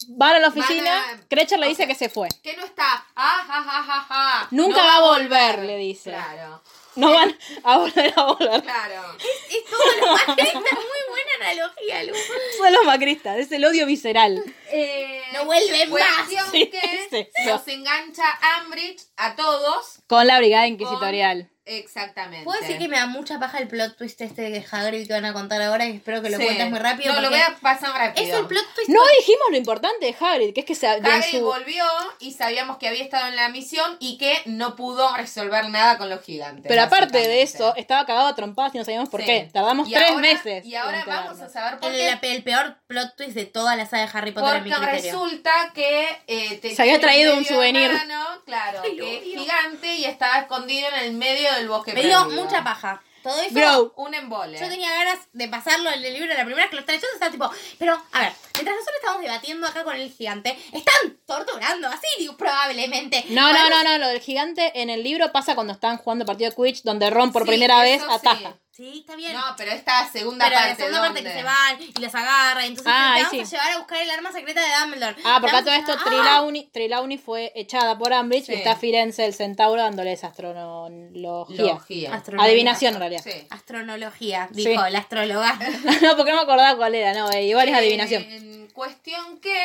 Speaker 1: Van a la oficina,
Speaker 3: Van a-
Speaker 1: Crecher le
Speaker 3: o
Speaker 1: dice
Speaker 3: sea-
Speaker 1: que se fue.
Speaker 3: que no está. Ah, ja, ja, ja, ja.
Speaker 1: Nunca
Speaker 3: No
Speaker 1: va a volver, le dice.
Speaker 3: Claro,
Speaker 1: No van a volver a volver.
Speaker 3: claro.
Speaker 2: Es todo lo más Muy buena analogía, Lu.
Speaker 1: Son los macristas, es el odio visceral.
Speaker 3: Eh,
Speaker 2: No vuelven
Speaker 3: cuestión
Speaker 1: Sí,
Speaker 3: que
Speaker 1: sí,
Speaker 3: los engancha Ambridge a todos.
Speaker 1: Con la brigada inquisitorial.
Speaker 3: Exactamente.
Speaker 2: Puedo decir que me da mucha paja el plot twist este de Hagrid que van a contar ahora y espero que lo
Speaker 3: Sí.
Speaker 2: cuentes muy rápido.
Speaker 3: No, lo voy
Speaker 2: porque
Speaker 3: a pasar rápido.
Speaker 2: Es el plot twist.
Speaker 1: No dijimos lo importante de Hagrid, que es que se... de
Speaker 3: Hagrid
Speaker 1: su-
Speaker 3: volvió y sabíamos que había estado en la misión y que no pudo resolver nada con los gigantes.
Speaker 1: Pero aparte de
Speaker 3: básicamente.
Speaker 1: eso, estaba cagado a trompadas y no sabíamos por
Speaker 3: Sí.
Speaker 1: qué. Tardamos
Speaker 3: Y
Speaker 1: tres
Speaker 3: ahora-
Speaker 1: meses.
Speaker 3: Y ahora
Speaker 1: en
Speaker 3: vamos a
Speaker 1: enterarnos.
Speaker 3: saber por
Speaker 2: El,
Speaker 3: qué.
Speaker 2: el peor plot twist de toda la saga de Harry Potter en mi
Speaker 3: Porque
Speaker 2: criterio.
Speaker 3: resulta que eh, te-
Speaker 1: Se había
Speaker 3: tiene
Speaker 1: traído un
Speaker 3: medio
Speaker 1: souvenir.
Speaker 3: hermano, claro,
Speaker 2: Ay, lo
Speaker 3: que es
Speaker 2: odio.
Speaker 3: gigante y estaba escondido en el medio del bosque.
Speaker 2: Me dio
Speaker 3: perdido.
Speaker 2: mucha paja. Todo eso.
Speaker 1: Bro.
Speaker 3: Un embole.
Speaker 2: Yo tenía ganas de pasarlo en el libro la primera vez que lo estaba leyendo, estaba tipo, pero a ver, mientras nosotros estamos debatiendo acá con el gigante, están torturando a Sirius probablemente.
Speaker 1: No, no, no, no, lo del gigante en el libro pasa cuando están jugando partido de Quidditch, donde Ron por
Speaker 3: Sí,
Speaker 1: primera vez
Speaker 3: eso sí.
Speaker 1: ataja.
Speaker 2: Sí, está bien.
Speaker 3: No, pero esta segunda
Speaker 2: pero
Speaker 3: parte.
Speaker 2: la segunda parte que
Speaker 3: ¿dónde?
Speaker 2: se van y las agarra, y entonces
Speaker 1: Ah,
Speaker 2: te
Speaker 1: ahí
Speaker 2: vamos
Speaker 1: sí.
Speaker 2: a llevar a buscar el arma secreta de Dumbledore.
Speaker 1: Ah, porque a
Speaker 2: Vamos
Speaker 1: todo esto
Speaker 2: ah,
Speaker 1: Trelawney, Trelawney fue echada por Ambridge
Speaker 3: Sí.
Speaker 1: y está Firenze, el centauro, dándoles astronología.
Speaker 3: Logía.
Speaker 2: astronomía.
Speaker 1: Adivinación, en realidad.
Speaker 3: Sí.
Speaker 2: Ah, Astronología, dijo
Speaker 1: Sí.
Speaker 2: la astróloga.
Speaker 1: no, porque no me acordaba cuál era, no, eh, igual es adivinación.
Speaker 3: En cuestión que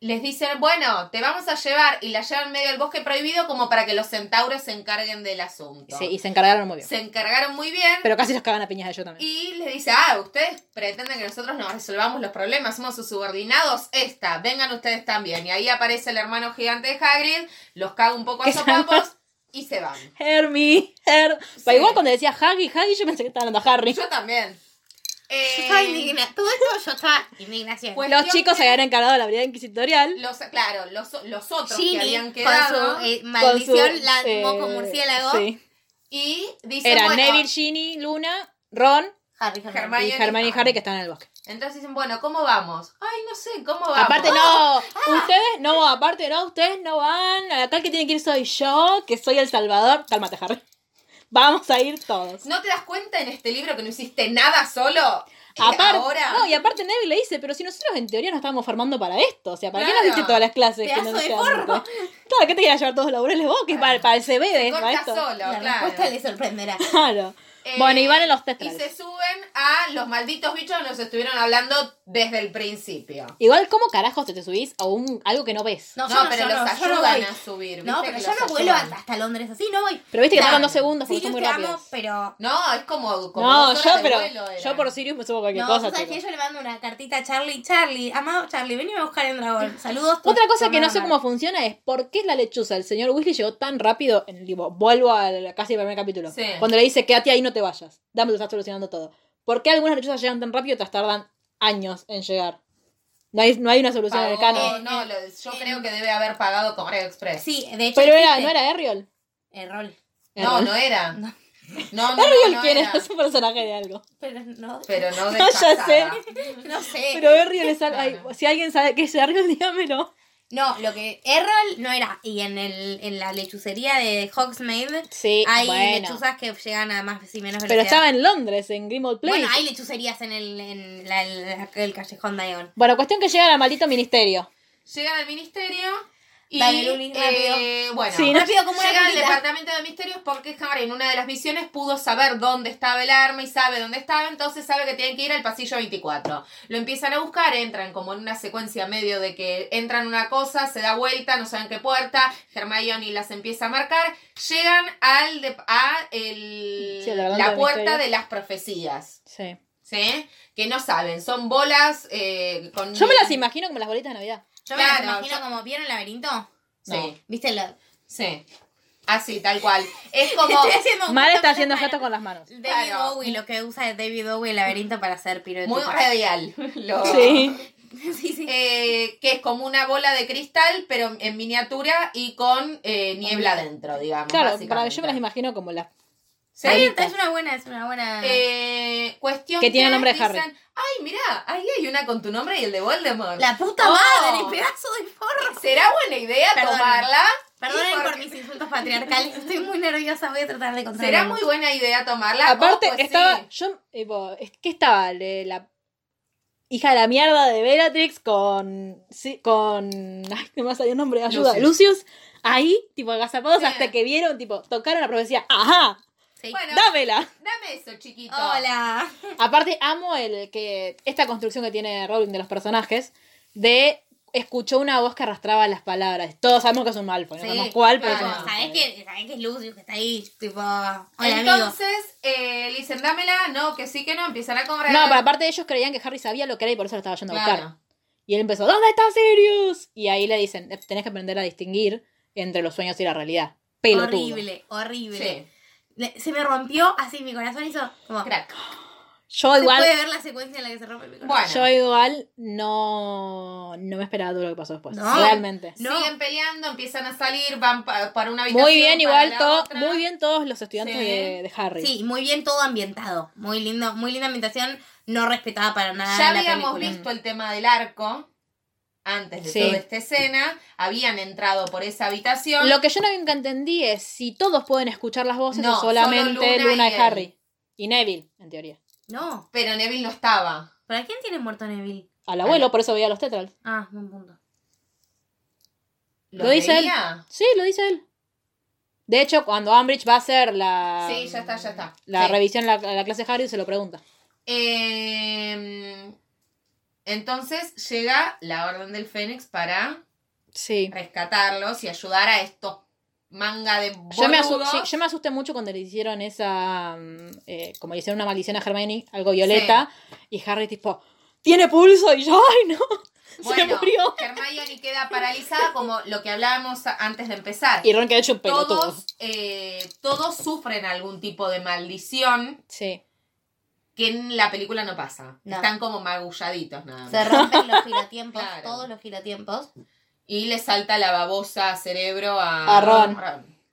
Speaker 3: les dicen, bueno, te vamos a llevar y la llevan medio al bosque prohibido como para que los centauros se encarguen del asunto.
Speaker 1: Sí, y se encargaron muy bien.
Speaker 3: Se encargaron muy bien
Speaker 1: Pero casi los cagan a piñas de yo también.
Speaker 3: y les dice, ah, ustedes pretenden que nosotros nos resolvamos los problemas, somos sus subordinados, esta, vengan ustedes también. Y ahí aparece el hermano gigante de Hagrid, los caga un poco a
Speaker 1: Que
Speaker 3: sopapos y se van.
Speaker 1: Hermi, Her...
Speaker 3: Sí.
Speaker 1: Pero igual cuando decía Haggy, Haggy, yo pensé que estaba hablando a Harry.
Speaker 3: Yo también.
Speaker 2: Yo
Speaker 3: Eh,
Speaker 2: estaba indignada. Todo esto yo estaba indignación.
Speaker 3: Pues-
Speaker 1: Los chicos se habían encargado de la brigada inquisitorial.
Speaker 3: Eh, los, claro, los, los otros que
Speaker 2: Ginny,
Speaker 3: habían
Speaker 2: con
Speaker 3: quedado.
Speaker 2: su eh,
Speaker 1: con su,
Speaker 2: maldición, la
Speaker 1: eh,
Speaker 2: moco murciélago.
Speaker 1: sí.
Speaker 3: Y dicen,
Speaker 1: Era
Speaker 3: bueno,
Speaker 1: Neville, Ginny, Luna, Ron
Speaker 2: Harry, Harry.
Speaker 3: Hermione
Speaker 1: y Hermione y Harry que están en el bosque.
Speaker 3: Entonces dicen, bueno, ¿cómo vamos? Ay, no sé, ¿cómo vamos?
Speaker 1: Aparte no, ustedes no, aparte no, ustedes no van. Acá el que tiene que ir soy yo, que soy el Salvador. Cálmate, Harry. Vamos a ir todos.
Speaker 3: ¿No te das cuenta en este libro que no hiciste nada solo? Eh,
Speaker 1: Aparte,
Speaker 3: Ahora.
Speaker 1: no, y aparte Neville le dice, pero si nosotros en teoría nos estábamos formando para esto, o sea, ¿para qué
Speaker 3: Claro.
Speaker 1: nos diste todas las clases?
Speaker 2: Pedazo de
Speaker 1: sean
Speaker 2: forro.
Speaker 1: útiles? Claro, ¿qué te quieras llevar todos los laureles vos? Que es para, para el CV, de- para
Speaker 3: Corta
Speaker 1: esto.
Speaker 3: solo,
Speaker 2: La
Speaker 3: claro.
Speaker 2: respuesta le sorprenderá.
Speaker 1: Claro.
Speaker 3: Eh,
Speaker 1: bueno, y van en los test
Speaker 3: Y
Speaker 1: drives.
Speaker 3: se suben a los malditos bichos que nos estuvieron hablando desde el principio.
Speaker 1: Igual, ¿cómo carajos te, te subís a un, algo que no ves?
Speaker 2: No, yo
Speaker 3: No,
Speaker 2: no,
Speaker 3: pero
Speaker 2: yo
Speaker 3: los
Speaker 2: no, yo no
Speaker 3: ayudan
Speaker 2: voy.
Speaker 3: a subir.
Speaker 2: No,
Speaker 3: ¿viste?
Speaker 2: pero
Speaker 3: Que
Speaker 2: yo
Speaker 3: los
Speaker 2: no vuelo
Speaker 3: ayudan.
Speaker 2: hasta, hasta Londres así, no voy.
Speaker 1: Pero viste que tardan
Speaker 2: Claro.
Speaker 1: dos segundos porque son
Speaker 2: Sirius
Speaker 1: muy
Speaker 2: te amo,
Speaker 1: rápidos.
Speaker 2: pero...
Speaker 3: No, es como. como
Speaker 1: No,
Speaker 3: dos
Speaker 1: yo,
Speaker 3: horas de
Speaker 1: pero
Speaker 3: vuelo era.
Speaker 1: yo por Sirius me subo cualquier
Speaker 2: No,
Speaker 1: cosa.
Speaker 2: ¿sabes
Speaker 1: chicos.
Speaker 2: qué? Yo le mando una cartita a Charlie. Charlie, amado Charlie, venime a buscar el dragón. Saludos. tu-
Speaker 3: Pues,
Speaker 1: Otra cosa
Speaker 2: tu
Speaker 1: que no
Speaker 2: hermana
Speaker 1: sé
Speaker 2: Mar.
Speaker 1: cómo funciona es por qué la lechuza, el señor Weasley llegó tan rápido en el libro. Vuelvo al casi primer capítulo.
Speaker 3: Sí.
Speaker 1: Cuando le dice, quédate ahí, no te vayas. Dame, te estás solucionando todo. ¿Por qué algunas lechuzas llegan tan rápido y otras tardan años en llegar? No hay, no hay una solución en
Speaker 3: Pagó- eh,
Speaker 1: el canon.
Speaker 3: No, lo- yo creo que debe haber pagado Correo Express.
Speaker 2: Sí, de hecho.
Speaker 1: Pero era,
Speaker 2: existe.
Speaker 1: no era Ariel.
Speaker 2: rol.
Speaker 3: No, no era. No,
Speaker 2: No.
Speaker 3: no, no,
Speaker 1: Ariel
Speaker 3: no
Speaker 1: quién
Speaker 3: era.
Speaker 1: es un personaje de algo.
Speaker 2: Pero no.
Speaker 3: Pero no de
Speaker 1: No, ya sé.
Speaker 3: casada.
Speaker 2: No sé.
Speaker 1: Pero Ariel es al- ay,
Speaker 3: Eh, Claro.
Speaker 1: Si alguien sabe que es Ariel, dígamelo.
Speaker 2: No, lo que Errol no era. Y en el en la lechucería de Hogsmeade
Speaker 1: Sí,
Speaker 2: hay
Speaker 1: bueno.
Speaker 2: lechuzas que llegan a más y menos
Speaker 1: Pero
Speaker 2: velocidad.
Speaker 1: estaba en Londres, en Grimald Place.
Speaker 2: Bueno,
Speaker 1: Bueno,
Speaker 2: hay lechucerías en el, en la- la- el callejón Dion.
Speaker 1: cuestión que llega al maldito ministerio.
Speaker 3: Llegan al ministerio y
Speaker 2: Dale, Luli,
Speaker 3: eh, bueno,
Speaker 1: Sí, no-
Speaker 2: Rápido como una
Speaker 3: llegan al
Speaker 2: puntita.
Speaker 3: departamento de misterios porque Hammer en una de las misiones pudo saber dónde estaba el arma y sabe dónde estaba, entonces sabe que tienen que ir al pasillo 24. Lo empiezan a buscar, entran como en una secuencia medio de que entran una cosa, se da vuelta, no saben qué puerta, Hermione las empieza a marcar, llegan al de- a el-
Speaker 1: Sí, al departamento
Speaker 3: la
Speaker 1: de
Speaker 3: puerta
Speaker 1: misterios.
Speaker 3: de las profecías.
Speaker 1: Sí.
Speaker 3: ¿Sí? Que no saben, son bolas eh, con...
Speaker 1: Yo me las imagino como las bolitas de Navidad.
Speaker 2: Yo me las
Speaker 3: Claro,
Speaker 2: imagino
Speaker 3: yo-
Speaker 2: como vieron el laberinto.
Speaker 3: Sí.
Speaker 1: No.
Speaker 2: ¿Viste lo?
Speaker 3: Sí. Así, tal cual. Es como.
Speaker 1: Este
Speaker 2: Estoy haciendo un
Speaker 1: Mara
Speaker 2: gesto
Speaker 1: está
Speaker 2: con
Speaker 1: haciendo
Speaker 2: las
Speaker 1: gestos
Speaker 2: manos.
Speaker 1: con las manos.
Speaker 2: David
Speaker 3: Claro.
Speaker 2: Bowie, lo que usa es David Bowie el laberinto para hacer
Speaker 3: Muy
Speaker 2: piruetas.
Speaker 3: radial. Lo-
Speaker 1: Sí.
Speaker 2: sí, sí.
Speaker 3: Eh, que es como una bola de cristal, pero en miniatura y con eh, niebla adentro, digamos.
Speaker 1: Claro,
Speaker 3: básicamente.
Speaker 1: para, yo me las imagino como las.
Speaker 3: Sí.
Speaker 2: Está bien, es una buena, es una buena.
Speaker 3: Eh, cuestión
Speaker 1: Que tiene nombre de Harry.
Speaker 3: dicen, Ay, mirá, ahí hay una con tu nombre y el de Voldemort.
Speaker 2: La puta
Speaker 3: Oh.
Speaker 2: madre, pedazo de forro.
Speaker 3: ¿Será buena idea
Speaker 2: Perdón.
Speaker 3: tomarla?
Speaker 2: Perdonen
Speaker 3: Y
Speaker 2: por mis insultos patriarcales, estoy muy nerviosa, voy a tratar de controlarme.
Speaker 3: ¿Será muy buena idea tomarla?
Speaker 1: Aparte,
Speaker 3: Oh, pues
Speaker 1: estaba.
Speaker 3: sí.
Speaker 1: Yo, tipo, es- ¿Qué estaba? Le- la hija de la mierda de Bellatrix con. sí, con. Ay, no me ha salido el nombre, ayuda. Lucius. ahí, tipo, agazapados
Speaker 3: Sí.
Speaker 1: hasta que vieron, tipo, tocaron la profecía. ¡Ajá!
Speaker 2: Sí.
Speaker 3: Bueno,
Speaker 1: ¡Dámela!
Speaker 3: dame eso, chiquito.
Speaker 2: Hola.
Speaker 1: Aparte, amo el que esta construcción que tiene Rowling de los personajes, de escuchó una voz que arrastraba las palabras. Todos sabemos que es un Malfoy, no
Speaker 2: Sí,
Speaker 1: sabemos cuál, pero
Speaker 3: claro.
Speaker 1: es un
Speaker 2: ¿Sabés
Speaker 1: Malfoy.
Speaker 2: que, sabés que es Lucio que está ahí? Tipo, hola amigo.
Speaker 3: Entonces, eh, le dicen, dámela, no, que sí que no, empiezan a cobrar.
Speaker 1: No, pero aparte ellos creían que Harry sabía lo que era y por eso lo estaba yendo a buscar.
Speaker 3: Claro.
Speaker 1: Y él empezó, ¿dónde está Sirius? Y ahí le dicen, "Eh, tenés que aprender a distinguir entre los sueños y la realidad. Pelotudo.
Speaker 2: Horrible, horrible.
Speaker 3: Sí.
Speaker 2: Le- Se me rompió así, mi corazón hizo como.
Speaker 3: Crack.
Speaker 1: Yo
Speaker 2: Se
Speaker 1: igual,
Speaker 2: puede ver la secuencia en la que se rompe mi corazón.
Speaker 3: Bueno,
Speaker 1: yo igual no, no me esperaba todo lo que pasó después.
Speaker 2: No.
Speaker 1: Realmente.
Speaker 2: no.
Speaker 3: siguen peleando, empiezan a salir, van pa- para una habitación.
Speaker 1: Muy bien,
Speaker 3: para
Speaker 1: igual
Speaker 3: la
Speaker 1: todo,
Speaker 3: otra.
Speaker 1: muy bien todos los estudiantes
Speaker 3: Sí.
Speaker 1: de, de Harry.
Speaker 2: Sí, muy bien todo ambientado. Muy lindo, muy linda ambientación, no respetada para nada.
Speaker 3: Ya
Speaker 2: la
Speaker 3: habíamos
Speaker 2: película.
Speaker 3: visto el tema del arco antes de
Speaker 1: Sí.
Speaker 3: toda esta escena. Habían entrado por esa habitación.
Speaker 1: Lo que yo nunca entendí es si todos pueden escuchar las voces
Speaker 3: No,
Speaker 1: o solamente
Speaker 3: solo Luna
Speaker 1: Luna,
Speaker 3: y
Speaker 1: y,
Speaker 3: él.
Speaker 1: Harry. Y Neville, en teoría.
Speaker 2: No,
Speaker 3: Pero Neville no estaba.
Speaker 2: ¿para quién tiene muerto Neville?
Speaker 1: Al abuelo, por eso veía los tetrals.
Speaker 2: Ah, buen punto.
Speaker 1: Lo dice
Speaker 3: veía?
Speaker 1: Sí, lo dice él. De hecho, cuando Ambridge va a hacer la,
Speaker 3: Sí, ya está, ya está.
Speaker 1: la
Speaker 3: Sí.
Speaker 1: revisión la, la clase de Harry, se lo pregunta.
Speaker 3: Eh, entonces llega la Orden del Fénix para
Speaker 1: Sí.
Speaker 3: rescatarlos y ayudar a estos manga de
Speaker 1: Yo me, asu-
Speaker 3: boludos.
Speaker 1: sí, yo me asusté mucho cuando le hicieron esa. mm, eh, como le hicieron una maldición a Hermione, algo violeta. Y Harry, tipo, tiene pulso. Y yo, ay, no. se
Speaker 3: Bueno,
Speaker 1: murió.
Speaker 3: Hermione queda paralizada como lo que hablábamos a- antes de empezar.
Speaker 1: Y Ron queda hecho un pelotudo.
Speaker 3: Todos, eh, todos sufren algún tipo de maldición
Speaker 1: Sí.
Speaker 3: que en la película no pasa.
Speaker 2: No.
Speaker 3: Están como magulladitos nada más.
Speaker 2: Se rompen los giratiempos,
Speaker 3: Claro.
Speaker 2: todos los giratiempos
Speaker 3: Y le salta la babosa cerebro a,
Speaker 1: A Ron.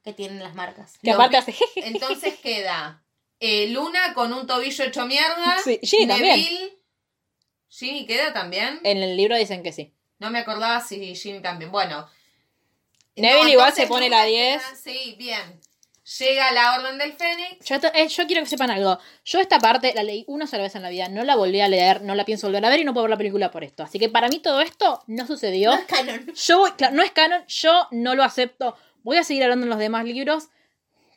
Speaker 2: que tienen las marcas.
Speaker 1: Que
Speaker 3: Los
Speaker 1: aparte
Speaker 3: vi-
Speaker 1: hace jeje.
Speaker 3: Entonces queda eh, Luna con un tobillo hecho mierda.
Speaker 1: Sí, Ginny también. Eh.
Speaker 3: Ginny queda también.
Speaker 1: En el libro dicen que sí.
Speaker 3: No me acordaba si Ginny también. Bueno.
Speaker 1: Neville igual se
Speaker 3: entonces
Speaker 1: pone
Speaker 3: Luna
Speaker 1: la
Speaker 3: queda-
Speaker 1: 10.
Speaker 3: Sí, bien. Llega la Orden del Fénix.
Speaker 1: Yo, to- eh, yo quiero que sepan algo. Yo esta parte la leí una sola vez en la vida. No la volví a leer, no la pienso volver a ver y no puedo ver la película por esto. Así que para mí todo esto no sucedió.
Speaker 2: No es canon.
Speaker 1: Yo voy, claro, no es canon, yo no lo acepto. Voy a seguir hablando en los demás libros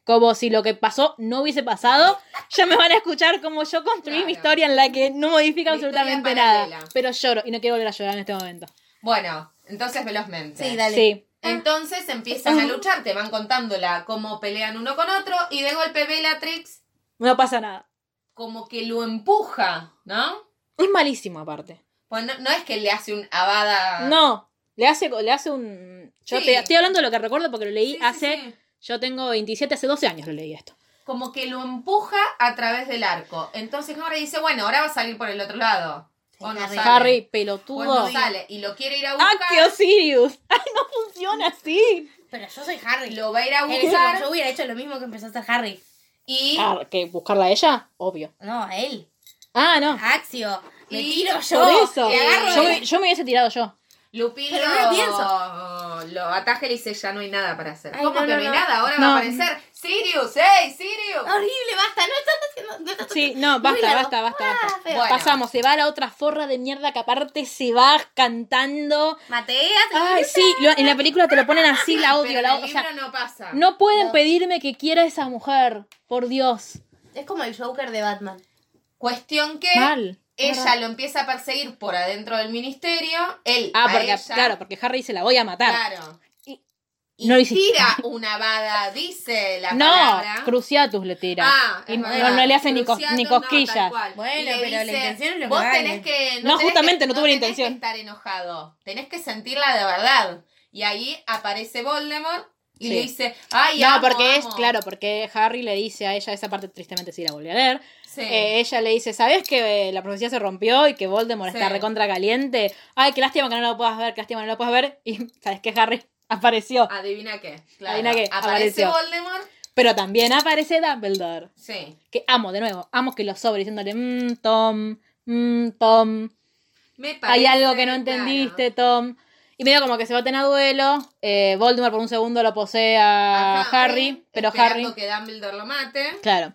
Speaker 1: como si lo que pasó no hubiese pasado. Ya me van a escuchar como yo construí mi
Speaker 3: Claro.
Speaker 1: historia en la que no modifica
Speaker 3: Una historia
Speaker 1: absolutamente
Speaker 3: paralela.
Speaker 1: nada. Pero lloro y no quiero volver a llorar en este momento.
Speaker 3: Bueno, entonces velozmente.
Speaker 2: Sí, dale.
Speaker 1: Sí.
Speaker 3: Entonces empiezan a luchar, te van contándola cómo pelean uno con otro y de golpe Bellatrix
Speaker 1: No pasa nada.
Speaker 3: como que lo empuja, ¿no?
Speaker 1: Es malísimo aparte.
Speaker 3: Pues no, no es que le hace un avada.
Speaker 1: No, le hace, le hace un... Yo
Speaker 3: Ah. Sí.
Speaker 1: te, estoy hablando de lo que recuerdo porque lo leí
Speaker 3: Sí, sí,
Speaker 1: hace...
Speaker 3: sí.
Speaker 1: Yo tengo 27, hace 12 años lo leí esto.
Speaker 3: Como que lo empuja a través del arco. Entonces ahora dice, bueno, ahora va a salir por el otro lado.
Speaker 2: Sí,
Speaker 3: o no sale.
Speaker 2: Harry.
Speaker 3: Pues
Speaker 1: Harry,
Speaker 3: O
Speaker 1: pelotudo.
Speaker 3: no sale. Y lo quiere ir a buscar.
Speaker 1: ¡Ah, qué Sirius! ¡Ay, no funciona así!
Speaker 2: Pero yo soy Harry.
Speaker 3: Lo va a ir a
Speaker 2: En ese momento
Speaker 3: buscar
Speaker 2: Yo hubiera hecho lo mismo que empezó a hacer Harry.
Speaker 3: y
Speaker 1: Ah, ¿Que buscarla a ella? Obvio.
Speaker 2: No, a él.
Speaker 1: Ah, no.
Speaker 2: A Axio. Me
Speaker 3: Y-
Speaker 2: tiro yo.
Speaker 1: Por eso.
Speaker 2: Le agarro
Speaker 1: Yo,
Speaker 2: el-
Speaker 1: me- yo me hubiese tirado yo.
Speaker 3: Lupin
Speaker 2: Pero
Speaker 3: lo,
Speaker 2: no lo
Speaker 3: lo ataja y le dice, ya no hay nada para hacer.
Speaker 2: Ay,
Speaker 3: ¿Cómo
Speaker 2: no,
Speaker 3: que no
Speaker 2: no,
Speaker 3: hay
Speaker 2: no. Ah,
Speaker 3: nada? Ahora va
Speaker 1: No.
Speaker 3: a aparecer Sirius, ¡Ey, Sirius!
Speaker 2: Horrible, basta. No estás haciendo. No estás
Speaker 1: Sí, no, basta,
Speaker 2: largo.
Speaker 1: basta, basta, basta.
Speaker 2: feo.
Speaker 3: Ah, Bueno.
Speaker 1: Pasamos, se va a la otra forra de mierda que aparte se va cantando.
Speaker 2: Mateas.
Speaker 1: Ay, sí, lo- en la película te lo ponen así, la odio,
Speaker 3: Pero
Speaker 1: la
Speaker 3: en
Speaker 1: odio.
Speaker 3: el
Speaker 1: O sea,
Speaker 3: libro Ah, no pasa.
Speaker 1: no pueden pedirme que quiera a esa mujer, por Dios.
Speaker 2: Es como el Joker de Batman.
Speaker 3: Cuestión que
Speaker 1: Mal.
Speaker 3: ella lo empieza a perseguir por adentro del ministerio, él
Speaker 1: Ah,
Speaker 3: a
Speaker 1: porque,
Speaker 3: ella,
Speaker 1: claro, porque Harry se la voy a matar.
Speaker 3: claro. Y
Speaker 1: No lo hiciste.
Speaker 3: tira una bada, dice la
Speaker 1: no,
Speaker 3: palabra.
Speaker 1: Cruciatus le tira.
Speaker 3: Ah, es
Speaker 1: y no,
Speaker 3: verdad.
Speaker 1: no le hace ni, cos-
Speaker 3: Cruciatus,
Speaker 1: ni
Speaker 3: no,
Speaker 1: cosquillas.
Speaker 3: tal cual.
Speaker 2: Bueno,
Speaker 3: Y le
Speaker 2: pero la intención es lo que
Speaker 3: vos
Speaker 2: vale".
Speaker 3: tenés que
Speaker 1: No,
Speaker 3: tenés que-
Speaker 1: justamente, no tuve la
Speaker 3: tenés
Speaker 1: intención.
Speaker 3: que estar enojado. Tenés que sentirla de verdad. Y ahí aparece Voldemort y
Speaker 1: Sí.
Speaker 3: le dice, "Ay,
Speaker 1: no,
Speaker 3: amo,
Speaker 1: porque es,
Speaker 3: amo".
Speaker 1: claro, porque Harry le dice a ella, esa parte tristemente sí la volví a leer,
Speaker 3: Sí.
Speaker 1: Eh, ella le dice, ¿sabes que eh, la profecía se rompió y que Voldemort
Speaker 3: Sí.
Speaker 1: está recontra caliente? Ay, qué lástima que no lo puedas ver, qué lástima que no lo puedas ver. Y sabes que Harry apareció.
Speaker 3: Adivina qué. Claro.
Speaker 1: Adivina qué,
Speaker 3: Aparece
Speaker 1: apareció.
Speaker 3: Voldemort.
Speaker 1: Pero también aparece Dumbledore.
Speaker 3: Sí.
Speaker 1: Que amo, de nuevo, amo que lo sobre diciéndole, mmm, Tom, mmm, Tom,
Speaker 3: Me parece,
Speaker 1: hay algo que no
Speaker 3: claro.
Speaker 1: entendiste, Tom. Y medio como que se baten a duelo. eh, Voldemort por un segundo lo posee a
Speaker 3: Ajá,
Speaker 1: Harry, pero
Speaker 3: esperando
Speaker 1: Harry...
Speaker 3: que Dumbledore lo mate.
Speaker 1: Claro.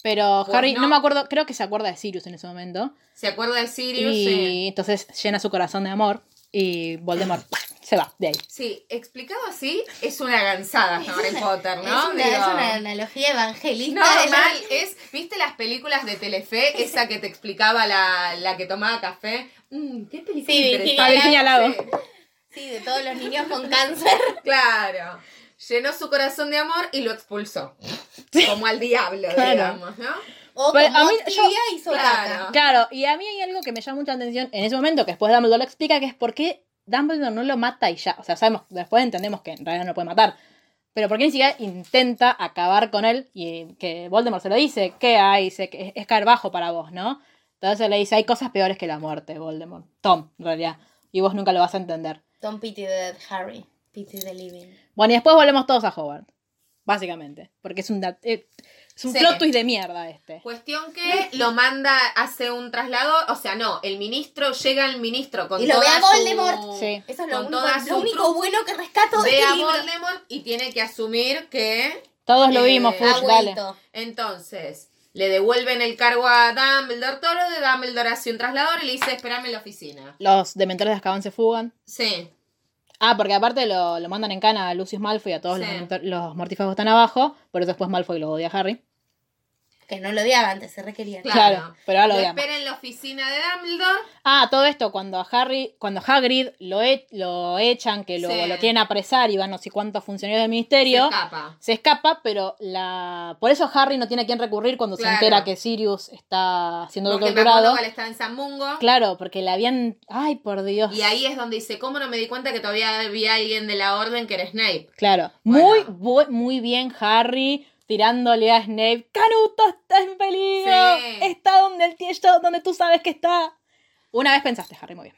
Speaker 1: Pero
Speaker 3: Pues
Speaker 1: Harry, no.
Speaker 3: no.
Speaker 1: me acuerdo, creo que se acuerda de Sirius en ese momento.
Speaker 3: Se acuerda de Sirius. Eh,
Speaker 1: y
Speaker 3: Sí.
Speaker 1: entonces llena su corazón de amor y Voldemort se va de ahí.
Speaker 3: Sí, explicado así, es una gansada Harry Potter,
Speaker 2: es,
Speaker 3: ¿no?
Speaker 2: una,
Speaker 3: Digo,
Speaker 2: es una analogía evangelista.
Speaker 3: No,
Speaker 2: de la-
Speaker 3: mal, es, ¿viste las películas de Telefe? Esa que te explicaba la, la que tomaba café. Mm, qué película
Speaker 2: Sí,
Speaker 3: interesante.
Speaker 1: Virginia Lago.
Speaker 3: Sí,
Speaker 2: Sí, de todos los niños con cáncer.
Speaker 3: Claro. Llenó su corazón de amor y lo expulsó. Como al diablo,
Speaker 1: Claro.
Speaker 3: digamos, ¿no?
Speaker 2: O
Speaker 1: Pero
Speaker 2: como
Speaker 1: a mí- yo-
Speaker 2: tía hizo
Speaker 3: Claro.
Speaker 2: caca.
Speaker 1: Claro, y a mí hay algo que me llama mucha atención en ese momento, que después Dumbledore lo explica, que es por qué Dumbledore no lo mata y ya. O sea, sabemos, después entendemos que en realidad no lo puede matar. Pero por qué ni siquiera intenta acabar con él y que Voldemort se lo dice, ¿qué hay? Dice que es- es caer bajo para vos, ¿no? Entonces le dice, hay cosas peores que la muerte, Voldemort. Tom, en realidad. Y vos nunca lo vas a entender.
Speaker 2: Don't pity the dead, Harry. Pity the living.
Speaker 1: Bueno, y después volvemos todos a Howard. Básicamente. Porque es un, da- eh, es un
Speaker 3: Sí.
Speaker 1: plot twist de mierda este.
Speaker 3: Cuestión que lo manda, hace un traslado, o sea, no, el ministro, llega el ministro con
Speaker 2: Y lo ve
Speaker 3: toda
Speaker 2: a
Speaker 3: su-
Speaker 2: Voldemort.
Speaker 1: Sí.
Speaker 2: Eso es lo
Speaker 3: Con
Speaker 2: único,
Speaker 3: toda su
Speaker 2: lo único bueno que rescato de
Speaker 3: Ve a
Speaker 2: este libro.
Speaker 3: Voldemort y tiene que asumir que
Speaker 1: Todos lo
Speaker 3: Eh,
Speaker 1: vimos, Fush,
Speaker 2: Ha
Speaker 1: dale.
Speaker 2: vuelto.
Speaker 3: Entonces, le devuelven el cargo a Dumbledore. Todo lo de Dumbledore hace un traslador y le dice, espérame en la oficina.
Speaker 1: Los dementores de Azkaban se fugan.
Speaker 3: Sí,
Speaker 1: Ah, porque aparte lo, lo mandan en cana a Lucius Malfoy, a todos
Speaker 3: Sí.
Speaker 1: los, dementor- los mortífagos están abajo, pero después Malfoy lo odia a Harry.
Speaker 2: Que no lo odiaba antes, se requería.
Speaker 3: Claro.
Speaker 1: Claro, pero ahora
Speaker 3: lo
Speaker 1: lo odiamos.
Speaker 3: espera en la oficina de Dumbledore.
Speaker 1: Ah, todo esto cuando a Harry, cuando Hagrid lo, e- lo echan, que lo,
Speaker 3: Sí.
Speaker 1: lo quieren apresar y van no sé cuántos funcionarios del
Speaker 3: Se
Speaker 1: ministerio.
Speaker 3: escapa.
Speaker 1: se escapa, pero la por eso Harry no tiene a quién recurrir cuando
Speaker 3: Claro.
Speaker 1: se entera que Sirius está siendo
Speaker 3: Porque
Speaker 1: torturado.
Speaker 3: McGonagall está en Zamungo.
Speaker 1: Claro, porque le habían, ay, por Dios.
Speaker 3: Y ahí es donde dice, ¿cómo no me di cuenta que todavía había alguien de la orden que era Snape?
Speaker 1: Claro,
Speaker 3: Bueno.
Speaker 1: muy bu- muy bien Harry tirándole a Snape, Canuto está en peligro.
Speaker 3: Sí.
Speaker 1: Está donde el tío está donde tú sabes que está. Una vez pensaste, Harry, muy bien.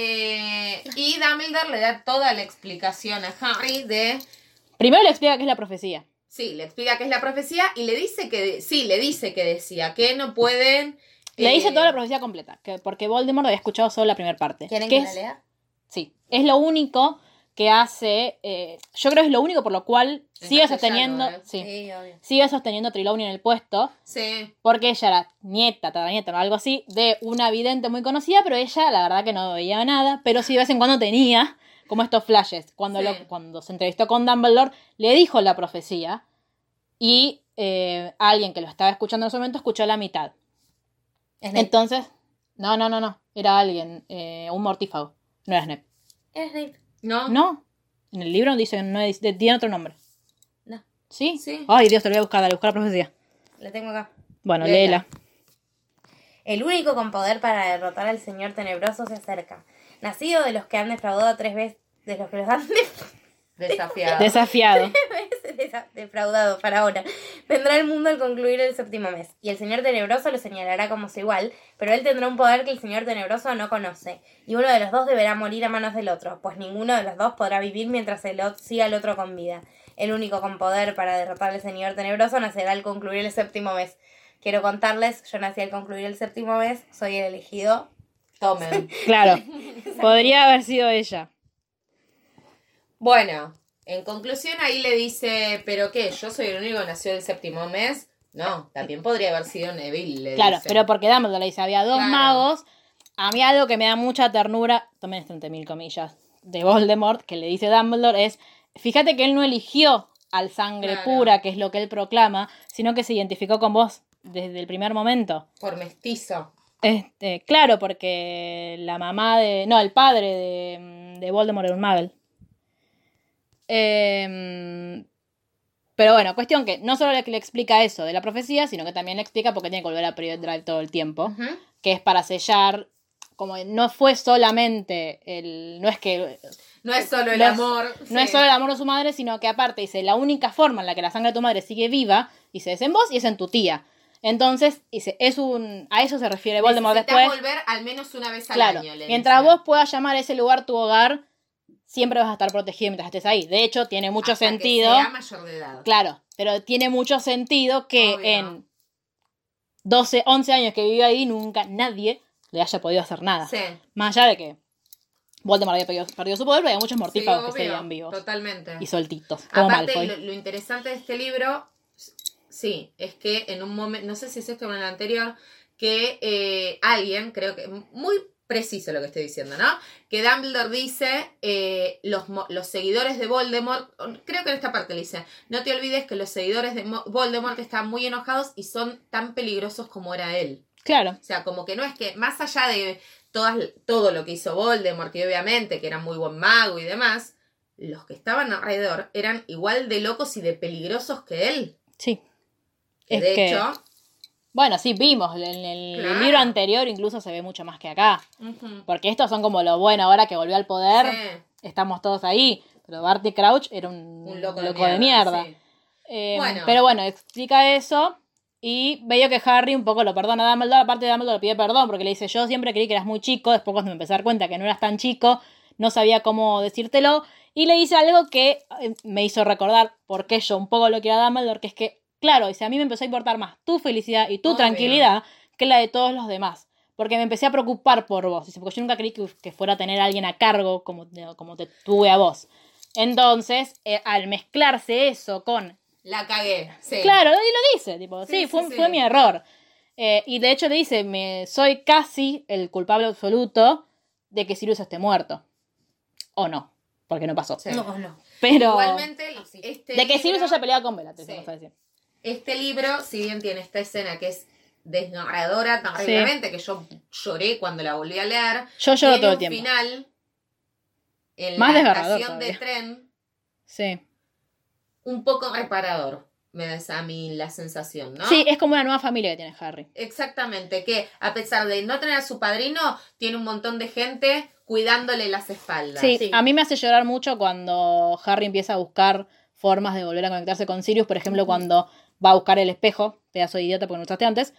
Speaker 3: Eh, y Dumbledore le da toda la explicación a Harry de
Speaker 1: Primero le explica qué es la profecía.
Speaker 3: Sí, le explica qué es la profecía y le dice que, de- sí, le dice que decía que no pueden...
Speaker 1: Le
Speaker 3: eh,
Speaker 1: dice toda la profecía completa, que porque Voldemort había escuchado solo la primera parte.
Speaker 2: ¿Quieren
Speaker 1: que
Speaker 2: que la
Speaker 1: es-
Speaker 2: lea?
Speaker 1: Sí, es lo único que hace, eh, yo creo que es lo único por lo cual
Speaker 3: En
Speaker 1: sigue
Speaker 3: castellano,
Speaker 1: sosteniendo,
Speaker 3: ¿eh?
Speaker 1: sí,
Speaker 2: obvio.
Speaker 1: sigue sosteniendo Trelawney en el puesto,
Speaker 3: Sí,
Speaker 1: porque ella era nieta, tatarañeta o algo así, de una vidente muy conocida, pero ella la verdad que no veía nada, pero sí de vez en cuando tenía como estos flashes. Cuando,
Speaker 3: Sí.
Speaker 1: lo- cuando se entrevistó con Dumbledore, le dijo la profecía y eh, alguien que lo estaba escuchando en ese momento escuchó la mitad.
Speaker 2: Es Snape.
Speaker 1: Entonces, no, no, no, no, era alguien, eh, un mortífago, no era Snape.
Speaker 2: Es Snape.
Speaker 3: ¿no?
Speaker 1: No. En el libro dice, no es- de- tiene otro nombre.
Speaker 2: No.
Speaker 1: ¿Sí?
Speaker 3: Sí.
Speaker 1: Ay, Dios, te lo voy a buscar, dale, buscar la profecía.
Speaker 2: La tengo acá.
Speaker 1: Bueno, léela.
Speaker 3: Léela.
Speaker 2: El único con poder para derrotar al señor tenebroso se acerca. Nacido de los que han defraudado tres veces, de los que los han
Speaker 3: Desafiado.
Speaker 1: Desafiado.
Speaker 2: desa- defraudado para ahora. vendrá el mundo al concluir el séptimo mes, y el señor tenebroso lo señalará como su igual, pero él tendrá un poder que el señor tenebroso no conoce, y uno de los dos deberá morir a manos del otro, pues ninguno de los dos podrá vivir mientras el ot- siga al otro con vida. El único con poder para derrotar al señor tenebroso nacerá al concluir el séptimo mes. Quiero contarles, yo nací al concluir el séptimo mes, soy el elegido.
Speaker 3: Tomen.
Speaker 1: Claro. Podría haber sido ella.
Speaker 3: Bueno, en conclusión ahí le dice, ¿pero qué? ¿Yo soy el único que nació el séptimo mes? No, también podría haber sido Neville, le
Speaker 1: Claro,
Speaker 3: dice.
Speaker 1: pero porque Dumbledore le dice, había dos
Speaker 3: Claro.
Speaker 1: magos. A mí algo que me da mucha ternura, tomen este mil comillas, de Voldemort, que le dice Dumbledore, es, fíjate que él no eligió al sangre
Speaker 3: Claro.
Speaker 1: pura, que es lo que él proclama, sino que se identificó con vos desde el primer momento.
Speaker 3: Por mestizo.
Speaker 1: Este, claro, porque la mamá de. No, el padre de, mm, de Voldemort era un Muggle. Em, pero bueno, cuestión que no solo le, le explica eso de la profecía, sino que también le explica por qué tiene que volver a Period Drive todo el tiempo.
Speaker 3: Ujú.
Speaker 1: Que es para sellar. Como no fue solamente el. No es que.
Speaker 3: No es solo el
Speaker 1: No es-
Speaker 3: amor.
Speaker 1: No es
Speaker 3: sí.
Speaker 1: solo el amor de su madre, sino que aparte dice, la única forma en la que la sangre de tu madre sigue viva, dice, es en vos y es en tu tía. Entonces, dice, es un. A eso se refiere Voldemort
Speaker 3: Necesitas
Speaker 1: después.
Speaker 3: volver al menos una vez al
Speaker 1: Claro,
Speaker 3: año. le
Speaker 1: mientras
Speaker 3: dice.
Speaker 1: vos puedas llamar a ese lugar tu hogar, siempre vas a estar protegido mientras estés ahí. De hecho, tiene mucho
Speaker 3: Hasta que
Speaker 1: sentido.
Speaker 3: sea mayor de edad.
Speaker 1: Claro, pero tiene mucho sentido que
Speaker 3: Obvio.
Speaker 1: en 12, 11 años que vivió ahí, nunca nadie le haya podido hacer nada.
Speaker 3: Sí,
Speaker 1: Más allá de que Voldemort había perdido, perdido su poder, pero había muchos
Speaker 3: sí,
Speaker 1: mortífagos que
Speaker 3: obvio,
Speaker 1: seguían vivos
Speaker 3: Totalmente.
Speaker 1: y soltitos, como
Speaker 3: Aparte, lo,
Speaker 1: Malfoy.
Speaker 3: lo interesante de este libro, s- sí, es que en un momento, no sé si es este o en el anterior, que eh, alguien, creo que, muy preciso lo que estoy diciendo, ¿no? Que Dumbledore dice, eh, los, mo- los seguidores de Voldemort, oh, creo que en esta parte le dice, no te olvides que los seguidores de Mo- Voldemort están muy enojados y son tan peligrosos como era él.
Speaker 1: Claro,
Speaker 3: O sea, como que no es que, más allá de todas, todo lo que hizo Voldemort, que obviamente que era muy buen mago y demás, los que estaban alrededor eran igual de locos y de peligrosos que él.
Speaker 1: sí.
Speaker 3: Que
Speaker 1: Es
Speaker 3: de
Speaker 1: que-
Speaker 3: hecho,
Speaker 1: bueno, sí, vimos, en el
Speaker 3: Claro.
Speaker 1: libro anterior incluso se ve mucho más que acá.
Speaker 3: ujú,
Speaker 1: Porque estos son como lo bueno ahora que volvió al poder.
Speaker 3: sí,
Speaker 1: estamos todos ahí. Pero Barty Crouch era un,
Speaker 3: un loco,
Speaker 1: de mierda.
Speaker 3: sí.
Speaker 1: Eh,
Speaker 3: Bueno.
Speaker 1: Pero bueno, explica eso. Y veo que Harry un poco lo perdona a Dumbledore. Aparte, Dumbledore le pide perdón porque le dice: Yo siempre creí que eras muy chico. Después, cuando me empecé a dar cuenta que no eras tan chico, no sabía cómo decírtelo. Y le dice algo que eh, me hizo recordar por qué yo un poco lo quiero a Dumbledore: que es que, claro, dice, a mí me empezó a importar más tu felicidad y tu
Speaker 3: Obvio.
Speaker 1: tranquilidad que la de todos los demás. Porque me empecé a preocupar por vos. Dice, porque yo nunca creí que, que fuera a tener a alguien a cargo como, te- como te tuve a vos. Entonces, eh, al mezclarse eso con
Speaker 3: La cagué, sí.
Speaker 1: Claro, y lo dice, tipo,
Speaker 3: Sí,
Speaker 1: sí,
Speaker 3: sí,
Speaker 1: fue,
Speaker 3: sí.
Speaker 1: fue mi error. Eh, y de hecho le dice, me, soy casi el culpable absoluto de que Sirius esté muerto. O no, porque no pasó.
Speaker 3: sí.
Speaker 2: no.
Speaker 1: Pero
Speaker 3: Igualmente, este
Speaker 1: de que Sirius
Speaker 3: libro-
Speaker 1: haya peleado con Bellatrix,
Speaker 3: Sí.
Speaker 1: vamos a decir.
Speaker 3: Este libro, si bien tiene esta escena que es desgarradora terriblemente, que yo lloré cuando la volví a leer,
Speaker 1: Yo lloro
Speaker 3: tiene
Speaker 1: todo el
Speaker 3: un
Speaker 1: tiempo.
Speaker 3: final en
Speaker 1: Más
Speaker 3: la
Speaker 1: desgarrador
Speaker 3: estación de
Speaker 1: todavía.
Speaker 3: tren
Speaker 1: Sí.
Speaker 3: un poco reparador, me da a mí la sensación, ¿no?
Speaker 1: sí, es como una nueva familia que tiene Harry.
Speaker 3: Exactamente, que a pesar de no tener a su padrino, tiene un montón de gente cuidándole las espaldas.
Speaker 1: Sí, a mí me hace llorar mucho cuando Harry empieza a buscar formas de volver a conectarse con Sirius. Por ejemplo, cuando va a buscar el espejo, pedazo de idiota porque no usaste antes.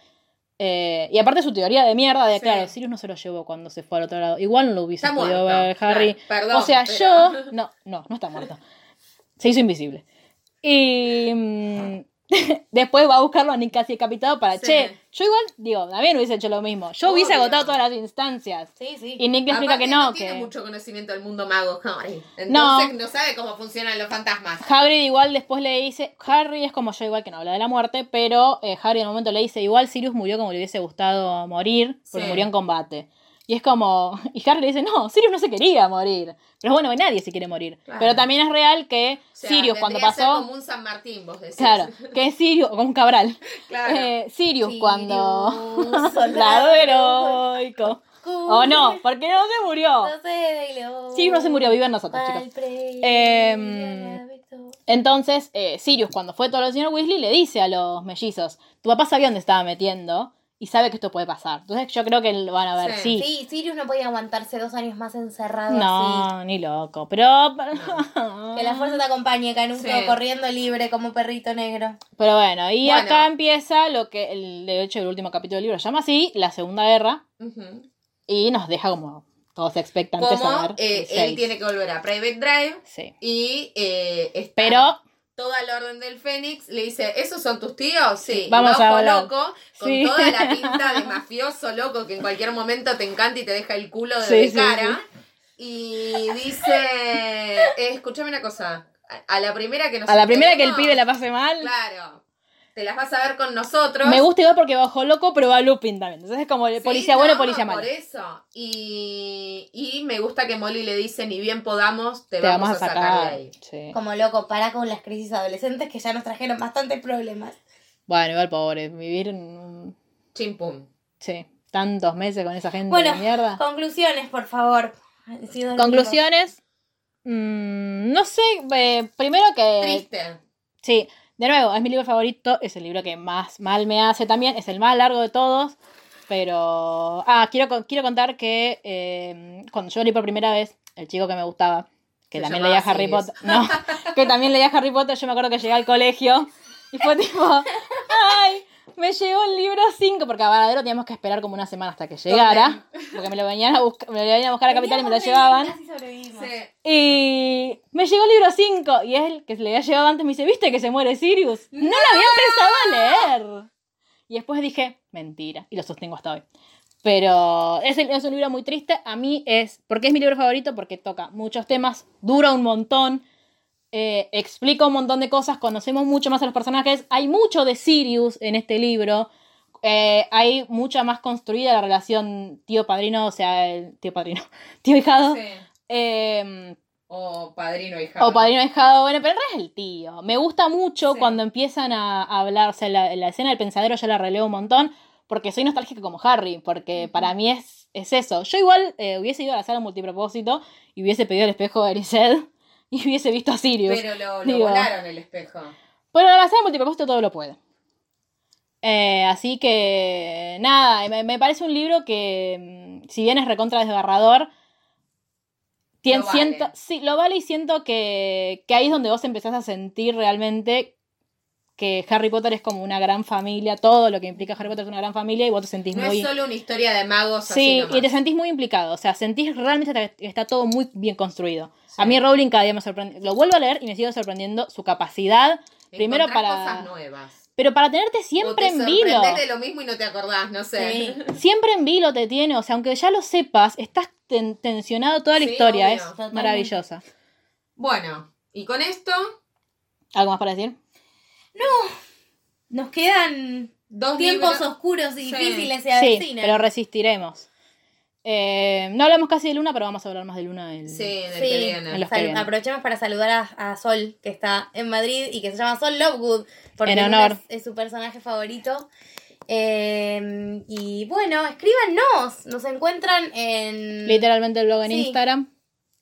Speaker 1: Eh, y aparte su teoría de mierda de,
Speaker 3: Sí.
Speaker 1: claro, Sirius no se lo llevó cuando se fue al otro lado. Igual no lo hubiese
Speaker 3: Está
Speaker 1: podido
Speaker 3: muerto.
Speaker 1: ver Harry.
Speaker 3: Claro, perdón,
Speaker 1: o sea,
Speaker 3: pero-
Speaker 1: yo... No, no, no está muerto. Se hizo invisible. Y... mm, Después va a buscarlo a Nick casi decapitado para,
Speaker 3: Sí.
Speaker 1: che, yo igual, digo, también hubiese hecho lo mismo. Yo hubiese
Speaker 3: Obvio.
Speaker 1: agotado todas las instancias.
Speaker 2: Sí, sí.
Speaker 1: Y Nick le explica que
Speaker 3: Aparte,
Speaker 1: no,
Speaker 3: tiene
Speaker 1: que...
Speaker 3: mucho conocimiento del mundo mago Harry. Entonces no. sabe cómo funcionan los fantasmas.
Speaker 1: Hagrid igual después le dice, Harry es como yo igual que no habla de la muerte, pero eh, Harry en un momento le dice, igual Sirius murió como le hubiese gustado morir, porque
Speaker 3: Sí.
Speaker 1: murió en combate. Y es como, y Harry le dice, no, Sirius no se quería morir. Pero bueno, nadie se quiere morir.
Speaker 3: Claro.
Speaker 1: Pero también es real que
Speaker 3: O sea,
Speaker 1: Sirius cuando
Speaker 3: vendría a ser
Speaker 1: pasó,
Speaker 3: como un San Martín, vos decís.
Speaker 1: claro, que Sirius, o como un cabral,
Speaker 3: Claro.
Speaker 1: Eh, Sirius, cuando...
Speaker 2: Soldado
Speaker 1: Soldado heroico. O Oh, no, porque no se murió.
Speaker 2: No se gló.
Speaker 1: Sirius no se murió, vive en nosotros, chicos. Em, Entonces, eh, Sirius, cuando fue todo el señor Weasley, le dice a los mellizos, tu papá sabía dónde estaba metiendo y sabe que esto puede pasar. Entonces yo creo que lo van a ver,
Speaker 3: Sí.
Speaker 1: sí.
Speaker 2: Sí, Sirius no podía aguantarse dos años más encerrado así.
Speaker 1: No, ni loco, pero...
Speaker 2: Que la fuerza te acompañe, Canuto,
Speaker 3: Sí.
Speaker 2: corriendo libre como perrito negro.
Speaker 1: Pero bueno, y
Speaker 3: Bueno.
Speaker 1: acá empieza lo que, el, de hecho, el último capítulo del libro se llama así, la Segunda Guerra,
Speaker 3: Ujú.
Speaker 1: y nos deja como todos expectantes a
Speaker 3: Como
Speaker 1: ver.
Speaker 3: eh,
Speaker 1: el
Speaker 3: él
Speaker 1: seis.
Speaker 3: tiene que volver a Private Drive
Speaker 1: Sí.
Speaker 3: y eh, está
Speaker 1: Pero,
Speaker 3: toda la orden del Fénix, le dice, ¿esos son tus tíos? Sí,
Speaker 1: Vamos
Speaker 3: loco,
Speaker 1: a hablar.
Speaker 3: loco, con
Speaker 1: Sí.
Speaker 3: toda la pinta de mafioso loco que en cualquier momento te encanta y te deja el culo de,
Speaker 1: Sí,
Speaker 3: de
Speaker 1: sí,
Speaker 3: cara. Y dice, eh, escúchame una cosa, a, a la primera que nos
Speaker 1: a la primera que el
Speaker 3: enteremos,
Speaker 1: pibe la pase mal,
Speaker 3: Claro, te las vas a ver con nosotros.
Speaker 1: me gusta igual porque bajo loco, pero va Lupin también. Entonces es como el
Speaker 3: Sí,
Speaker 1: policía bueno,
Speaker 3: no,
Speaker 1: policía malo.
Speaker 3: Por eso. Y, y me gusta que Molly le dice, ni bien podamos, te, vamos, a sacar, de ahí.
Speaker 1: Sí.
Speaker 2: Como loco, para con las crisis adolescentes que ya nos trajeron bastantes problemas.
Speaker 1: Bueno, igual pobre, vivir en un-
Speaker 3: Chimpum.
Speaker 1: sí, tantos meses con esa gente
Speaker 2: Bueno,
Speaker 1: de mierda.
Speaker 2: conclusiones, por favor. Han sido
Speaker 1: Conclusiones. mm, no sé, eh, Ah. primero que...
Speaker 3: Triste.
Speaker 1: Sí, de nuevo, es mi libro favorito, es el libro que más mal me hace también, es el más largo de todos, pero... Ah, quiero, con- quiero contar que eh, cuando yo leí por primera vez, el chico que me gustaba, que
Speaker 3: Se
Speaker 1: también
Speaker 3: llamaba
Speaker 1: leía Harry
Speaker 3: Sirius.
Speaker 1: Potter, no, que también leía Harry Potter, yo me acuerdo que llegué al colegio y fue tipo, ay, me llegó el libro 5, porque a Varadero teníamos que esperar como una semana hasta que llegara, porque me lo venían a buscar, me lo venían a buscar a Capital y me lo llevaban.
Speaker 3: Sí.
Speaker 1: Y me llegó el libro 5 y él, que se le había llegado antes, me dice, ¿viste que se muere Sirius? No, lo había empezado a leer. Y después dije, mentira, y lo sostengo hasta hoy. Pero es, el- es un libro muy triste, a mí es, porque es mi libro favorito, porque toca muchos temas, dura un montón, eh, explica un montón de cosas, conocemos mucho más a los personajes, hay mucho de Sirius en este libro, eh, hay mucha más construida la relación tío-padrino, o sea, el tío-padrino, tío-hijado.
Speaker 3: Sí.
Speaker 1: Em,
Speaker 3: O padrino hija.
Speaker 1: o padrino dejado, bueno, pero en realidad es el tío. Me gusta mucho
Speaker 3: Sí.
Speaker 1: cuando empiezan a, a hablar, o sea, la, la escena del pensadero yo la releo un montón, porque soy nostálgica como Harry, porque para mí es, es eso. Yo igual eh, hubiese ido a la sala multipropósito y hubiese pedido el espejo de Grisel y hubiese visto a Sirius. Pero,
Speaker 3: Pero lo, lo
Speaker 1: Digo.
Speaker 3: volaron el espejo.
Speaker 1: Pues la sala multipropósito todo lo puede. Eh, así que, nada, me, me parece un libro que, mm, si bien es recontra desgarrador, tien-
Speaker 3: Lo vale.
Speaker 1: siento, sí, lo vale y siento que, que ahí es donde vos empezás a sentir realmente que Harry Potter es como una gran familia, todo lo que implica Harry Potter es una gran familia y vos te sentís
Speaker 3: No
Speaker 1: muy...
Speaker 3: es solo una historia de magos así
Speaker 1: Sí,
Speaker 3: nomás.
Speaker 1: y te sentís muy implicado, o sea, sentís realmente que está todo muy bien construido.
Speaker 3: Sí.
Speaker 1: A mí Rowling cada día me sorprende, lo vuelvo a leer y me sigue sorprendiendo su capacidad,
Speaker 3: Encontrás
Speaker 1: primero para-
Speaker 3: cosas nuevas.
Speaker 1: pero para tenerte
Speaker 3: O te
Speaker 1: siempre en vilo.
Speaker 3: sorprendés de lo mismo y no te acordás, no sé.
Speaker 2: Sí.
Speaker 1: Siempre en vilo te tiene, o sea, aunque ya lo sepas, estás ten- tensionado toda la
Speaker 3: Sí,
Speaker 1: historia,
Speaker 3: obvio,
Speaker 1: es
Speaker 2: totalmente.
Speaker 1: maravillosa.
Speaker 3: Bueno, y con esto,
Speaker 1: ¿Algo más para decir?
Speaker 2: Nos quedan
Speaker 3: dos
Speaker 2: tiempos
Speaker 3: libros-
Speaker 2: oscuros y
Speaker 3: Sí.
Speaker 2: difíciles se
Speaker 1: Sí,
Speaker 2: avecinan.
Speaker 1: pero resistiremos. Eh, no hablamos casi de Luna, pero vamos a hablar más de Luna el...
Speaker 3: Sí, en el
Speaker 2: Sí.
Speaker 3: que
Speaker 1: En
Speaker 3: viene.
Speaker 1: los que
Speaker 2: Sal-
Speaker 1: vienen.
Speaker 2: aprovechemos para saludar a, a Sol, que está en Madrid y que se llama Sol Lovegood, porque
Speaker 1: En honor.
Speaker 2: Luna Es, es su personaje favorito. Eh, y bueno, escríbanos, nos encuentran en...
Speaker 1: Literalmente el blog en
Speaker 2: Sí.
Speaker 1: Instagram,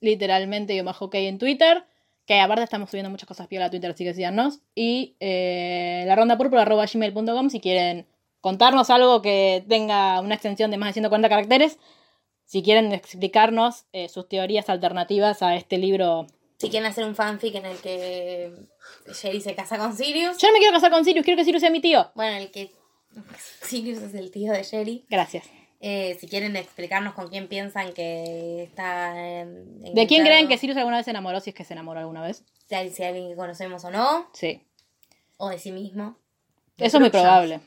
Speaker 1: literalmente yo bajo Key en Twitter, que aparte estamos subiendo muchas cosas piola a Twitter, así que síganos. Y eh, la ronda púrpura arroba gmail.com si quieren contarnos algo que tenga una extensión de más de 140 caracteres. Si quieren explicarnos eh, sus teorías alternativas a este libro.
Speaker 2: Si quieren hacer un fanfic en el que Jerry se casa con Sirius.
Speaker 1: Yo no me quiero casar con Sirius, quiero que Sirius sea mi tío.
Speaker 2: Bueno, el que Sirius es el tío de Jerry.
Speaker 1: Gracias.
Speaker 2: Eh, si quieren explicarnos con quién piensan que está... en-
Speaker 1: ¿De quién
Speaker 2: enganchado,
Speaker 1: creen que Sirius alguna vez se enamoró? Si es que se enamoró alguna vez.
Speaker 2: Si hay si hay alguien que conocemos o no,
Speaker 1: Sí.
Speaker 2: o de sí mismo.
Speaker 1: Eso es muy
Speaker 3: Crookshanks.
Speaker 1: probable.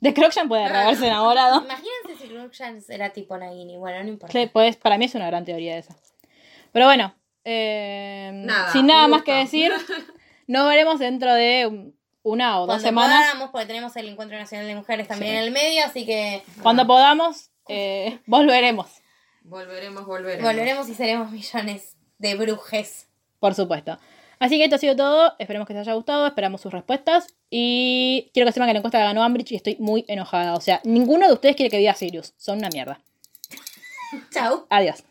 Speaker 1: De Crocshan puede haberse enamorado.
Speaker 2: Imagínense si Cruikshanks era tipo Nagini. Bueno, no importa.
Speaker 1: Sí, pues, para mí es una gran teoría esa. Pero bueno, eh,
Speaker 3: Nada,
Speaker 1: sin nada
Speaker 3: un
Speaker 1: más
Speaker 3: gusto.
Speaker 1: que decir, nos veremos dentro de un- una o dos
Speaker 2: Cuando
Speaker 1: semanas.
Speaker 2: podamos, porque tenemos el Encuentro Nacional de Mujeres también en el medio, así que
Speaker 1: Cuando podamos, eh, volveremos,
Speaker 3: Volveremos, volveremos.
Speaker 2: volveremos y seremos millones de brujes.
Speaker 1: por supuesto. Así que esto ha sido todo. Esperemos que les haya gustado. Esperamos sus respuestas. Y quiero que sepan que la encuesta la ganó Ambridge y estoy muy enojada. O sea, ninguno de ustedes quiere que viva Sirius. Son una mierda.
Speaker 2: Chau.
Speaker 1: Adiós.